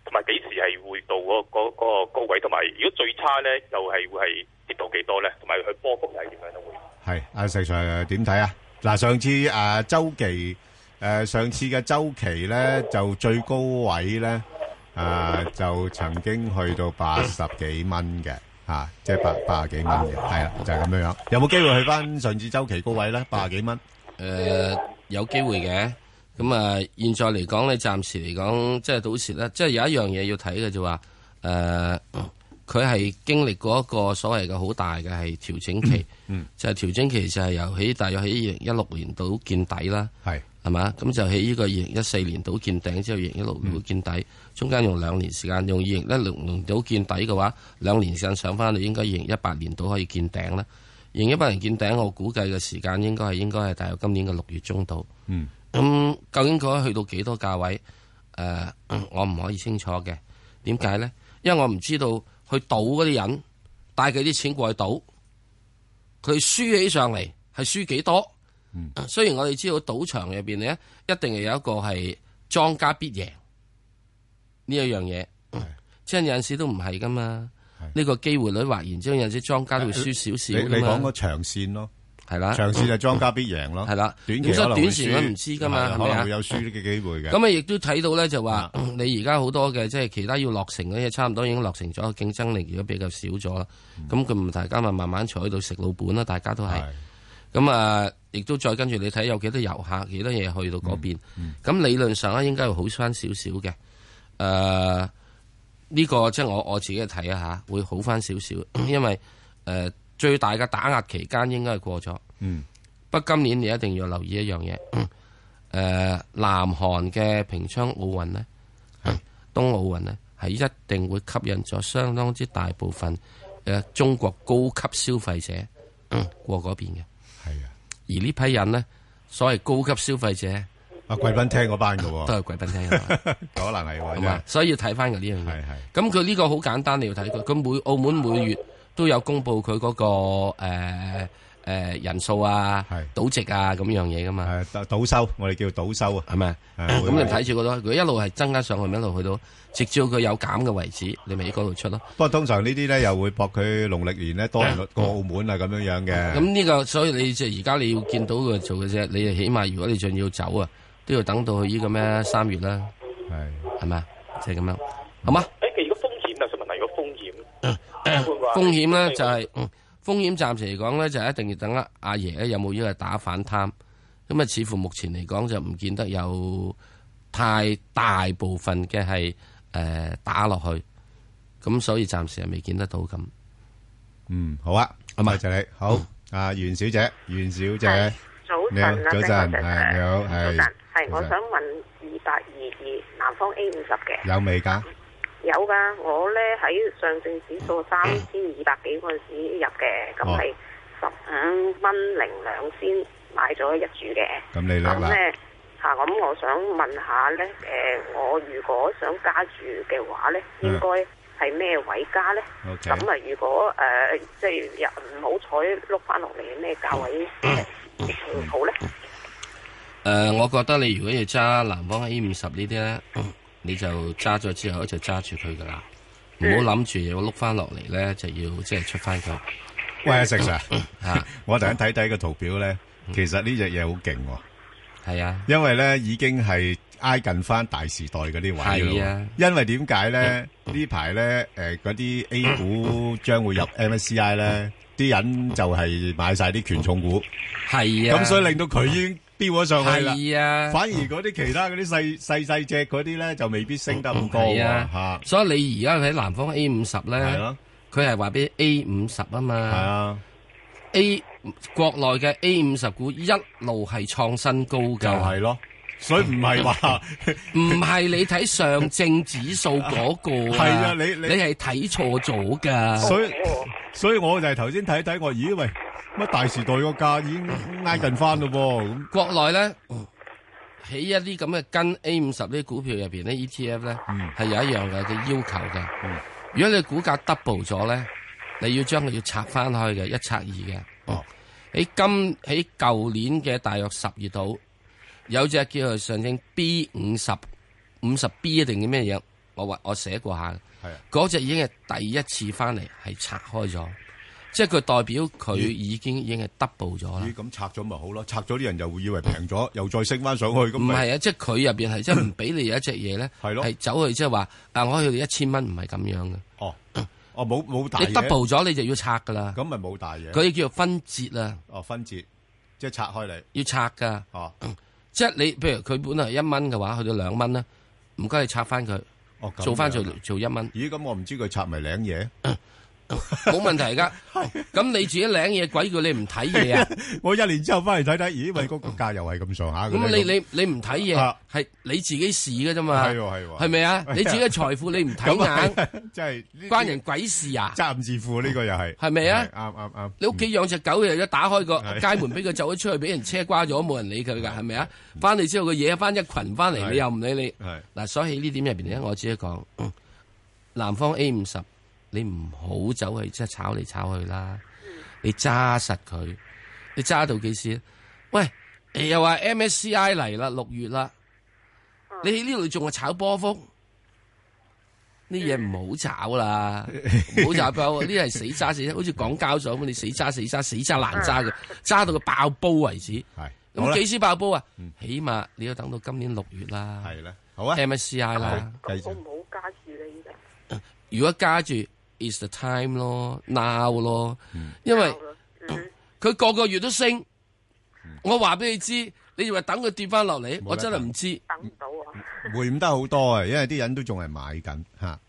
Speaker 1: 同埋幾時係會到嗰嗰嗰個高位，同埋如果最差咧又係會係跌到幾多咧，同埋佢波幅又係點樣咧會？
Speaker 11: 係阿石 Sir 點睇啊？嗱，上次啊周期誒上次嘅周期咧就最高位咧誒就曾經去到八十幾蚊嘅嚇，即係八八十幾蚊嘅，係啦，就係咁樣樣。有冇機會去翻上次周期高位咧？八十幾蚊？
Speaker 12: 誒、有機會嘅。咁啊，現在嚟講咧，暫時嚟講，即係到時咧，即係有一樣嘢要睇嘅就話，誒、佢係經歷過一個所謂嘅好大嘅係調整期，
Speaker 2: 嗯
Speaker 12: 就係調整期就係由喺大約喺二零一六年度見底啦，
Speaker 11: 係
Speaker 12: 係嘛？咁就喺呢個二零一四年度見頂之後，二零一六年度見底，中間用兩年時間，用二零一六年度見底嘅話，兩年時間上翻嚟，應該二零一八年度可以見頂啦。二零一八年見頂，我估計嘅時間應該係應該係大約今年嘅六月中度。
Speaker 11: 嗯，
Speaker 12: 咁、究竟佢去到幾多價位？誒、嗯我唔可以清楚嘅。點解咧？因為我唔知道去賭嗰啲人帶佢啲錢過去賭，佢輸起上嚟係輸幾多？
Speaker 11: 嗯
Speaker 12: 啊雖然我哋知道賭場入邊咧，一定係有一個係莊家必贏呢一樣嘢，嗯即係有陣時都唔係噶嘛。呢個機會率或然之後，有陣時莊家都會輸少少
Speaker 11: 你
Speaker 12: 㗎
Speaker 11: 你
Speaker 12: 嘛
Speaker 11: 講個長線咯，
Speaker 12: 係啦
Speaker 11: 長線就莊家必贏咯，
Speaker 12: 係啦
Speaker 11: 短期
Speaker 12: 咁所以
Speaker 11: 可能會
Speaker 12: 短時
Speaker 11: 輸
Speaker 12: 我唔知㗎嘛
Speaker 11: 係
Speaker 12: 係
Speaker 11: 可
Speaker 12: 咪啊
Speaker 11: 能會有輸嘅機會嘅。啊
Speaker 12: 咁啊，亦都睇到咧，就話嗯你而家好多嘅，即係其他要落成嗰啲嘢，差唔多已經落成咗，競爭力而家比較少咗啦。
Speaker 11: 嗯
Speaker 12: 咁佢唔大家咪慢慢坐喺度食老本啦，大家都係。咁啊，亦都再跟住你睇有幾多遊客，幾多嘢去到嗰
Speaker 11: 嗯
Speaker 12: 邊。咁、理論上咧，應該會好翻少少嘅。誒、呃呢、個即係我我自己睇一下，會好翻少少，因為誒、呃最大嘅打壓期間應該係過咗。
Speaker 11: 嗯，
Speaker 12: 不過今年你一定要留意一樣嘢，誒、南韓嘅平昌奧運呢，
Speaker 11: 嗯
Speaker 12: 東奧運呢，係一定會吸引咗相當之大部分嘅中國高級消費者嗯過嗰邊嘅。係啊，而呢批人呢，所謂高級消費者，
Speaker 11: 啊貴賓廳嗰班嘅喎
Speaker 12: 都係貴賓廳嗰啊班。
Speaker 11: 可能係喎
Speaker 12: 係嘛，啊所以要睇翻佢呢樣嘢。
Speaker 11: 係
Speaker 12: 咁佢呢個好簡單，你要睇佢。佢每澳門每月都有公布佢嗰、個誒、呃呃人數啊、賭值啊咁樣嘢噶嘛。
Speaker 11: 誒賭收，我哋叫賭收啊，
Speaker 12: 係咪？
Speaker 11: 會
Speaker 12: 咁你
Speaker 11: 會
Speaker 12: 睇住佢咯。佢一路係增加上去，一路去到直至到佢有減嘅為止，你咪喺嗰度出咯。
Speaker 11: 不過通常呢啲咧又會搏佢農曆年咧多人過澳門啊咁樣樣嘅。
Speaker 12: 咁呢、個所以你就而家你要見到佢做嘅啫。你起碼如果你仲要走啊，都要等到去呢個咩三月啦。
Speaker 11: 係
Speaker 12: 係咪？就係、咁樣，好嗎？
Speaker 1: 誒，佢如果風險啊，想問下如果風險會唔會話
Speaker 12: 風險咧就係、嗯風險，暫時嚟講咧就一定要等阿阿爺咧有冇呢個打反貪。咁啊，似乎目前嚟講就唔見得有太大部分嘅係誒打落去，咁所以暫時係未見得到咁。
Speaker 11: 嗯，好啊，咁啊就你好，啊袁小姐，袁小
Speaker 6: 係
Speaker 11: 姐，
Speaker 6: 早
Speaker 11: 你好
Speaker 6: 晨啊，
Speaker 11: 早晨，
Speaker 6: Ben
Speaker 11: 係你好，係
Speaker 6: 早晨，係我
Speaker 11: 早晨
Speaker 6: 想問二八二二南方 A 五十嘅
Speaker 11: 有未㗎？
Speaker 6: 有噶，我咧喺上證指數三千二百幾嗰陣時入嘅，咁
Speaker 11: 哦
Speaker 6: 係十五蚊零兩先買咗一注嘅。
Speaker 11: 咁你叻
Speaker 6: 咁
Speaker 11: 啦，
Speaker 6: 咧嚇，咁我想問下咧，誒，我如果想加注嘅話咧，
Speaker 11: 嗯
Speaker 6: 應該係咩位加咧？
Speaker 11: OK
Speaker 6: 咁啊，如果誒即係入唔好彩碌翻落嚟，咩價位
Speaker 11: 嗯
Speaker 6: 誒好咧？
Speaker 12: 誒、呃我覺得你如果要揸南方 A 五十呢啲咧，你就揸咗之後就揸住佢噶啦，唔好諗住要碌翻落嚟咧就要即係出翻佢。 嗯啊
Speaker 11: 喂阿石 Sir，
Speaker 12: 嚇
Speaker 11: 我突然睇睇個圖表咧，其實呢只嘢好勁喎。
Speaker 12: 係啊。
Speaker 11: 因為咧已經係挨近翻大時代嗰啲位咯。
Speaker 12: 係啊
Speaker 11: 因為點解咧？呢排咧誒嗰啲 A 股將會入 MSCI 咧，啲人就係買晒啲權重股，
Speaker 12: 係啊
Speaker 11: 咁所以令到佢已經飆咗上去啦。
Speaker 12: 係啊
Speaker 11: 反而嗰啲其他嗰啲細細細只嗰啲咧，就未必升得咁高
Speaker 12: 係
Speaker 11: 喎
Speaker 12: 啊，所以你而家喺南方 A 五十咧
Speaker 11: 係咯，
Speaker 12: 佢係話俾 A 五十啊嘛，係
Speaker 11: 啊
Speaker 12: ，A 國內嘅 A 五十股一路係創新高㗎，就係
Speaker 11: 咯，所以唔係話
Speaker 12: 唔係你睇上證指數嗰 個
Speaker 11: 係啊你你
Speaker 12: 你係睇錯咗㗎，
Speaker 11: 所以所以我就係頭先睇一睇我，咦喂，乜大時代個價已經挨近翻咯喎，咁
Speaker 12: 國內咧喺一啲咁嘅跟 A 五十呢，E 啲股票入邊咧 ETF 咧
Speaker 11: 嗯
Speaker 12: 係有一樣嘅嘅要求嘅。如果你股價 double 咗咧，你要將佢要拆翻開嘅，一拆二嘅。
Speaker 11: 哦，
Speaker 12: 喺今喺舊年嘅大約十月度，有隻叫做上證 B 五十五十 B 定嘅咩嘢？我話我寫過下嘅。
Speaker 11: 係啊
Speaker 12: 嗰只已經係第一次翻嚟係拆開咗，即係佢代表佢已經已經係 double 咗啦
Speaker 11: 咦。咁拆咗咪好咯？拆咗啲人就會以為平咗，又再升翻上去咁。
Speaker 12: 唔係啊，即係佢入邊係即係唔俾你有一隻 嘢咧，係走去即係話啊，我去到一千蚊唔係咁樣嘅。
Speaker 11: 哦，哦冇冇大嘢
Speaker 12: 你 double 咗你就要拆噶啦。
Speaker 11: 咁咪冇大嘢。
Speaker 12: 嗰啲叫做分節啊。
Speaker 11: 哦，分節即係拆開嚟。
Speaker 12: 要拆噶。
Speaker 11: 哦，
Speaker 12: 即係你譬如佢本來一蚊嘅話，去到兩蚊啦，唔該你拆翻佢，
Speaker 11: 哦咁
Speaker 12: 做翻做
Speaker 11: 樣啊
Speaker 12: 做一蚊。
Speaker 11: 咦，咁我唔知佢拆咪領嘢？
Speaker 12: 冇問 題噶。咁你自己領嘢，鬼叫你唔睇嘢啊！
Speaker 11: 我一年之後翻嚟睇睇，咦，喂，嗰個價又係咁上下嘅
Speaker 12: 咁
Speaker 11: 咧
Speaker 12: 你你你唔睇嘢
Speaker 11: 啊，
Speaker 12: 係你自己事嘅啫嘛。
Speaker 11: 係喎係喎
Speaker 12: 係咪啊
Speaker 11: 係啊？
Speaker 12: 你自己嘅財富你唔睇
Speaker 11: 咁啊
Speaker 12: 眼，
Speaker 11: 真係
Speaker 12: 關人鬼事啊！
Speaker 11: 責任自負呢個又係
Speaker 12: 係咪啊
Speaker 11: 係啱啱啱。
Speaker 12: 你屋企養只狗，又一打開個街門俾佢走咗出去，俾人車刮咗，冇人理佢㗎，係咪啊？翻嚟之後佢惹翻一群翻嚟，
Speaker 2: 係
Speaker 12: 你又唔理你
Speaker 2: 係。
Speaker 12: 嗱，所以呢點入邊咧，我只係講嗯南方 A 五十，你唔好走去即係炒嚟炒去啦，你揸實佢，你揸到幾時？喂，又話 MSCI 嚟啦，六月啦，
Speaker 11: 嗯
Speaker 12: 你喺呢度仲係炒波幅？呢嘢唔好 炒啦，唔好炒包，呢啲係死揸死揸，好似港交所咁，你死揸死揸死揸難揸嘅，揸到佢爆煲為止。
Speaker 11: 嗯係好啦嗯
Speaker 12: 咁幾時爆煲啊？起碼你要等到今年六月啦。
Speaker 11: 係啦，好啊
Speaker 12: ，MSCI 啦。
Speaker 6: 我唔好加注你依家。
Speaker 12: 如果加住 is the time 咯，now 咯，因為佢個個月都升，我話俾你知，你以為等佢跌翻落嚟，我真係唔知。
Speaker 6: 等唔到啊！
Speaker 11: 回唔得好多啊，因為啲人都仲係買緊嚇。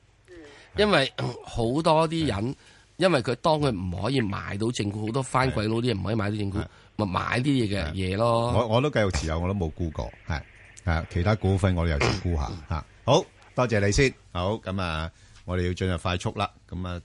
Speaker 12: 因為好多啲人，因為佢當佢唔可以買到正股，好多翻鬼佬啲人唔可以買到正股，咪買啲嘢嘅嘢咯。
Speaker 11: 我我都繼續持有，我都冇沽過，係係其他股份我哋有時沽下嚇。好多謝你先，好咁啊，我哋要進入快速啦。咁啊，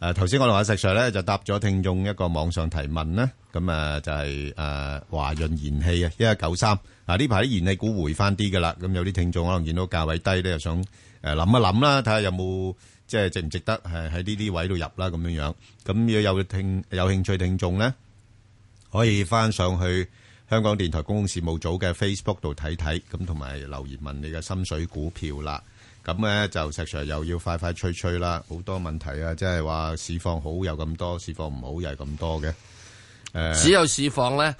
Speaker 11: 誒頭先我同阿石 Sir 咧就答咗聽眾一個網上提問啦。咁啊就係誒華潤燃氣啊，一一九三啊呢排啲燃氣股回翻啲噶啦。咁有啲聽眾可能見到價位低咧，又想誒諗一諗啦，睇下有冇。即係值唔值得係喺呢啲位度入啦咁樣樣，咁如果有聽有興趣聽眾咧，可以翻上去香港電台公共事務組嘅 Facebook 度睇睇，咁同埋留言問你嘅心水股票啦。咁咧就石 Sir 又要快快脆脆啦，好多問題啊，即係話市況好又咁多，市況唔好又係咁多嘅。誒、
Speaker 12: 只有市況咧，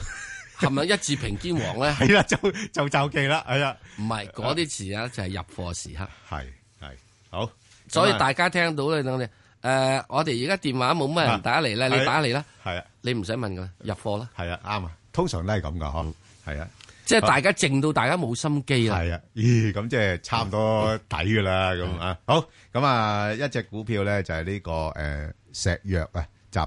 Speaker 12: 係咪一字平肩王咧？
Speaker 11: 係啦，就就就記啦，係啊。
Speaker 12: 唔係嗰啲字啊，就係入貨時刻。
Speaker 11: 係係好，
Speaker 12: 所以
Speaker 11: 咁啊
Speaker 12: 大家聽到咧，等你誒，我哋而家電話冇乜人打嚟咧，
Speaker 11: 啊
Speaker 12: 你打嚟啦，
Speaker 11: 係啊，
Speaker 12: 你唔使問噶啦，入貨啦。
Speaker 11: 係啊，啱啊，通常都係咁噶嗬，係啊，
Speaker 12: 即係大家靜到大家冇心機啦。
Speaker 11: 係啊，咦，咁即係差唔多抵噶啦，咁啊，好，咁啊，一隻股票咧就係呢個誒石藥啊集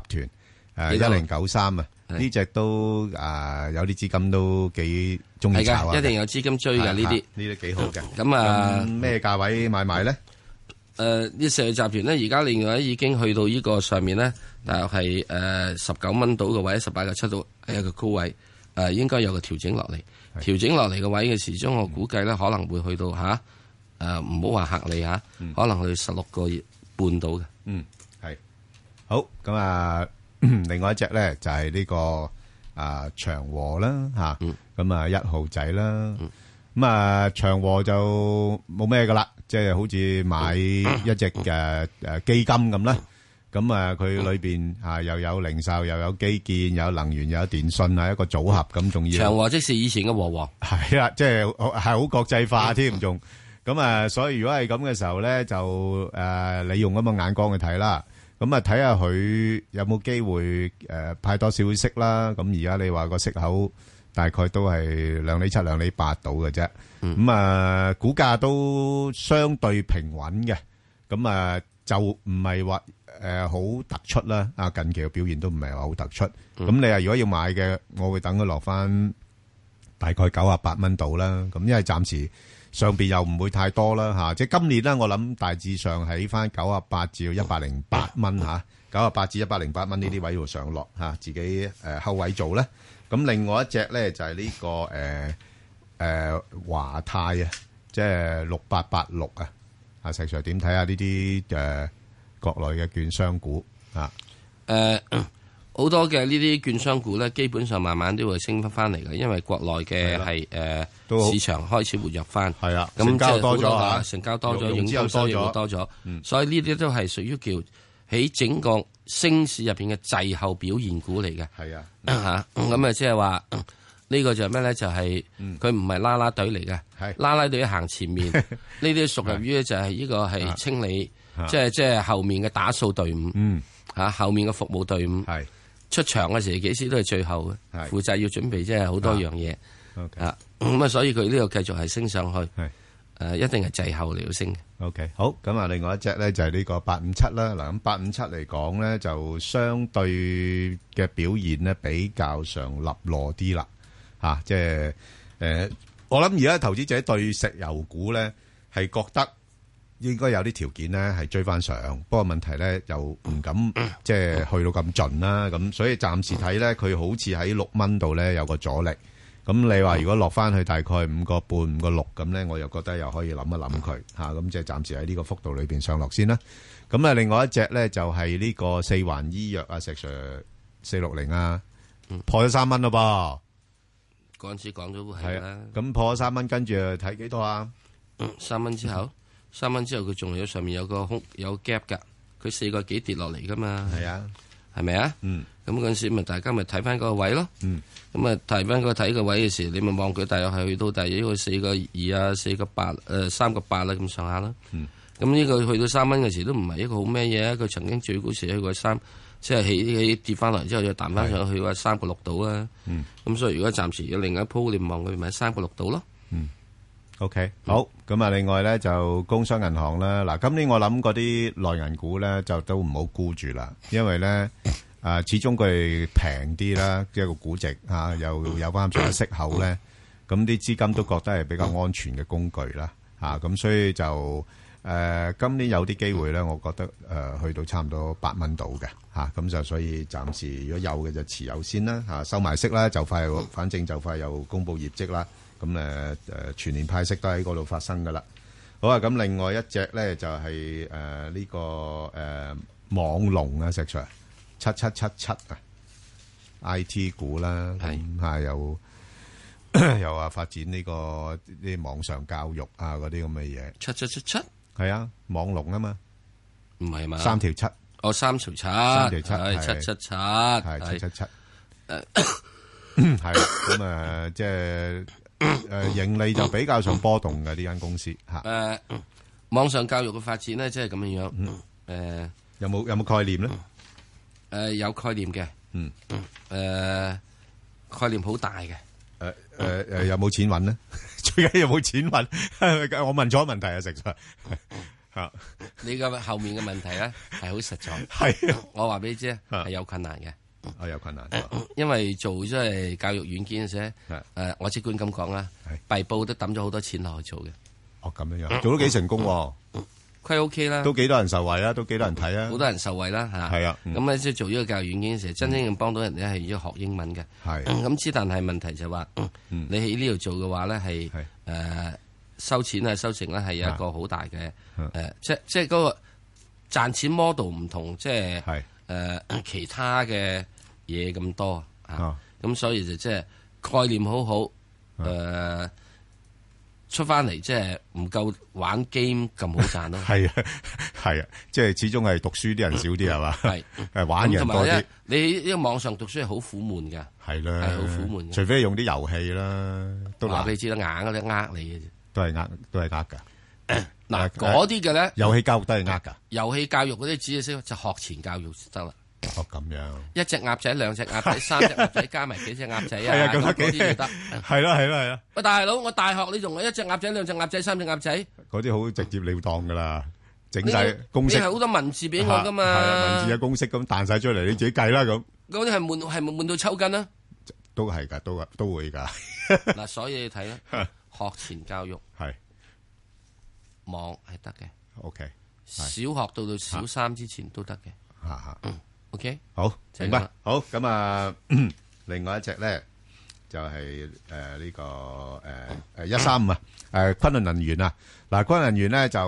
Speaker 11: 團誒
Speaker 12: 幾
Speaker 11: 一
Speaker 12: 多
Speaker 11: 零九三啊，
Speaker 12: 係
Speaker 11: 呢隻都啊有啲資金都幾中意
Speaker 12: 係㗎
Speaker 11: 炒啊，
Speaker 12: 一定有資金追㗎
Speaker 11: 係
Speaker 12: 呢啲
Speaker 11: 啊呢啲幾好嘅。
Speaker 12: 咁啊
Speaker 11: 咁咩價位買賣咧？
Speaker 12: 誒，呢石油集團咧，而家另外已經去到呢個上面咧，大約係誒十九蚊到嘅位，十八個七度係一個高位，誒應該有個調整落嚟。調整落嚟嘅位嘅時鐘，我估計咧可能會去到嚇誒，唔好話嚇你嚇，可能去十六個半到嘅。
Speaker 11: 嗯，係好咁啊。 另外一隻咧就係呢個啊長和啦吓，咁啊一號仔啦，咁啊長和就冇咩噶啦，即係好似買一隻嘅誒基金咁啦。咁啊，佢裏邊啊又有零售，又有基建，有能源，又有電信啊，一個組合咁，仲要
Speaker 12: 長和即是以前嘅和黃。
Speaker 11: 系啦，即係好係好國際化添，仲呃咁啊，所以如果係咁嘅時候咧，就誒、呃你用咁嘅眼光去睇啦。咁啊睇下佢有冇機會誒、呃派多少息啦。咁而家你話個息口大概都係兩厘七、兩厘八到嘅啫。咁、啊，股價都相對平穩嘅。咁啊，就唔係話誒好突出啦。啊，近期嘅表現都唔係話好突出。咁、你啊，如果要買嘅，我會等佢落翻大概九啊八蚊度啦。咁因為暫時上邊又唔會太多啦嚇、即係今年咧，我諗大致上喺翻九啊八至到一百零八蚊嚇，九啊八至一百零八蚊呢啲位度上落嚇、自己誒、呃、後位做咧。咁另外一隻咧就係、呢、個誒誒、呃華泰啊，即係六八八六啊。阿石 Sir 點睇下呢啲誒國內嘅券商股啊？
Speaker 12: 誒、呃嗯好多嘅呢啲券商股咧，基本上慢慢都會升翻翻嚟嘅，因為國內嘅係
Speaker 11: 都好
Speaker 12: 誒市場開始活躍翻，係
Speaker 11: 啦
Speaker 12: 咁
Speaker 11: 成交
Speaker 12: 即係
Speaker 11: 多咗
Speaker 12: 好多
Speaker 11: 嚇
Speaker 12: 啊成交多咗，
Speaker 11: 融
Speaker 12: 融
Speaker 11: 資又
Speaker 12: 資收益
Speaker 11: 多咗嗯
Speaker 12: 會多咗，所以呢啲都係屬於叫喺整個升市入邊嘅滯後表現股嚟嘅。
Speaker 11: 係啊，
Speaker 12: 嚇咁啊，即係話呢個就係咩咧？就係
Speaker 11: 嗯
Speaker 12: 佢唔係啦啦隊嚟嘅，啦啦隊行 前面，呢啲屬於就係呢個係清理
Speaker 11: 啊，
Speaker 12: 即係即係後面嘅打掃隊伍。
Speaker 11: 嗯。
Speaker 12: 嚇後面嘅服務隊伍出場嘅時候幾時都係最後嘅，負責要準備即係好多樣嘢啊咁啊，所以佢呢度繼續係升上去，誒一定係滯後嚟到升嘅。
Speaker 11: OK，好，咁啊，另外一隻咧就係呢個八五七啦。嗱，咁八五七嚟講咧，就相對嘅表現咧比較上立落啲啦，吓、即係诶、呃我諗而家投資者對石油股咧係覺得應該有啲條件咧係追翻上，不過問題咧又唔敢
Speaker 12: 嗯
Speaker 11: 即係去到咁盡啦，咁所以暫時睇咧佢好似喺六蚊度咧有個阻力。咁你
Speaker 12: 嗯
Speaker 11: 話如果落翻去大概五個半、五個六咁咧，我又覺得又可以諗一諗佢嚇，咁、即係暫時喺呢個幅度裏邊上落先啦。咁啊，另外一隻咧就係、呢個四環醫藥啊，石 Sir 四六零啊，
Speaker 12: 嗯
Speaker 11: 破咗三蚊咯噃。
Speaker 12: 嗰陣時講咗
Speaker 11: 係
Speaker 12: 係啦嗯
Speaker 11: 啊，，咁破咗三蚊，跟住睇幾多啊？
Speaker 12: 三蚊之後，三蚊之後佢仲有上面有個空有 gap 㗎，佢四個幾跌落嚟㗎嘛。
Speaker 11: 係啊，
Speaker 12: 係咪啊？
Speaker 11: 嗯。
Speaker 12: 咁嗰陣時咪大家咪睇翻嗰個位咯。
Speaker 11: 嗯。
Speaker 12: 咁啊，睇翻個睇個位嘅時候，你咪望佢大約係去到大約個四個二啊，四個八誒三個八啦咁上下啦。
Speaker 11: 嗯。
Speaker 12: 咁呢個去到三蚊嘅時都唔係一個好咩嘢啊！佢曾經最高時去過三，即係起起跌翻嚟之後又彈翻上去話三個六度啊。
Speaker 11: 嗯。
Speaker 12: 咁所以如果暫時有另一鋪，你望佢咪三個六度咯。
Speaker 11: OK，好。咁啊，另外咧就工商銀行啦。嗱，今年我諗嗰啲內銀股咧就都唔好沽住啦，因為咧啊，始終佢平啲啦，即係個估值啊，又有翻上下息口咧，咁啲資金都覺得係比較安全嘅工具啦。啊，咁所以就誒、今年有啲機會咧，我覺得誒、呃去到差唔多八蚊到嘅嚇，咁、就所以暫時如果有嘅就持有先啦嚇、收埋息啦，就快有反正就快又公布業績啦，咁誒誒全年派息都喺嗰度發生噶啦。好啊，咁另外一隻咧就係誒呢個誒、網龍啊，石 Sir 七七七七啊。I T 股啦，咁啊又 又話發展呢、個啲網上教育啊嗰啲咁嘅嘢，
Speaker 12: 七七七七
Speaker 11: 係啊，網龍啊嘛，
Speaker 12: 唔係嘛？
Speaker 11: 三條七，
Speaker 12: 哦，三條七，
Speaker 11: 三條七
Speaker 12: 係
Speaker 11: 係
Speaker 12: 七七七，係
Speaker 11: 七七七， 係咁啊，即係誒盈利就比較上波動嘅呢間公司嚇，
Speaker 12: 誒網上教育嘅發展咧，即係咁樣樣。誒、
Speaker 11: 嗯有冇有冇概念咧？
Speaker 12: 有概念嘅。
Speaker 11: 嗯。
Speaker 12: 誒、概念好大嘅。
Speaker 11: 誒誒誒呃有冇錢揾咧？ 最緊要有冇錢揾？ 我問咗問題啊，食 實嚇
Speaker 12: 你嘅後面嘅問題 咧係好實在。
Speaker 11: 係
Speaker 12: 我話俾你知，係有困難嘅。
Speaker 11: 啊有困難，
Speaker 12: 因為做即係教育軟件嘅時候
Speaker 11: 係
Speaker 12: 誒我即管咁講啦，幣報都抌咗好多錢落去做嘅。
Speaker 11: 哦咁樣樣做得幾成功喎，
Speaker 12: 虧 OK 啦，
Speaker 11: 都幾多人受惠啦，都幾多人睇啊，
Speaker 12: 好多人受惠啦嚇。
Speaker 11: 係啊嗯
Speaker 12: 咁咧即係做呢個教育軟件嘅時候，真正幫到人咧係要學英文嘅。
Speaker 11: 係嗯
Speaker 12: 咁之，但係問題就係話，你喺呢度做嘅話咧係誒收錢啊、收成咧係有一個好大嘅誒，即即係嗰個賺錢 model 唔同，即係誒 其他嘅嘢咁多
Speaker 11: 哦
Speaker 12: 啊。咁所以就即係概念好好
Speaker 11: 啊
Speaker 12: 誒。出翻嚟即係唔夠玩 game 咁好賺咯，
Speaker 11: 係啊係啊，即係始終係讀書啲人少 啲係嘛，
Speaker 12: 係
Speaker 11: 誒玩嘅人
Speaker 12: 咁同
Speaker 11: 多啲
Speaker 12: 埋咧。，你呢個網上讀書係好苦悶㗎，
Speaker 11: 係啦，
Speaker 12: 係好苦悶嘅。
Speaker 11: 除非用啲遊戲啦，都
Speaker 12: 話
Speaker 11: 難
Speaker 12: 俾你知啦，硬嘅咧呃你嘅啫。
Speaker 11: 都係呃，都係呃㗎。
Speaker 12: 嗱，嗰啲嘅咧，
Speaker 11: 遊戲教育都係呃㗎。
Speaker 12: 遊戲教育嗰啲只係識就學前教育就得啦。
Speaker 11: 哦，咁樣。
Speaker 12: 一隻鴨仔、兩隻鴨仔、三隻鴨仔加埋幾隻鴨仔
Speaker 11: 係
Speaker 12: 啊
Speaker 11: 啊，咁
Speaker 12: 咁
Speaker 11: 得
Speaker 12: 嗰啲
Speaker 11: 幾
Speaker 12: 就得。
Speaker 11: 係咯係咯係咯，
Speaker 12: 喂，大佬，我大學你仲有一隻鴨仔、兩隻鴨仔、三隻鴨仔，
Speaker 11: 嗰啲好直接了當㗎啦，整
Speaker 12: 你
Speaker 11: 晒公
Speaker 12: 你
Speaker 11: 式。
Speaker 12: 係好多文字俾我噶嘛？
Speaker 11: 係啊，文字嘅公式咁彈晒出嚟，你自己計啦咁，
Speaker 12: 嗰啲係悶係悶到抽筋啦。啊
Speaker 11: 都係㗎，都都會㗎。
Speaker 12: 嗱，所以你睇 啦，學前教育
Speaker 11: 係
Speaker 12: 網係得嘅，
Speaker 11: OK，
Speaker 12: 小學到到小三之前都得嘅。嗯
Speaker 11: 嚇嚇
Speaker 12: ，OK，
Speaker 11: 好，
Speaker 12: 就
Speaker 11: 明
Speaker 12: 係咁
Speaker 11: 白
Speaker 12: 啦。
Speaker 11: 好，咁啊， 另外一隻咧就係誒呢個誒誒一三五啊，誒昆侖能源啊，嗱昆侖能源咧就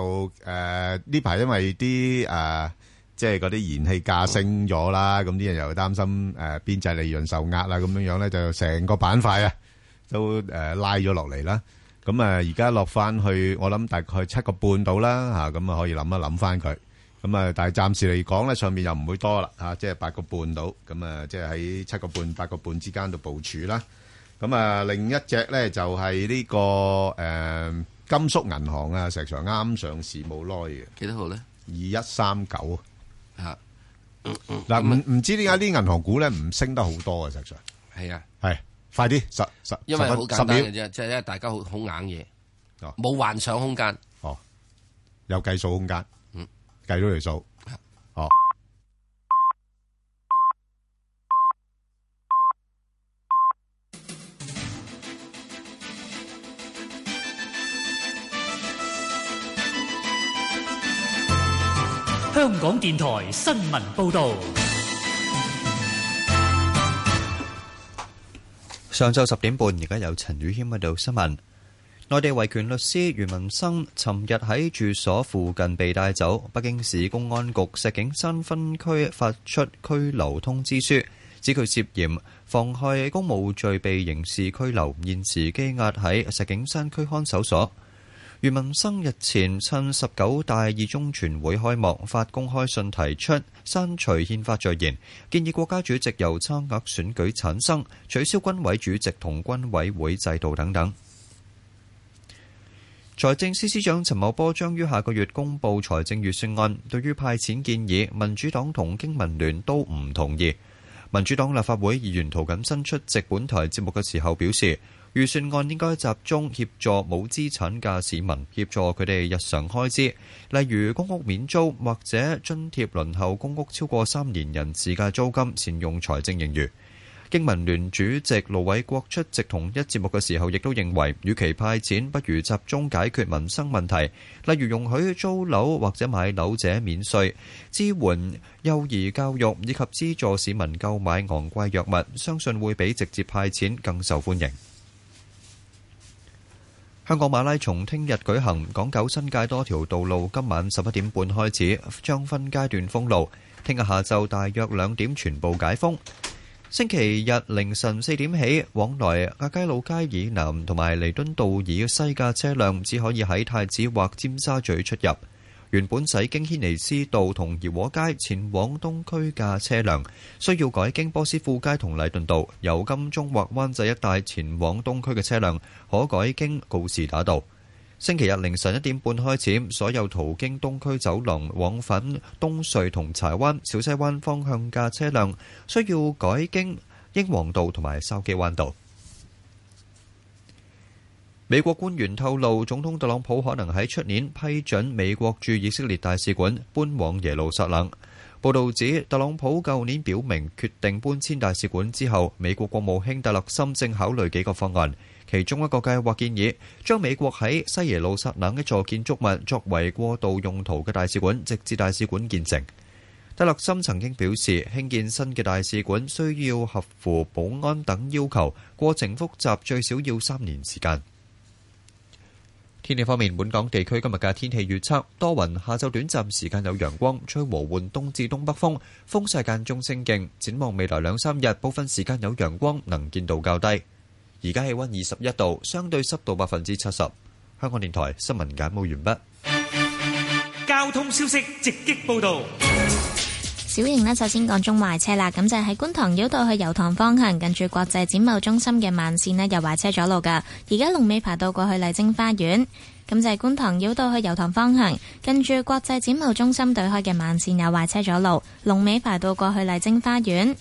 Speaker 11: 誒呢排因為啲誒即係嗰啲燃氣價升咗啦，咁啲人又擔心誒邊際利潤受壓啦，咁樣樣咧就成個板塊啊都誒拉咗落嚟啦。咁啊，而家落翻去，我諗大概七個半到啦，嚇咁啊可以諗一諗翻佢。咁啊，但係暫時嚟講咧，上面又唔會多啦，嚇、即係八個半到，咁啊，即係喺七個半、八個半之間度部署啦。咁啊，另一隻咧就係、呢、個誒、金粟銀行啊，石 Sir 啱上市冇耐嘅，
Speaker 12: 幾多號咧？
Speaker 11: 二一三九
Speaker 12: 啊，嗯
Speaker 11: 嗱唔唔知點解啲銀行股咧唔升得好多啊，石 Sir
Speaker 12: 係啊，
Speaker 11: 係快啲十十
Speaker 12: 因為好
Speaker 11: 十分
Speaker 12: 簡單
Speaker 11: 十
Speaker 12: 嘅
Speaker 11: 秒
Speaker 12: 啫，即係因為大家好好硬嘢，冇幻想空間。
Speaker 11: 哦，有計數空間，嗯，計到條數，哦。
Speaker 7: 香港電台新聞報道，
Speaker 13: 上晝十點半，而家有陳宇軒喺度新聞。內地維權律師袁文生尋日喺住所附近被帶走，北京市公安局石景山分區發出拘留通知書，指佢涉嫌妨害公務罪被刑事拘留，現時羈押喺石景山區看守所。余文生日前趁十九大二中全會開幕發公開信，提出刪除憲法序言，建議國家主席由差額選舉產生，取消軍委主席同軍委會制度等等。財政司司長陳茂波將於下個月公布財政預算案，對於派錢建議，民主黨同經民聯都唔同意。民主黨立法會議員涂謹申出席本台節目嘅時候表示，預算案應該集中協助冇資產嘅市民，協助佢哋日常開支，例如公屋免租或者津貼輪候公屋超過三年人士嘅租金，善用財政盈餘。經民聯主席盧偉國出席同一節目嘅時候，亦都認為，與其派錢，不如集中解決民生問題，例如容許租樓或者買樓者免稅，支援幼兒教育以及資助市民購買昂貴藥物，相信會比直接派錢更受歡迎。香港馬拉松聽日舉行，港九新界多條道路今晚十一點半開始將分階段封路，聽日下晝大約兩點全部解封。星期日凌晨四點起，往來亞皆老街以南同埋彌敦道以西嘅車輛只可以喺太子或尖沙咀出入。原本駛經軒尼詩道同怡和街前往東區嘅車輛，需要改經波斯富街同禮頓道；由金鐘或灣仔一帶前往東區嘅車輛，可改經告士打道。星期日凌晨一點半開始，所有途經東區走廊往返東隧同柴灣、小西灣方向嘅車輛，需要改經英皇道同埋筲箕灣道。美國官員透露，總統特朗普可能喺出年批准美國駐以色列大使館搬往耶路撒冷。報道指，特朗普舊年表明決定搬遷大使館之後，美國國務卿特勒森正考慮幾個方案，其中一個計劃建議將美國喺西耶路撒冷一座建築物作為過渡用途嘅大使館，直至大使館建成。德勒森曾經表示，興建新嘅大使館需要合乎保安等要求，過程複雜，最少要三年時間。天氣方面，本港地區今日嘅天氣預測多雲，下晝短暫時間有陽光，吹和緩東至東北風，風勢間中清勁。展望未來兩三日，部分時間有陽光，能見度較低。而家氣温二十一度，相對濕度百分之七十。香港電台新聞簡報完畢。
Speaker 7: 交通消息直擊報道。
Speaker 14: 小型呢，首先講中壞車啦，咁就係喺觀塘繞道去油塘方向，近住國際展貿中心嘅慢線呢，有壞車阻路噶。而家龍尾排到過去麗晶花園。咁就係觀塘繞道去油塘方向，近住國際展貿中心對開嘅慢線有壞車阻路，龍尾排到過去麗晶花園。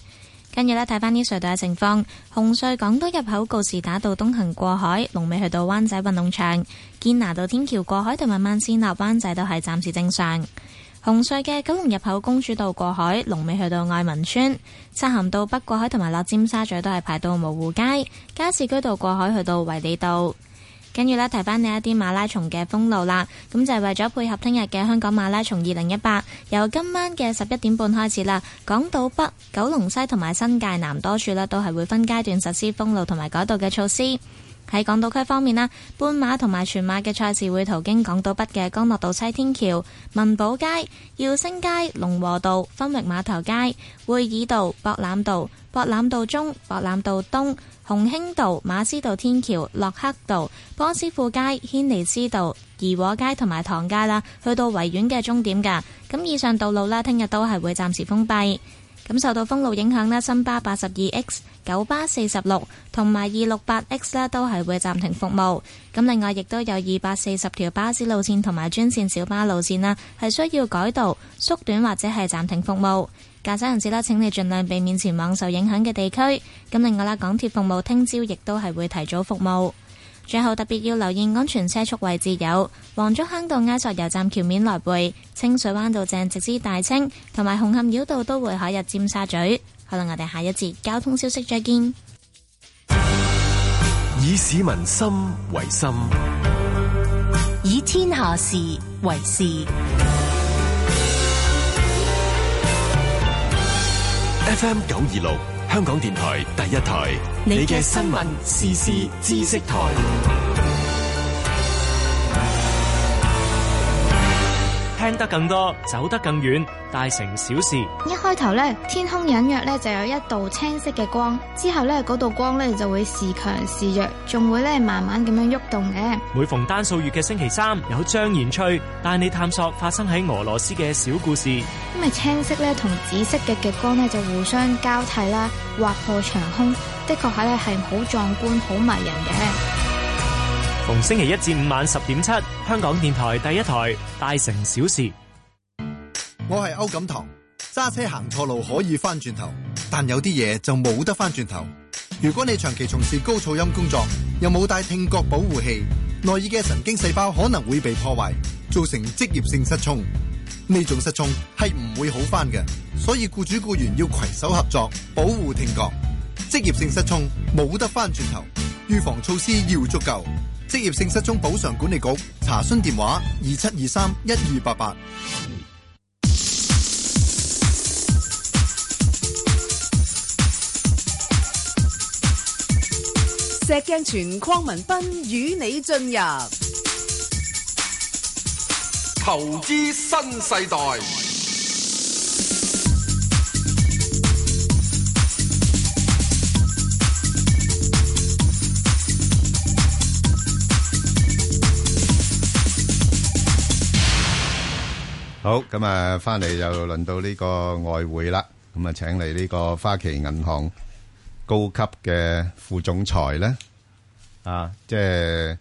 Speaker 14: 跟住呢，睇翻啲隧道嘅情況。紅隧港島入口告士打道東行過海，龍尾去到灣仔運動場；堅拿道天橋過海同埋慢線落灣仔都係暫時正常。紅隧嘅九龍入口公主道過海，龍尾去到愛民村；漆咸道北過海同埋落尖沙咀都係排到蕪湖街；加士居道過海去到維里道。跟住呢，提翻你一啲馬拉松嘅封路啦。咁就係為咗配合聽日嘅香港馬拉松二零一八，由今晚嘅十一點半開始啦，港島北、九龍西同埋新界南多處呢，都係會分階段實施封路同埋改道嘅措施。喺港島區方面啦，半馬同埋全馬嘅賽事會途經港島北嘅江樂道西天橋、文寶街、耀星街、龍和道、分域碼頭街、會議道、博覽道、博覽道中、博覽道東、紅興道、馬師道天橋、洛克道、波斯富街、軒尼詩道、怡和街同埋唐街啦，去到維園嘅終點㗎。咁以上道路啦，聽日都係會暫時封閉。咁受到封路影響呢，新巴八十二 X、九巴四十六同埋二六八 X 呢都係會暫停服務。咁另外亦都有二百四十條巴士路線同埋專線小巴路線啦，係需要改道、縮短或者係暫停服務。駕駛人士啦，請你盡量避免前往受影響嘅地區。咁另外啦，港鐵服務聽朝亦都係會提早服務。最後特別要留意安全車速位置有黃竹坑道埃索油站橋面來回、清水灣道正直至大清，同埋紅磡繞道都會海入尖沙咀。好啦，我哋下一節交通消息再見。
Speaker 28: 以市民心為心，
Speaker 3: 以天下事為事。
Speaker 28: FM 九二六，香港電台第一台，
Speaker 3: 你
Speaker 28: 你
Speaker 3: 嘅
Speaker 28: 嘅
Speaker 3: 新
Speaker 28: 新
Speaker 3: 聞
Speaker 28: 聞、時事、知識台。
Speaker 5: 聽得更多，走得更遠，大城小事。
Speaker 13: 一開頭咧，天空隱約咧就有一道青色嘅光，之後咧嗰道光咧就會時強時弱，仲會咧慢慢咁樣喐動嘅。
Speaker 5: 每逢單數月嘅星期三，有張延翠帶你探索發生喺俄羅斯嘅小故事。
Speaker 13: 因為青色咧同紫色嘅極光咧就互相交替啦，劃破長空，的確係咧係好壯觀、好迷人嘅。
Speaker 5: 逢星期一至五晚十點七，香港電台第一台《大城小事》。
Speaker 15: 我係歐錦棠，揸車行錯路可以翻轉頭，但有啲嘢就冇得翻轉頭。如果你長期從事高噪音工作，又冇戴聽覺保護器，內耳嘅神經細胞可能會被破壞，造成職業性失聰。呢種失聰係唔會好翻嘅，所以僱主僱員要攜手合作，保護聽覺。職業性失聰冇得翻轉頭，預防措施要足夠。職業性失聰補償管理局查詢電話：二七二三一二八八。
Speaker 9: 石鏡泉邝文斌與你進入
Speaker 10: 投資新世代，
Speaker 11: 好，咁啊，返嚟就輪到呢個外匯啦。咁啊，請嚟呢個花旗銀行高級嘅副總裁呢，啊，即係，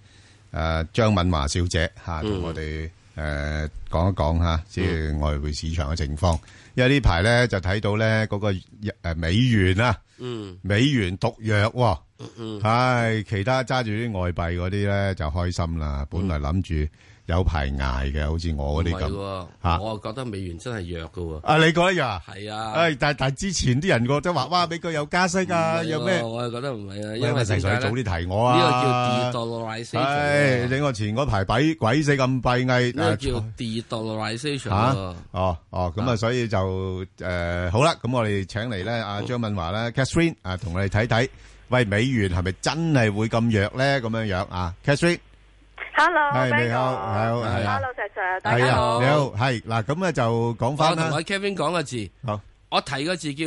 Speaker 11: 啊，張敏華小姐，啊，
Speaker 15: 嗯。
Speaker 11: 同我哋，誒，講一講下，即係外匯市場嘅情況。因為呢排呢，就睇到呢，嗰個日-誒，美元啊，
Speaker 12: 嗯。
Speaker 11: 美元毒藥喎。
Speaker 12: 嗯。
Speaker 11: 唉，其他揸住啲外幣嗰啲呢，就開心啦。本來諗住有排捱嘅，好似我嗰啲咁。
Speaker 12: 唔係喎，
Speaker 11: 嚇。
Speaker 12: 我啊覺得美元真係弱嘅喎。
Speaker 11: 啊，你覺得呀？
Speaker 12: 係啊
Speaker 11: 唉，但但之前啲人覺得話，哇，美國有加息啊，
Speaker 12: 唔係喎
Speaker 11: 有咩？
Speaker 12: 我係覺得唔係啊，
Speaker 11: 喂
Speaker 12: 因
Speaker 11: 咪
Speaker 12: 為
Speaker 11: 成
Speaker 12: 點
Speaker 11: 日
Speaker 12: 解
Speaker 11: 早
Speaker 12: 咧
Speaker 11: 啲提我啊！
Speaker 12: 呢個叫 de-dollarization
Speaker 11: 唉，
Speaker 12: 喎
Speaker 11: 你我前嗰排鬼鬼死咁閉翳，
Speaker 12: 呢個
Speaker 11: 啊
Speaker 12: 叫啊 de-dollarization
Speaker 11: 吓
Speaker 12: 喎。
Speaker 11: 哦哦，咁啊，所以就誒好啦，咁我哋請嚟咧阿張敏華咧，Catherine À, 啊，同我哋睇睇，喂，美元係咪真係會咁弱咧？咁樣樣啊，Catherine。À,
Speaker 16: Hello，
Speaker 11: 係，你好
Speaker 16: Bangor
Speaker 11: 係好係啊
Speaker 16: Hello，石 Sir，大
Speaker 11: 係
Speaker 16: 家
Speaker 11: 啊
Speaker 16: 好。
Speaker 11: 你好，係嗱，咁咧就講
Speaker 12: 我
Speaker 11: 翻啦
Speaker 12: 同，阿 Kevin 講個字，我提個字叫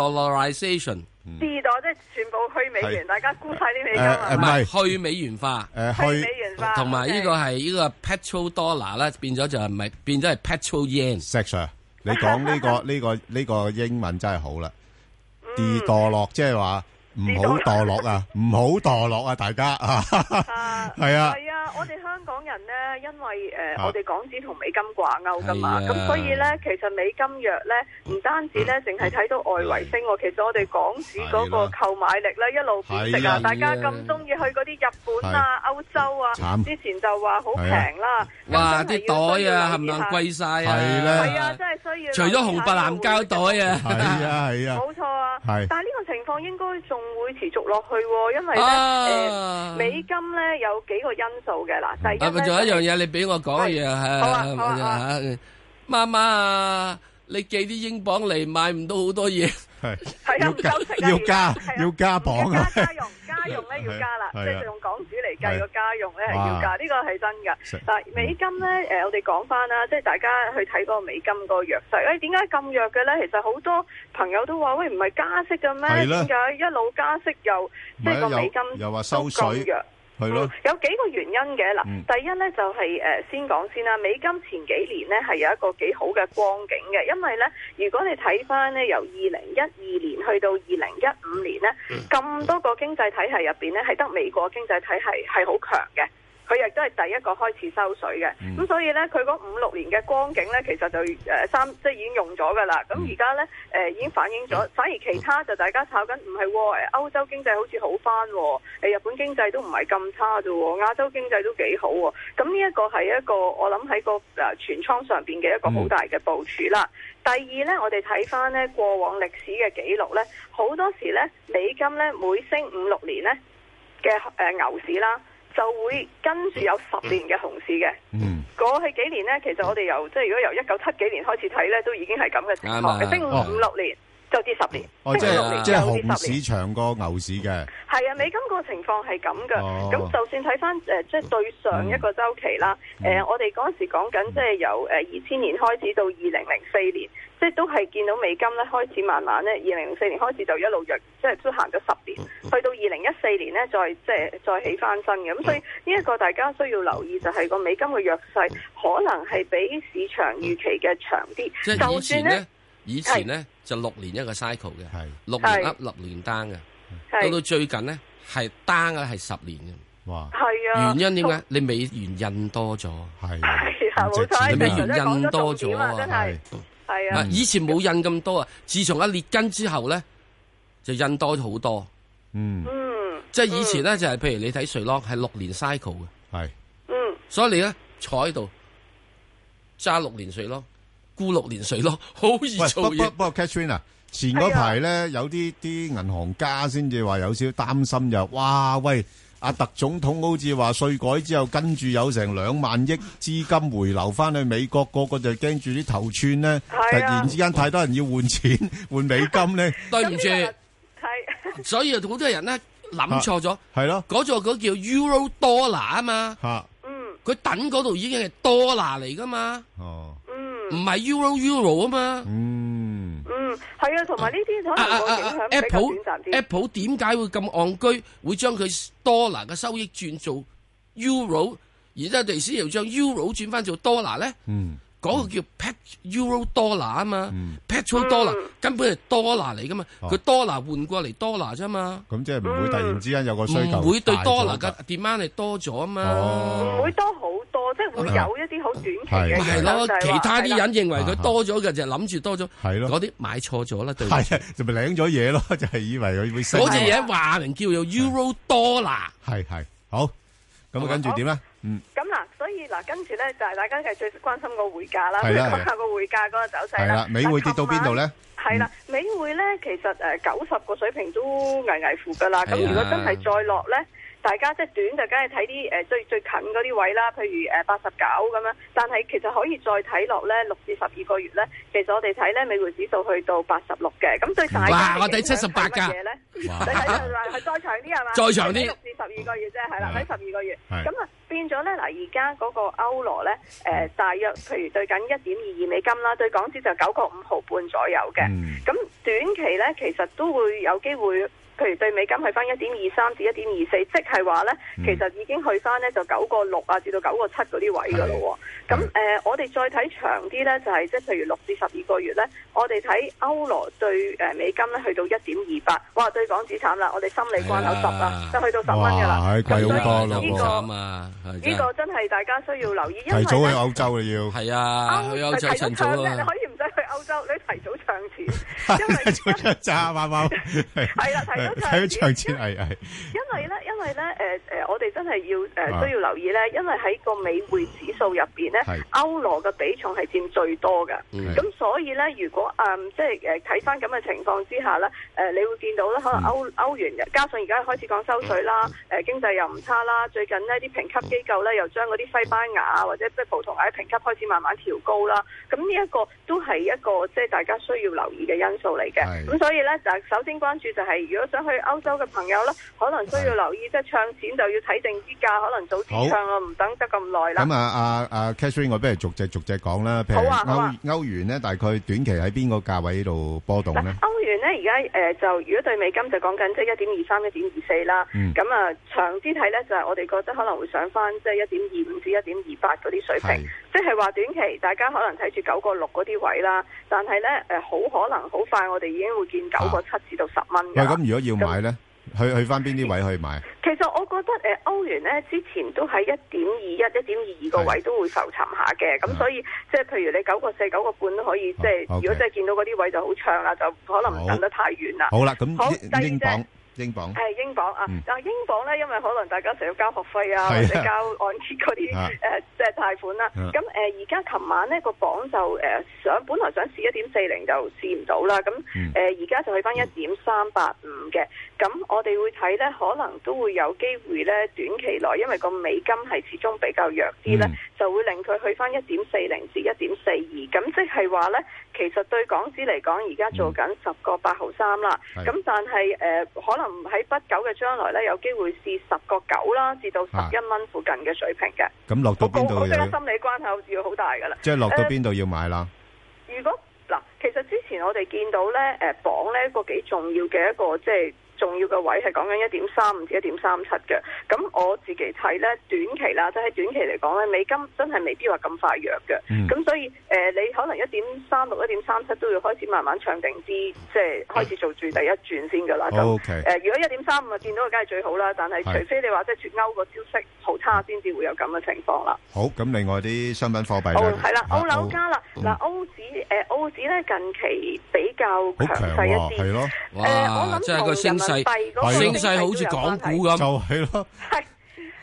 Speaker 12: de-dollarization，
Speaker 16: 跌咗，即係全部去美元，大家沽晒啲美金啊！
Speaker 12: 唔係去美元化，
Speaker 11: 誒
Speaker 16: 去去美元化
Speaker 12: 同埋呢
Speaker 16: OK
Speaker 12: 個係呢個 petrol dollar 啦，變咗就係唔係變咗係 petrol yen。
Speaker 11: 石 Sir，你 講呢個呢個呢個英文真係好啦，跌墮落即 係話唔好墮落啊，唔好墮落啊，大家啊，係啊，
Speaker 16: 係啊，啊，我哋香港人呢，因為诶、呃
Speaker 17: 啊
Speaker 16: 我哋港紙同美金掛鈎噶嘛，
Speaker 17: 係啊
Speaker 16: 咁、所以呢，其實美金弱呢，唔單止呢，
Speaker 12: 嗯
Speaker 16: 淨係睇到外圍升喎，其實我哋港紙嗰個購買力呢，一路貶值
Speaker 17: 係
Speaker 16: 啊！
Speaker 17: 啊
Speaker 16: 大家咁中意去嗰啲日本啊、歐洲啊，
Speaker 12: 慘
Speaker 16: 之前就話好平啦，
Speaker 12: 哇！啲袋啊，冚唪唥貴晒啊！
Speaker 16: 係啦係啊真係需要
Speaker 12: 除咗紅白藍膠袋啊！
Speaker 11: 係 啊係
Speaker 16: 冇錯啊，
Speaker 12: 係
Speaker 16: 但係呢個情況應該仲會持續落去喎，因為咧誒、
Speaker 12: 啊
Speaker 16: 美金咧有幾個因素嘅嗱，
Speaker 11: 嗯
Speaker 16: 第
Speaker 12: 啊，
Speaker 16: 一
Speaker 12: 咪
Speaker 16: 呢
Speaker 12: 仲有一樣嘢，你俾我講一樣
Speaker 16: 好啊好啊好
Speaker 12: 嚇，媽媽啊，你寄啲英鎊嚟買唔到好多嘢，
Speaker 16: 係啊，唔夠食啊，
Speaker 12: 要
Speaker 16: 而
Speaker 12: 加
Speaker 16: 家係啊
Speaker 12: 要加磅啊
Speaker 16: 家家 用家用咧要加啦，即
Speaker 12: 係啊係啊
Speaker 16: 係用港紙嚟計個
Speaker 12: 係
Speaker 16: 家用咧係要加，
Speaker 12: 哇
Speaker 16: 呢個係真
Speaker 11: 㗎。
Speaker 16: 嗱，美金咧誒，我哋講翻啦，即係大家去睇嗰個美金個弱勢，誒點解咁弱嘅咧？其實好多朋友都話喂，唔係加息嘅咩？
Speaker 11: 係啦
Speaker 16: 點解一路加息又即係個美金
Speaker 11: 又話收
Speaker 16: 都咁
Speaker 11: 水，
Speaker 16: 弱？
Speaker 11: 係咯，
Speaker 16: 有幾個原因嘅嗱，
Speaker 11: 嗯
Speaker 16: 第一呢就係、呃先講先啦，美金前幾年呢係有一個幾好嘅光景嘅，因為呢，如果你睇翻呢由二零一二年去到二零一五年呢，咁、多個經濟體系入邊呢，係得美國經濟體系係好強嘅。佢亦都係第一個開始收水嘅，咁、所以呢，佢嗰五六年嘅光景呢，其實就誒、呃三即係已經用咗㗎啦。咁而家呢，誒、呃已經反映咗，反而其他就大家炒緊唔係喎，誒呃歐洲經濟好似好翻喎、誒日本經濟都唔係咁差啫喎，亞洲經濟都幾好喎、咁呢一個係一個我諗喺個誒全倉上邊嘅一個好大嘅部署啦。第二呢，我哋睇翻呢過往歷史嘅記錄呢，好多時呢，美金呢每升五六年呢。嘅誒牛市啦，就會跟住有十年嘅熊市嘅。
Speaker 11: 嗯，
Speaker 16: 過去幾年呢，其實我哋由即係如果由一九七幾年開始睇呢，都已經係咁嘅情
Speaker 11: 啱啊
Speaker 16: 況，升
Speaker 11: 哦
Speaker 16: 五六年就跌十年，
Speaker 11: 哦，即
Speaker 16: 升五六
Speaker 11: 係
Speaker 16: 年
Speaker 11: 即係
Speaker 16: 就跌
Speaker 11: 紅
Speaker 16: 十年
Speaker 11: 市。場過牛市嘅，
Speaker 16: 係啊，美金個情況係咁嘅。
Speaker 11: 哦
Speaker 16: 咁、就算睇翻誒，即係對上一個周期啦。誒、
Speaker 12: 嗯
Speaker 16: 我哋嗰陣時講緊，即係由誒呃二千年開始到二零零四年，即係都係見到美金咧開始慢慢咧，二零零四年開始就一路弱，即係都行咗十
Speaker 12: 嗯
Speaker 16: 年，去到二零一四年咧再即係再起翻身
Speaker 12: 嗯
Speaker 16: 嘅。咁所以呢一個大家需要留意就係個美金嘅弱勢，可能係比市場預期嘅長啲。
Speaker 12: 即係以
Speaker 16: 就
Speaker 12: 前
Speaker 16: 算
Speaker 12: 咧
Speaker 16: 咧，，
Speaker 12: 以前咧就六年一個 cycle 嘅，六年
Speaker 16: 係
Speaker 12: up 六年 down 嘅，
Speaker 16: 係
Speaker 12: 到到最近咧係 down 嘅係十年嘅。
Speaker 11: 哇！
Speaker 16: 係啊，
Speaker 12: 原因點解？你美元印多咗，
Speaker 16: 係啊，冇錯，
Speaker 12: 你美元
Speaker 16: 你真係講
Speaker 12: 印
Speaker 16: 咗重
Speaker 12: 多咗
Speaker 16: 點啊，真係係啊
Speaker 12: 啊！。以前冇印咁多啊，自從阿列根之後咧，就印多咗好多。
Speaker 11: 嗯，
Speaker 16: 嗯，
Speaker 12: 即係以前咧就係譬如你睇瑞郎係六年 cycle 嘅，
Speaker 11: 係，
Speaker 16: 嗯，
Speaker 12: 所以你咧坐喺度揸六年瑞郎，沽六年瑞郎，好易
Speaker 11: 喂，
Speaker 12: 做
Speaker 11: 不不
Speaker 12: 嘢。
Speaker 11: 不過 Katrina。前嗰排咧，有啲啲銀行家先至話有少少擔心，就哇喂，阿特總統好似話税改之後，跟住有成兩萬億資金回流翻去美國，個個就驚住啲頭寸咧，突
Speaker 12: 係啊
Speaker 11: 然之間太多人要換錢換美金咧，
Speaker 12: 對唔住，所以好多人咧
Speaker 11: 啊
Speaker 12: 諗錯咗，
Speaker 11: 係咯，
Speaker 12: 嗰座嗰叫 Euro Dollar 啊嘛，
Speaker 11: 嚇，
Speaker 16: 嗯
Speaker 12: 佢等嗰度已經係 Dollar 嚟噶嘛，
Speaker 11: 哦，
Speaker 12: 唔係 Euro Euro 啊嘛。啊
Speaker 11: 嗯。
Speaker 16: 嗯，係啊，同埋呢啲可能個影響比較
Speaker 12: Apple
Speaker 16: 短暫啲。
Speaker 12: Apple 點解會咁戇居，會將佢 dollar 嘅收益轉做 euro，然之後地市又將 euro 轉翻做 dollar 咧？
Speaker 11: 嗯，
Speaker 12: 嗰個叫 pet euro dollar 啊嘛，petrol dollar
Speaker 16: 嗯
Speaker 12: 根本係 dollar 嚟噶嘛，
Speaker 11: 哦
Speaker 12: 佢 dollar 換過嚟 dollar 啫嘛，
Speaker 11: 咁即係唔會突然之間有個需求
Speaker 12: 唔會對
Speaker 11: 大咗
Speaker 12: dollar 嘅 demand 係多咗啊
Speaker 11: 哦
Speaker 12: 嘛。
Speaker 16: 唔會多好多，哦即係會有一啲好短期嘅
Speaker 12: 啊係
Speaker 16: 影響
Speaker 12: 咯
Speaker 16: 就，係
Speaker 12: 其
Speaker 16: 話
Speaker 12: 他啲人認為
Speaker 11: 係
Speaker 12: 佢
Speaker 11: 啦
Speaker 12: 多咗嘅就係諗住多咗，
Speaker 11: 係咯
Speaker 12: 嗰啲買錯咗啦，對唔住
Speaker 11: 係啊，就咪領咗嘢咯， 就係以為佢會升。
Speaker 12: 嗰隻嘢話明叫做 euro dollar。
Speaker 11: 係係好，咁跟住點咧？嗯，
Speaker 16: 咁嗱，所以嗱，跟住咧就係大家係最關心個匯價啦，
Speaker 11: 係啦
Speaker 16: 講下個匯價嗰個走勢
Speaker 11: 係啦
Speaker 16: 啦，。
Speaker 11: 美匯跌到邊度咧？
Speaker 16: 係啦，美匯咧其實誒九十個水平都危危乎噶啦。咁
Speaker 11: 係啊
Speaker 16: 如果真係再落咧，大家即係短就梗係睇啲誒呃最最近嗰啲位啦，譬如誒八十九咁樣。但係其實可以再睇落咧，六至十二個月咧，其實我哋睇咧美匯指數去到八十六嘅。咁最大
Speaker 12: 哇
Speaker 16: 嘅
Speaker 12: 我睇
Speaker 16: 影響係
Speaker 12: 78㗎
Speaker 16: 乜嘢咧？你
Speaker 12: 哇
Speaker 16: 睇
Speaker 21: 啊
Speaker 16: 就話係再長啲係嘛？
Speaker 12: 再長啲
Speaker 16: 六至十二個月啫，係啦，
Speaker 12: 係
Speaker 16: 睇十二個月。
Speaker 12: 係
Speaker 16: 咁啊變咗咧嗱，而家嗰個歐羅咧誒，大約譬如對緊一點二二美金啦，對港紙就九個五毫半左右嘅。咁短期咧，其實都會有機會譬如對美金去翻一點二三至一點二四，即係話呢，其實已經去翻呢就九個六啊至到九個七嗰啲位㗎咯喎。咁誒、呃我哋再睇長啲呢，就係即係譬如六至十二個月呢，我哋睇歐羅對誒美金呢去到一點二八，哇對港紙慘啦，我哋心理關口十啦，就去到十蚊㗎啦。
Speaker 11: 哇，係貴好多咯
Speaker 16: 呢、個
Speaker 11: 喎，
Speaker 12: 啊，係
Speaker 16: 呢個真係大家需要留意，因為
Speaker 11: 提早去
Speaker 16: 呢
Speaker 11: 歐洲啦要，
Speaker 12: 係啊，去歐洲趁早
Speaker 16: 你
Speaker 12: 啊
Speaker 16: 可，以唔使去歐洲，你提早唱錢。
Speaker 11: 早一揸 貓貓，係
Speaker 16: 啦睇到
Speaker 11: 睇到長錢係係
Speaker 16: 因為咧，因為咧，誒、呃、我哋真係要誒、呃
Speaker 11: 啊
Speaker 16: 需要留意咧，因為喺個美匯指數入邊咧
Speaker 11: 係，
Speaker 16: 歐羅嘅比重係佔最多嘅。
Speaker 17: 嗯
Speaker 16: 咁所以咧，如果誒、嗯即係誒睇翻咁嘅情況之下咧，誒、呃你會見到咧，可能歐歐元加上而家開始講收水啦，誒、嗯經濟又唔差啦，最近呢啲評級機構咧又將嗰啲西班牙啊或者即係葡萄牙嘅評級開始慢慢調高啦。咁呢一個都係一個即係大家需要留意嘅因素嚟嘅。咁所以咧，就首先關注就係、如果想去歐洲嘅朋友咧，可能需要留意，即係唱錢就要睇定啲價，可能早
Speaker 11: 好
Speaker 16: 啲唱啊，唔等得咁耐啦。
Speaker 11: 咁啊，阿阿 Catherine，我不如逐隻逐隻講啦。譬如
Speaker 16: 好啊好
Speaker 11: 歐
Speaker 16: 啊
Speaker 11: 歐元咧，大概短期喺邊個價位度波動咧？
Speaker 16: 歐元咧而家誒呃就如果對美金就講緊即係一點二三、一點二四啦，
Speaker 11: 嗯
Speaker 16: 咁啊、長啲睇咧就係、我哋覺得可能會上翻即係一點二五至一點二八嗰啲水平，即係話短期大家可能睇住九個六嗰啲位啦，但係咧誒好可能好快我哋已經會見九個七至到十蚊㗎
Speaker 11: 啊喂，
Speaker 16: 啦
Speaker 11: 咁如果要買咧，去去翻邊啲位去買？
Speaker 16: 其實我覺得誒、呃、歐元咧之前都喺一點二一、一點二二個位都會浮沉下嘅，咁所以即係譬如你九個四、九個半都可以，即係
Speaker 11: 啊好
Speaker 16: 如果
Speaker 11: OK
Speaker 16: 真係見到嗰啲位就好唱啦，就可能唔
Speaker 11: 好
Speaker 16: 等得太遠啦。
Speaker 11: 好啦，咁
Speaker 16: 好
Speaker 11: 英
Speaker 16: 第二
Speaker 11: 英
Speaker 16: 隻
Speaker 11: 鎊，英鎊
Speaker 16: 係英鎊啊
Speaker 11: 嗯！
Speaker 16: 但係英鎊咧，因為可能大家成日交學費啊，
Speaker 11: 係啊
Speaker 16: 或者交按揭嗰啲
Speaker 11: 啊
Speaker 16: 誒即係貸款啦。
Speaker 11: 啊
Speaker 16: 咁誒呃而家琴晚呢個鎊就誒想，本來想試一點四零就試唔到啦。咁
Speaker 11: 嗯
Speaker 16: 誒而家就去翻一點三八五嘅。咁我哋會睇咧，可能都會有機會咧，短期內因為個美金係始終比較弱啲咧
Speaker 18: 嗯，
Speaker 16: 就會令佢去翻一點四零至一點四二。咁即係話咧，其實對港紙嚟講，而家
Speaker 11: 嗯
Speaker 16: 做緊十個八毫三啦。
Speaker 18: 係
Speaker 16: 咁但係誒、呃可能喺不久嘅將來咧，有機會試十個九啦，至到十
Speaker 11: 啊
Speaker 16: 一蚊附近嘅水平嘅。
Speaker 11: 咁落到邊度
Speaker 16: 我覺得
Speaker 11: 又？
Speaker 16: 心理關口要好大㗎啦。
Speaker 11: 即係落到
Speaker 16: 呃
Speaker 11: 邊度要買啦？
Speaker 16: 如果嗱，其實之前我哋見到咧，誒、榜咧一個幾重要嘅一個即係重要嘅位係講緊一點三五至一點三七嘅。咁我自己睇咧，短期啦，即係喺短期嚟講咧，美金真係未必話咁快弱嘅。咁、所以誒、呃你可能一點三六、一點三七都要開始慢慢唱定啲，即係開始做住第一轉先㗎啦。咁
Speaker 17: OK
Speaker 16: 誒如果一點三五啊見到，梗係最好啦。但係
Speaker 11: 係
Speaker 16: 除非你話即係脱歐個消息好差，先至會有咁嘅情況啦。
Speaker 11: 好，咁另外啲商品貨幣
Speaker 16: 澳
Speaker 11: 咧，
Speaker 16: 哦係啦，
Speaker 11: 啊
Speaker 16: 澳樓加啦，嗱澳紙誒澳紙咧近期比較
Speaker 11: 好
Speaker 16: 強
Speaker 11: 強
Speaker 16: 勢一
Speaker 11: 喎，係
Speaker 16: 啲，
Speaker 11: 咯，
Speaker 16: 呃我
Speaker 12: 哇！
Speaker 16: 諗
Speaker 12: 真係個升勢
Speaker 16: 同人民幣嗰個，
Speaker 12: 升
Speaker 16: 升勢
Speaker 12: 勢好
Speaker 16: 都
Speaker 12: 似
Speaker 16: 有
Speaker 12: 港
Speaker 16: 關係
Speaker 12: 股咁，
Speaker 11: 就係咯。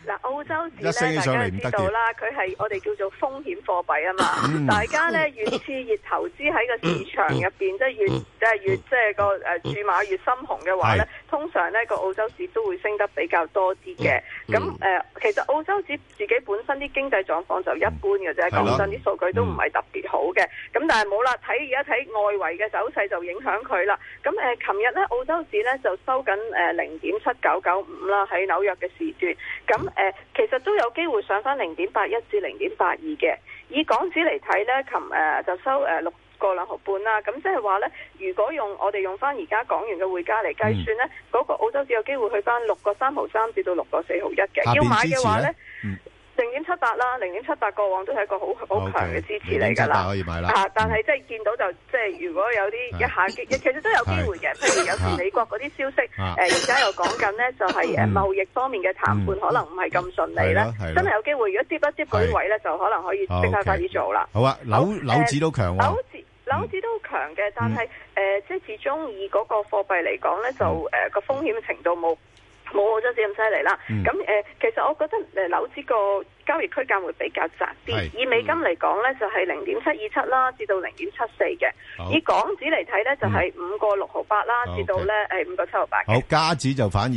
Speaker 16: 嗱，澳洲
Speaker 11: 一
Speaker 16: 紙
Speaker 11: 升起
Speaker 16: 咧，大
Speaker 11: 上
Speaker 16: 家
Speaker 11: 嚟
Speaker 16: 都
Speaker 11: 唔
Speaker 16: 知
Speaker 11: 得
Speaker 16: 道
Speaker 11: 嘅
Speaker 16: 啦，佢係我哋叫做風險貨幣啊
Speaker 11: 嗯
Speaker 16: 嘛。大家咧越熾熱投資喺個市場入邊，即係
Speaker 11: 嗯
Speaker 16: 越即係越即係個誒注碼越深紅嘅話咧，通常咧個澳洲紙都會升得比較多啲嘅。
Speaker 11: 嗯
Speaker 12: 嗯
Speaker 16: 咁
Speaker 17: 嗯
Speaker 16: 誒、其實澳洲紙自己本身啲經濟狀況就一般嘅啫，
Speaker 17: 係
Speaker 16: 講
Speaker 17: 啦
Speaker 16: 真啲數據都唔係特別好嘅。咁但係冇啦，睇而家睇外圍嘅走勢就影響佢啦。咁誒，琴日咧澳洲紙咧就收緊誒零點七九九五啦，喺紐約嘅時段。咁誒、呃其實都有機會上翻零點八一至零點八二嘅。以港紙嚟睇咧，琴誒、呃就收誒六個兩毫半啦。咁即係話咧，如果用我哋用翻而家港元嘅匯價嚟
Speaker 11: 嗯
Speaker 16: 計算咧，嗰、個澳洲紙有機會去翻六個三毫三至到六個四毫一嘅。
Speaker 17: 下邊
Speaker 16: 要買嘅話
Speaker 11: 支持呢嗯
Speaker 16: 咧。零點七八啦，零點七八過往都係一個好好強嘅支持嚟㗎
Speaker 11: OK，0.78
Speaker 16: 啦。
Speaker 11: 可以買啦嗯
Speaker 16: 啊但係即係見到就即係如果有啲一下激，其實都有機會嘅。譬如有
Speaker 11: 啊
Speaker 16: 時美國嗰啲消息，誒
Speaker 11: 啊
Speaker 16: 而家又講緊呢，就係誒
Speaker 11: 嗯
Speaker 16: 貿易方面嘅談判
Speaker 11: 嗯
Speaker 16: 可能唔係咁順利咧
Speaker 11: 係咯係咯，
Speaker 16: 真係有機會。如果接一接嗰啲位呢，就可能可以即刻快啲做啦。
Speaker 11: 好啊，樓樓指都強
Speaker 16: 樓
Speaker 11: 喎，嗯
Speaker 16: 指樓指都強嘅，但係誒、呃即係始終以嗰個貨幣嚟講咧，就誒
Speaker 11: 嗯
Speaker 16: 個、風險嘅程度冇。冇澳洲紙咁犀利啦，
Speaker 17: 嗯
Speaker 16: 咁誒、呃其實我覺得誒樓指個交易區間會比較窄啲
Speaker 17: 係，
Speaker 16: 以美金嚟講咧就係零點七二七啦，至到零點七四嘅
Speaker 11: 嗯好，嗯
Speaker 16: 以港紙嚟睇咧就係五個六毫八啦，至到咧誒五個七毫八嘅
Speaker 11: 好。加指就反而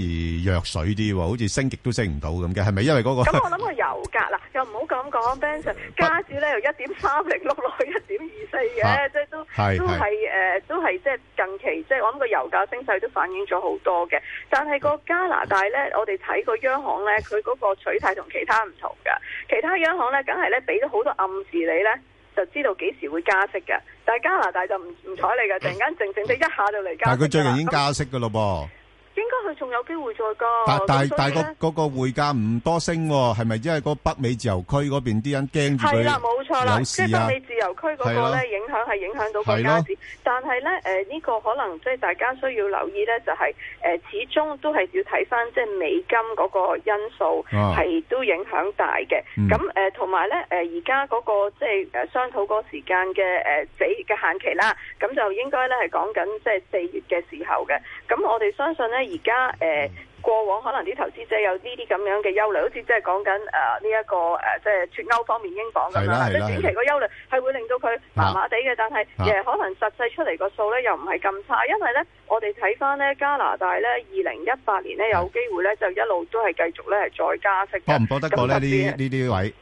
Speaker 11: 弱水啲喎，好似升極都升唔到咁嘅，係咪因為嗰個？
Speaker 16: 咁我 諗個油價啦，又唔好咁講，Ben Sir，加紙咧由一點三零碌落去一點二四
Speaker 11: 啊
Speaker 16: 嘅，即係都
Speaker 11: 係
Speaker 16: 都
Speaker 11: 係
Speaker 16: 係誒，都係即係近期即係我諗個油價升勢都反映咗好多嘅。但係個加拿大咧，我哋睇個央行咧，佢嗰個取態同其他唔同嘅，其他央行咧梗係咧俾咗好多暗示你咧。就知道幾時會加息嘅，但係加拿大就唔唔睬你嘅，突然間靜靜地一下就嚟加息㗎啦。
Speaker 11: 但係佢最近已經
Speaker 16: 咁
Speaker 11: 加息㗎咯噃。
Speaker 16: 應該仲有機會再加。
Speaker 11: 但
Speaker 16: 咁所
Speaker 11: 但
Speaker 16: 以
Speaker 11: 但
Speaker 16: 呢
Speaker 11: 個嗰個匯價唔多升喎，係咪因為嗰個北美自由區嗰邊啲人驚住佢
Speaker 16: 係啦，冇錯啦，
Speaker 11: 有
Speaker 16: 即
Speaker 11: 事
Speaker 16: 係
Speaker 11: 啊
Speaker 16: 北美？自由區嗰
Speaker 11: 係咯
Speaker 16: 個咧影響係影響到個
Speaker 11: 係咯
Speaker 16: 家市，但係咧誒呢個可能即係大家需要留意咧，就係、誒、始終都係要睇翻即係美金嗰個因素
Speaker 17: 哦
Speaker 16: 係都影響大嘅
Speaker 17: 嗯。
Speaker 16: 咁誒同埋咧誒而家嗰個即係誒商討嗰個時間嘅誒死嘅限期啦，咁就應該咧係講緊即係四月嘅時候嘅。咁我哋相信咧而家
Speaker 17: 嗯
Speaker 16: 誒。過往可能啲投資者有呢啲咁樣嘅憂慮，好似即係講緊誒呢一個誒即係脱歐方面英鎊咁樣啦，
Speaker 17: 係啦係
Speaker 16: 即
Speaker 17: 啦
Speaker 16: 係短期個憂慮係會令到佢麻麻地嘅，但係
Speaker 17: 啊
Speaker 16: 誒可能實際出嚟個數咧又唔係咁差，因為咧我哋睇翻咧加拿大咧二零一八年咧有機會咧就一路都係繼續咧係再加息嘅，
Speaker 11: 搏唔搏得過咧？
Speaker 16: 咁特別
Speaker 11: 呢呢啲位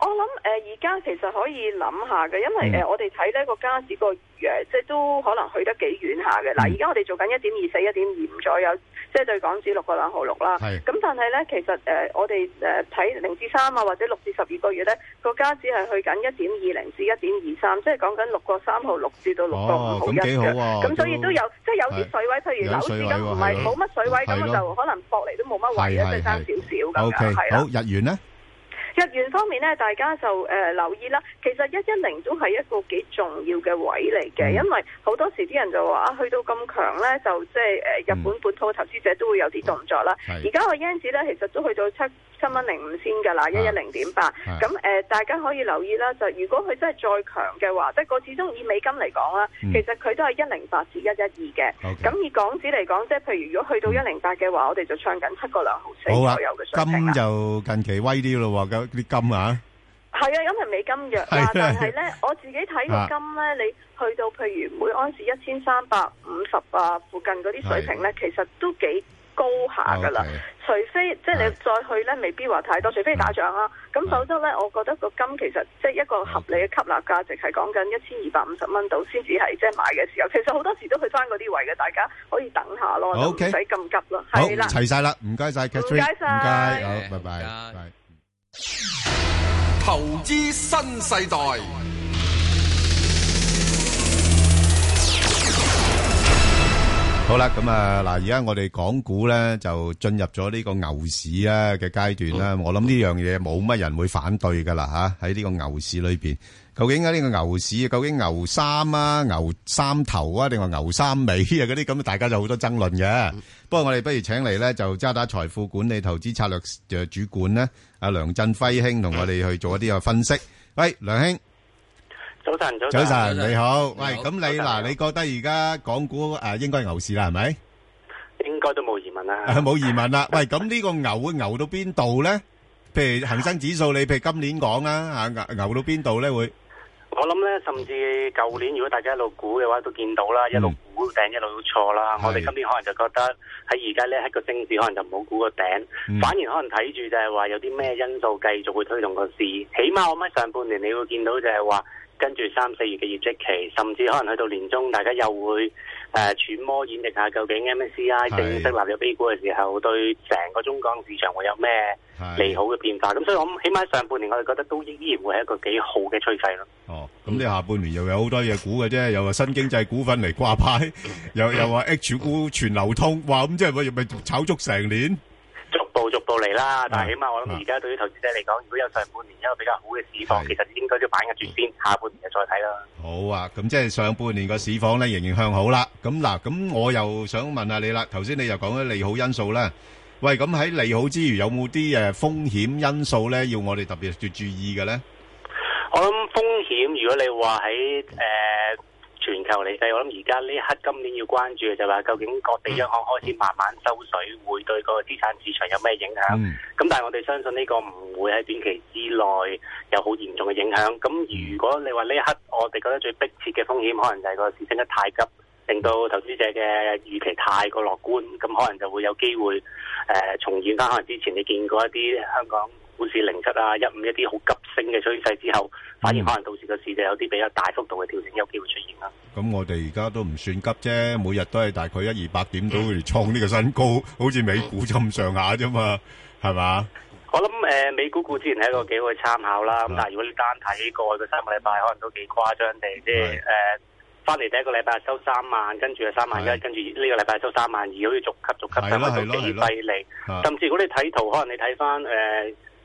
Speaker 16: 我諗呃誒而家其實可以諗下嘅，因為誒、
Speaker 11: 嗯
Speaker 16: 呃我哋睇呢個加市個誒，即係都可能去得幾遠下嘅。嗱、
Speaker 11: 嗯
Speaker 16: 而家我哋做緊一點二四、一點二五左右，即係對港紙六個兩毫六啦。
Speaker 17: 係
Speaker 16: 咁但係呢，其實誒、呃我哋誒睇零至三啊，或者六至十二個月呢，個加指係去緊一點二零至一點二三，即係講緊六個三毫六至到六個
Speaker 11: 哦
Speaker 16: 五毫一
Speaker 11: 咁幾好
Speaker 16: 嘅。
Speaker 11: 喎
Speaker 16: 咁所以都有即係有啲
Speaker 11: 係
Speaker 16: 水位，譬如
Speaker 11: 有
Speaker 16: 樓市
Speaker 11: 水位
Speaker 16: 咁
Speaker 11: 喎
Speaker 16: 唔
Speaker 11: 係
Speaker 16: 係
Speaker 11: 咯
Speaker 16: 冇乜水位，咁
Speaker 11: 係
Speaker 16: 我
Speaker 11: 咯
Speaker 16: 就可能搏嚟都冇乜位
Speaker 11: 係
Speaker 16: 嘅，
Speaker 11: 係
Speaker 16: 即係爭少少
Speaker 11: ？O
Speaker 16: 咁樣
Speaker 11: K，
Speaker 16: 係啦
Speaker 11: 好。日元咧，
Speaker 16: 日元方面咧，大家就誒、呃留意啦。其實一一零都係一個幾重要嘅位嚟
Speaker 11: 嗯
Speaker 16: 嘅，因為好多時啲人就話啊，去到咁強咧，就即係誒日本
Speaker 11: 嗯
Speaker 16: 本土投資者都會有啲動作啦。
Speaker 17: 係
Speaker 16: 而家個 yen 指咧，其實都去到七七蚊零五先㗎啦，
Speaker 11: 啊
Speaker 16: 一一零點八。咁誒、呃大家可以留意啦。就如果佢真係再強嘅話，即係個始終以美金嚟講啦，
Speaker 17: 嗯
Speaker 16: 其實佢都係一零八至一一二嘅。
Speaker 11: OK
Speaker 16: 咁以港紙嚟講，即係譬如如果去到一零八嘅話，我哋就唱緊七個兩毫四
Speaker 11: 好啊
Speaker 16: 左右嘅，水平啦
Speaker 11: 金就近期威啲咯喎，嗰啲金啊，
Speaker 16: 係啊，因為美金弱
Speaker 11: 係啊
Speaker 16: 啦，但係咧，我自己睇個金咧，你去到譬如每安士一千三百五十啊附近嗰啲水平咧，其實都幾高下噶啦。除非即係你再去咧，未必話太多，除非你打仗啦。咁否則咧，我覺得個金其實即係一個合理嘅吸納價值係講緊一千二百五十蚊度先至係即係買嘅時候。其實好多時都去翻嗰啲位嘅，大家可以等下咯，就唔
Speaker 11: OK
Speaker 16: 使咁急咯。
Speaker 11: 好
Speaker 16: 係啦，
Speaker 11: 齊晒啦，唔該晒
Speaker 16: 唔
Speaker 11: Catherine，
Speaker 16: 該晒
Speaker 11: 唔該，好，拜拜，拜。
Speaker 10: 投資新世代，
Speaker 11: 好啦，咁啊嗱，而家我哋港股咧就進入咗呢個牛市啊嘅階段啦。我諗呢樣嘢冇乜人會反對噶啦吓，喺呢個牛市裏邊，究竟喺呢個牛市，究竟牛三啊、牛三頭啊，定話牛三尾啊嗰啲咁，大家就好多爭論嘅。不過我哋不如請嚟咧就渣打財富管理投資策略誒主管咧，阿梁振輝兄同我哋去做一啲嘅分析。喂，梁兄。
Speaker 17: 早晨，早
Speaker 11: 早
Speaker 17: 晨，
Speaker 11: 晨，你好。喂，
Speaker 17: 好
Speaker 11: 咁你
Speaker 17: 早晨
Speaker 11: 嗱，你覺得而家港股誒應該係牛市啦，係咪？
Speaker 17: 應該都冇疑問啦。
Speaker 11: 冇疑問啦。喂，咁呢個牛會牛到邊度咧？譬如恒生指數，你譬如今年講啦，嚇牛牛到邊度咧會？
Speaker 17: 我諗咧，甚至舊年如果大家一路估嘅話，都見到啦，一路估頂一路錯啦。嗯係我哋今年可能就覺得喺而家咧，喺個升市可能就唔好估個頂，嗯反而可能睇住就係話有啲咩因素繼續會推動個市。起碼我諗喺上半年你會見到就係話。跟住三四月嘅業績期，甚至可能去到年中，大家又會誒、呃揣摩演繹下究竟 MSCI 係正式納入 A 股嘅時候，對成個中港市場會有咩利好嘅變化？咁所以我諗起碼上半年我哋覺得都依然會係一個幾好嘅趨勢咯。
Speaker 11: 哦，咁你下半年又有好多嘢估嘅啫，又話新經濟股份嚟掛牌，又又話 H 股全流通，哇！咁即係咪咪炒足成年？
Speaker 17: 逐步逐步嚟啦，但係起碼我諗而家對於投資者嚟講，如果有上半年一個比較好嘅市況，其實應該都把握住先，下半年就再睇啦。
Speaker 11: 好啊，咁即係上半年個市況咧仍然向好啦。咁嗱，咁我又想問下你啦，頭先你又講咗利好因素啦。喂，咁喺利好之餘，有冇啲誒風險因素咧，要我哋特別要注意嘅咧？
Speaker 17: 我諗風險，如果你話喺誒全球嚟計，我諗而家呢一刻今年要關注嘅就係話，究竟各地央行開始慢慢收水，會對個資產市場有咩影響？咁、但係我哋相信呢個唔會喺短期之內有好嚴重嘅影響。咁如果你話呢一刻我哋覺得最迫切嘅風險，可能就係個市升得太急。令到投資者嘅預期太過樂觀，咁可能就會有機會誒、呃重現翻可能之前你見過一啲香港股市零七啊、一五一啲好急升嘅趨勢之後，反
Speaker 18: 嗯
Speaker 17: 而可能到時個市就有啲比較大幅度嘅調整，有機會出現啦。
Speaker 11: 咁我哋而家都唔算急啫，每日都係大概一二百點到嚟創呢個新高，好似美股咁上下啫嘛，係嘛？
Speaker 17: 我諗誒、呃美股股之前係一個幾好嘅
Speaker 18: 嗯嗯
Speaker 17: 參考啦，咁但係如果你單睇過去個三個禮拜，可能都幾誇張地，即係誒。呃翻嚟第一個禮拜收三萬，跟住係三萬一，跟住呢個禮拜收三萬二，好似逐級逐級
Speaker 18: 係
Speaker 17: 收翻
Speaker 18: 咯
Speaker 17: 到
Speaker 18: 係咯
Speaker 17: 幾
Speaker 18: 係咯
Speaker 17: 費力
Speaker 18: 啊。
Speaker 17: 甚至如果你睇圖，可能你睇翻誒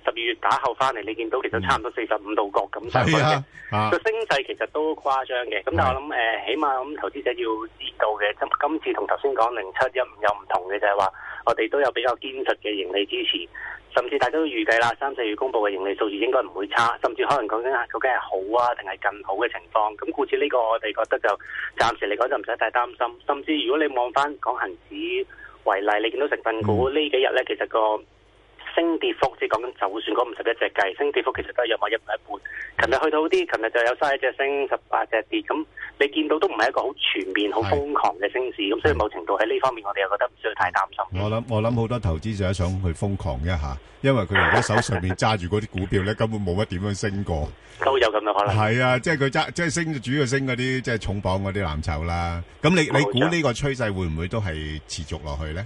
Speaker 17: 十二月打後翻嚟，你見到其實差唔多四十五度角咁上去
Speaker 18: 嗯係
Speaker 17: 嘅
Speaker 18: 啊。啊
Speaker 17: 個升勢其實都誇張嘅，咁但係我諗誒、起碼咁投資者要知道嘅，今今次同頭先講零七一五有唔同嘅就係話，我哋都有比較堅實嘅盈利支持，甚至大家都預計啦，三四月公佈嘅盈利數字應該唔會差，甚至可能講緊係究竟係好啊定係更好嘅情況，咁故此呢個我哋覺得就暫時嚟講就唔使太擔心，甚至如果你望翻講恒指為例，你見到成分股呢幾日咧其實個。升跌幅，即係講緊就算嗰五十一隻計，升跌幅其實都係約莫一半一半。琴日去到啲，琴日就有三一隻升，十八隻跌，咁你見到都唔係一個好全面、好瘋狂嘅升市，咁所以某程度喺呢方面，我哋又覺得唔需要太擔心。
Speaker 11: 我諗我諗好多投資者想去瘋狂一下，因為佢而家手上面揸住嗰啲股票咧，根本冇乜點樣升過。
Speaker 17: 都有咁嘅可能。
Speaker 11: 係啊，即係佢揸，即係升主要升嗰啲即係重磅嗰啲藍籌啦。咁你你估呢個趨勢會唔會都係持續落去咧？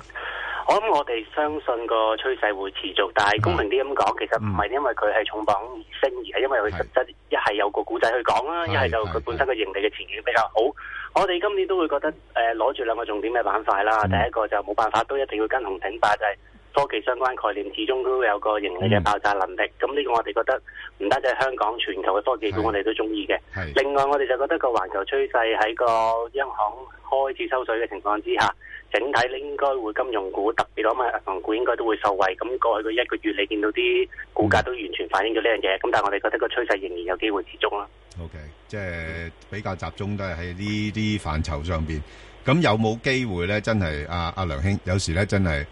Speaker 17: 我諗我哋相信個趨勢會持續，但係公平啲咁講，其實唔係因為佢係重磅而升，而係因為佢實質一係有個股仔去講啦，
Speaker 18: 係
Speaker 17: 一係就佢本身嘅盈利嘅前景比較好。我哋今年都會覺得誒攞住兩個重點嘅板塊啦，
Speaker 18: 嗯
Speaker 17: 第一個就冇辦法都一定要跟紅頂霸，就係、科技相關概念始終都有個盈利嘅
Speaker 18: 嗯
Speaker 17: 爆炸能力，咁呢、個我哋覺得唔單止係香港，全球嘅科技股我哋都中意嘅。另外，我哋就覺得個環球趨勢喺個央行開始收水嘅情況之下，整體咧應該會金融股，特別我諗銀行股應該都會受惠。咁過去嗰一個月，你見到啲股價都完全反映咗呢樣嘢。咁但係我哋覺得個趨勢仍然有機會持續啦。
Speaker 11: OK，即係比較集中都係喺呢啲範疇上邊。咁有冇機會咧？真係阿阿梁兄，有時咧真係誒、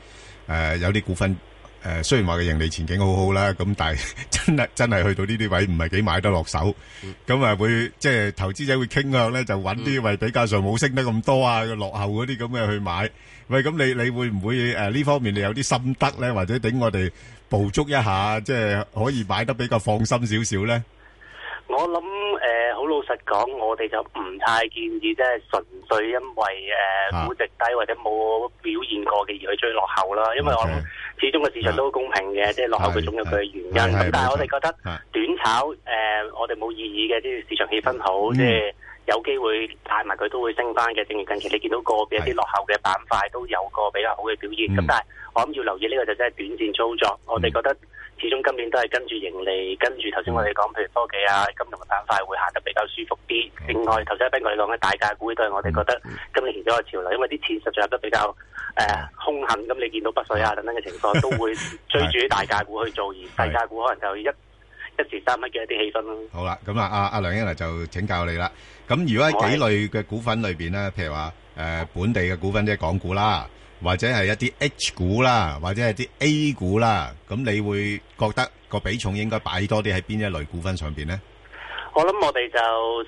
Speaker 11: 呃有啲股份誒、呃，雖然話嘅盈利前景好好啦，咁但係 真係真係去到呢啲位唔係幾買得落手，咁啊會即係投資者會傾向咧就揾啲位比較上冇升得咁多啊，落後嗰啲咁嘅去買。喂，咁你你會唔會誒呢、方面你有啲心得咧，或者頂我哋捕捉一下，即係可以買得比較放心少少咧？
Speaker 17: 我諗誒，好、老實講，我哋就唔太建議，即係純粹因為誒、
Speaker 18: 啊
Speaker 17: 估值低或者冇表現過嘅而去追落後啦。因為我諗
Speaker 18: OK
Speaker 17: 始終個市場都好公平嘅，即係落後佢總有佢嘅原因。
Speaker 18: 係係
Speaker 17: 咁但係我哋
Speaker 18: 冇錯
Speaker 17: 覺得
Speaker 11: 啊
Speaker 17: 短炒誒、我哋冇異議嘅，即係市場氣氛好，
Speaker 18: 嗯
Speaker 17: 即係。有機會帶埋佢都會升翻嘅，正如近期你見到個別一啲落後嘅板塊都有個比較好嘅表現，咁、
Speaker 18: 嗯
Speaker 17: 但係我諗要留意呢個就真係短線操作，我哋覺得始終今年都係跟住盈利，跟住頭先我哋講譬如科技啊、金融嘅板塊會行得比較舒服啲。
Speaker 18: 嗯
Speaker 17: 另外頭先 Ben 哥你講嘅大價股都係我哋覺得今年其中一個潮流，因為啲錢實在入得比較
Speaker 18: 嗯
Speaker 17: 誒、兇狠，咁你見到北水啊等等嘅情況都會追住啲大價股去 做，而大價股可能就一一時三刻嘅一啲氣氛咯。
Speaker 11: 好啦，咁啊，阿阿梁英嚟就請教你啦。咁如果喺幾類嘅股份裏邊咧，譬如話誒、呃本地嘅股份即係港股啦，或者係一啲 H 股啦，或者係啲 A 股啦，咁你會覺得個比重應該擺多啲喺邊一類股份上邊咧？
Speaker 17: 我諗我哋就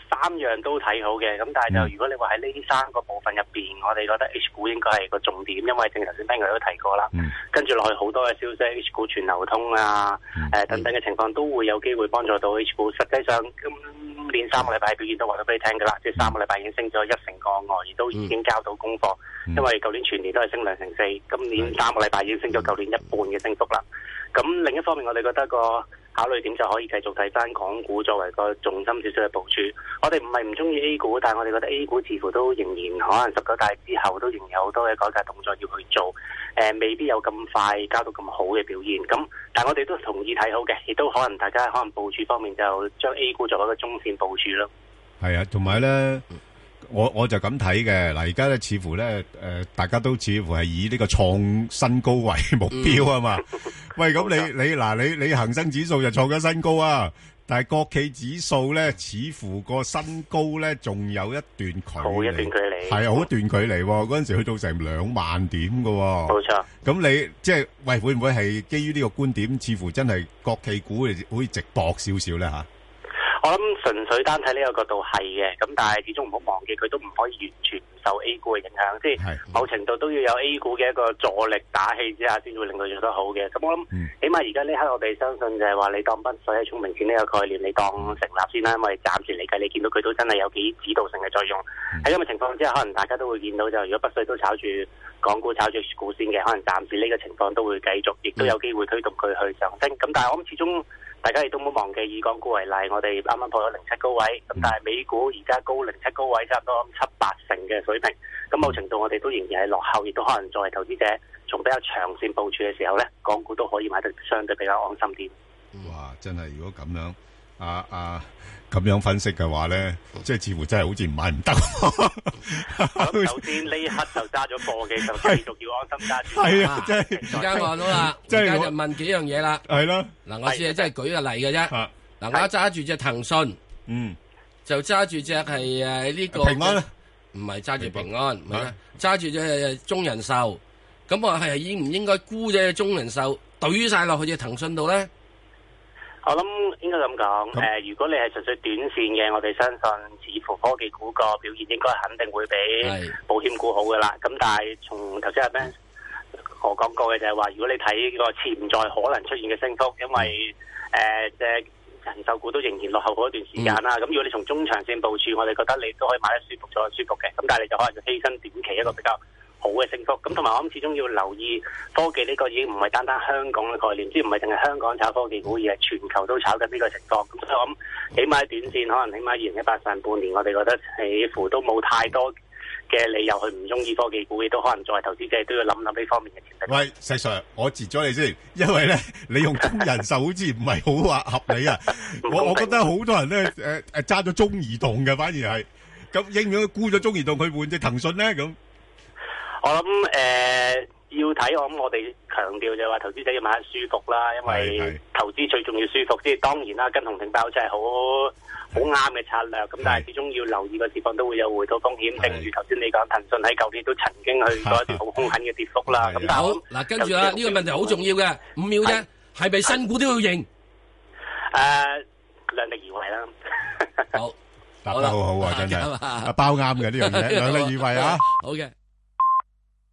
Speaker 17: 三樣都睇好嘅，咁但係
Speaker 11: 嗯
Speaker 17: 就如果你話喺呢三個部分入邊，我哋覺得 H 股應該係個重點，因為正如頭先 Ben 哥都提過啦，跟住落去好多嘅消息，H 股全流通啊，誒、等等嘅情況都會有機會幫助到 H 股。實際上今年三個禮拜表現都話咗俾你聽㗎啦，即係三個禮拜已經升咗一成個外，亦都已經交到功課，因為舊年全年都係升兩成四，今年三個禮拜已經升咗舊年一半嘅升幅啦。咁另一方面，我哋覺得個考慮點就可以繼續睇翻港股作為個重心少少嘅部署。我哋唔係唔中意 A 股，但係我哋覺得 A 股似乎都仍然可能十九大之後都仍然有好多嘅改革動作要去做，誒、未必有咁快交到咁好嘅表現。咁但係我哋都同意睇好嘅，亦都可能大家可能部署方面就將 A 股作為一個中線部署咯。
Speaker 11: 係啊，同埋咧，我我就咁睇嘅。嗱，而家咧似乎咧，誒、大家都似乎係以呢個創新高為目標啊嘛。
Speaker 17: 嗯
Speaker 11: 喂，咁你你嗱，
Speaker 17: 啊
Speaker 11: 你你恒生指數就創咗新高啊，但係國企指數咧，似乎個新高咧，仲有一段距離，
Speaker 17: 好一段距離
Speaker 11: 係啊，好一段距離喎。嗰陣時去到成兩萬點嘅喎。
Speaker 17: 冇錯。
Speaker 11: 咁你即係喂，會唔會係基於呢個觀點，似乎真係國企股好似直薄少少咧吓？
Speaker 17: 我諗純粹單睇呢個角度係嘅，咁但係始終唔好忘記佢都唔可以完全唔受 A 股嘅影響，即係某程度都要有 A 股嘅一個助力打氣之下，先會令佢做得好嘅。咁我諗，起碼而家呢刻我哋相信就係話，你當北水喺聰明錢呢個概念，你當成立先啦，因為暫時嚟計，你見到佢都真係有幾指導性嘅作用。喺咁嘅情況之下，可能大家都會見到就，如果北水都炒住港股、炒住股先嘅，可能暫時呢個情況都會繼續，亦都有機會推動佢去上升。咁但係我諗始終。大家亦都唔好忘記以港股為例，我哋啱啱破咗零七高位，咁但係美股而家高零七高位差唔多七八成嘅水平，咁某程度我哋都仍然係落後，亦都可能作為投資者從比較長線部署嘅時候咧，港股都可以買得相對比較安心啲。
Speaker 11: 哇！啊真係如果咁樣，啊啊咁樣分析嘅話咧，即係似乎真係好似唔買唔得。
Speaker 17: 咁首先呢刻就揸咗貨嘅，就繼續要安心揸住。
Speaker 11: 係啊，真係
Speaker 12: 而家我到啦，
Speaker 11: 即係
Speaker 12: 而家
Speaker 11: 我
Speaker 12: 就問幾樣嘢啦。
Speaker 11: 係咯
Speaker 12: 嗱，我只係真係舉個例嘅啫。嗱，我揸住只騰訊，
Speaker 11: 嗯，
Speaker 12: 就揸住只係誒呢個
Speaker 11: 平安
Speaker 17: 啊
Speaker 11: 啦，
Speaker 12: 唔係揸住平安，唔係啦揸住只中人壽。咁我係應唔應該沽只中人壽，懟晒落去只騰訊度咧？
Speaker 17: 我諗應該咁講，誒、如果你係純粹短線嘅，我哋相信似乎科技股個表現應該肯定會比保險股好噶啦。咁但係從頭先阿 Ben 我講過嘅就係話，如果你睇個潛在可能出現嘅升幅，因為誒即係人壽股都仍然落後嗰一段時間啦。咁、如果你從中長線部署，我哋覺得你都可以買得舒服咗舒服嘅。咁但係你就可能就犧牲短期一個比較。好嘅升幅。咁同埋我諗始終要留意科技呢個已經唔係單單香港嘅概念，即係唔係淨係香港炒科技股，而係全球都炒緊呢個情況。咁所以我諗，起碼短線可能起碼二零一八上半年，我哋覺得似乎都冇太多嘅理由去唔中意科技股，亦都可能作為投資者都要諗諗呢方面嘅潛力。
Speaker 11: 喂，石 Sir，我截咗你先，因為咧你用中人壽好似唔係好 合合理啊。我我覺得好多人咧誒誒揸咗中移動嘅，反而係咁應唔應該沽咗中移動去換只騰訊咧？咁
Speaker 17: 我諗誒、呃要睇，我諗我哋強調就係話投資者要買得舒服啦，因為投資最重要舒服。即係當然啦，跟紅頂包真係好好啱嘅策略。咁但係始終要留意個市況都會有回吐風險。正如頭先你講，騰訊喺舊年都曾經去過一 啲好兇狠嘅跌幅啦。咁但係啊
Speaker 12: 好
Speaker 17: 我諗
Speaker 12: 嗱，跟住啦，呢個問題好重要嘅，五秒啫，係咪新股都要認？
Speaker 17: 誒量力而為啦。
Speaker 12: 好，
Speaker 11: 答得好好啊，真係啊包啱嘅呢樣嘢，兩肋以為啊。
Speaker 12: 好嘅。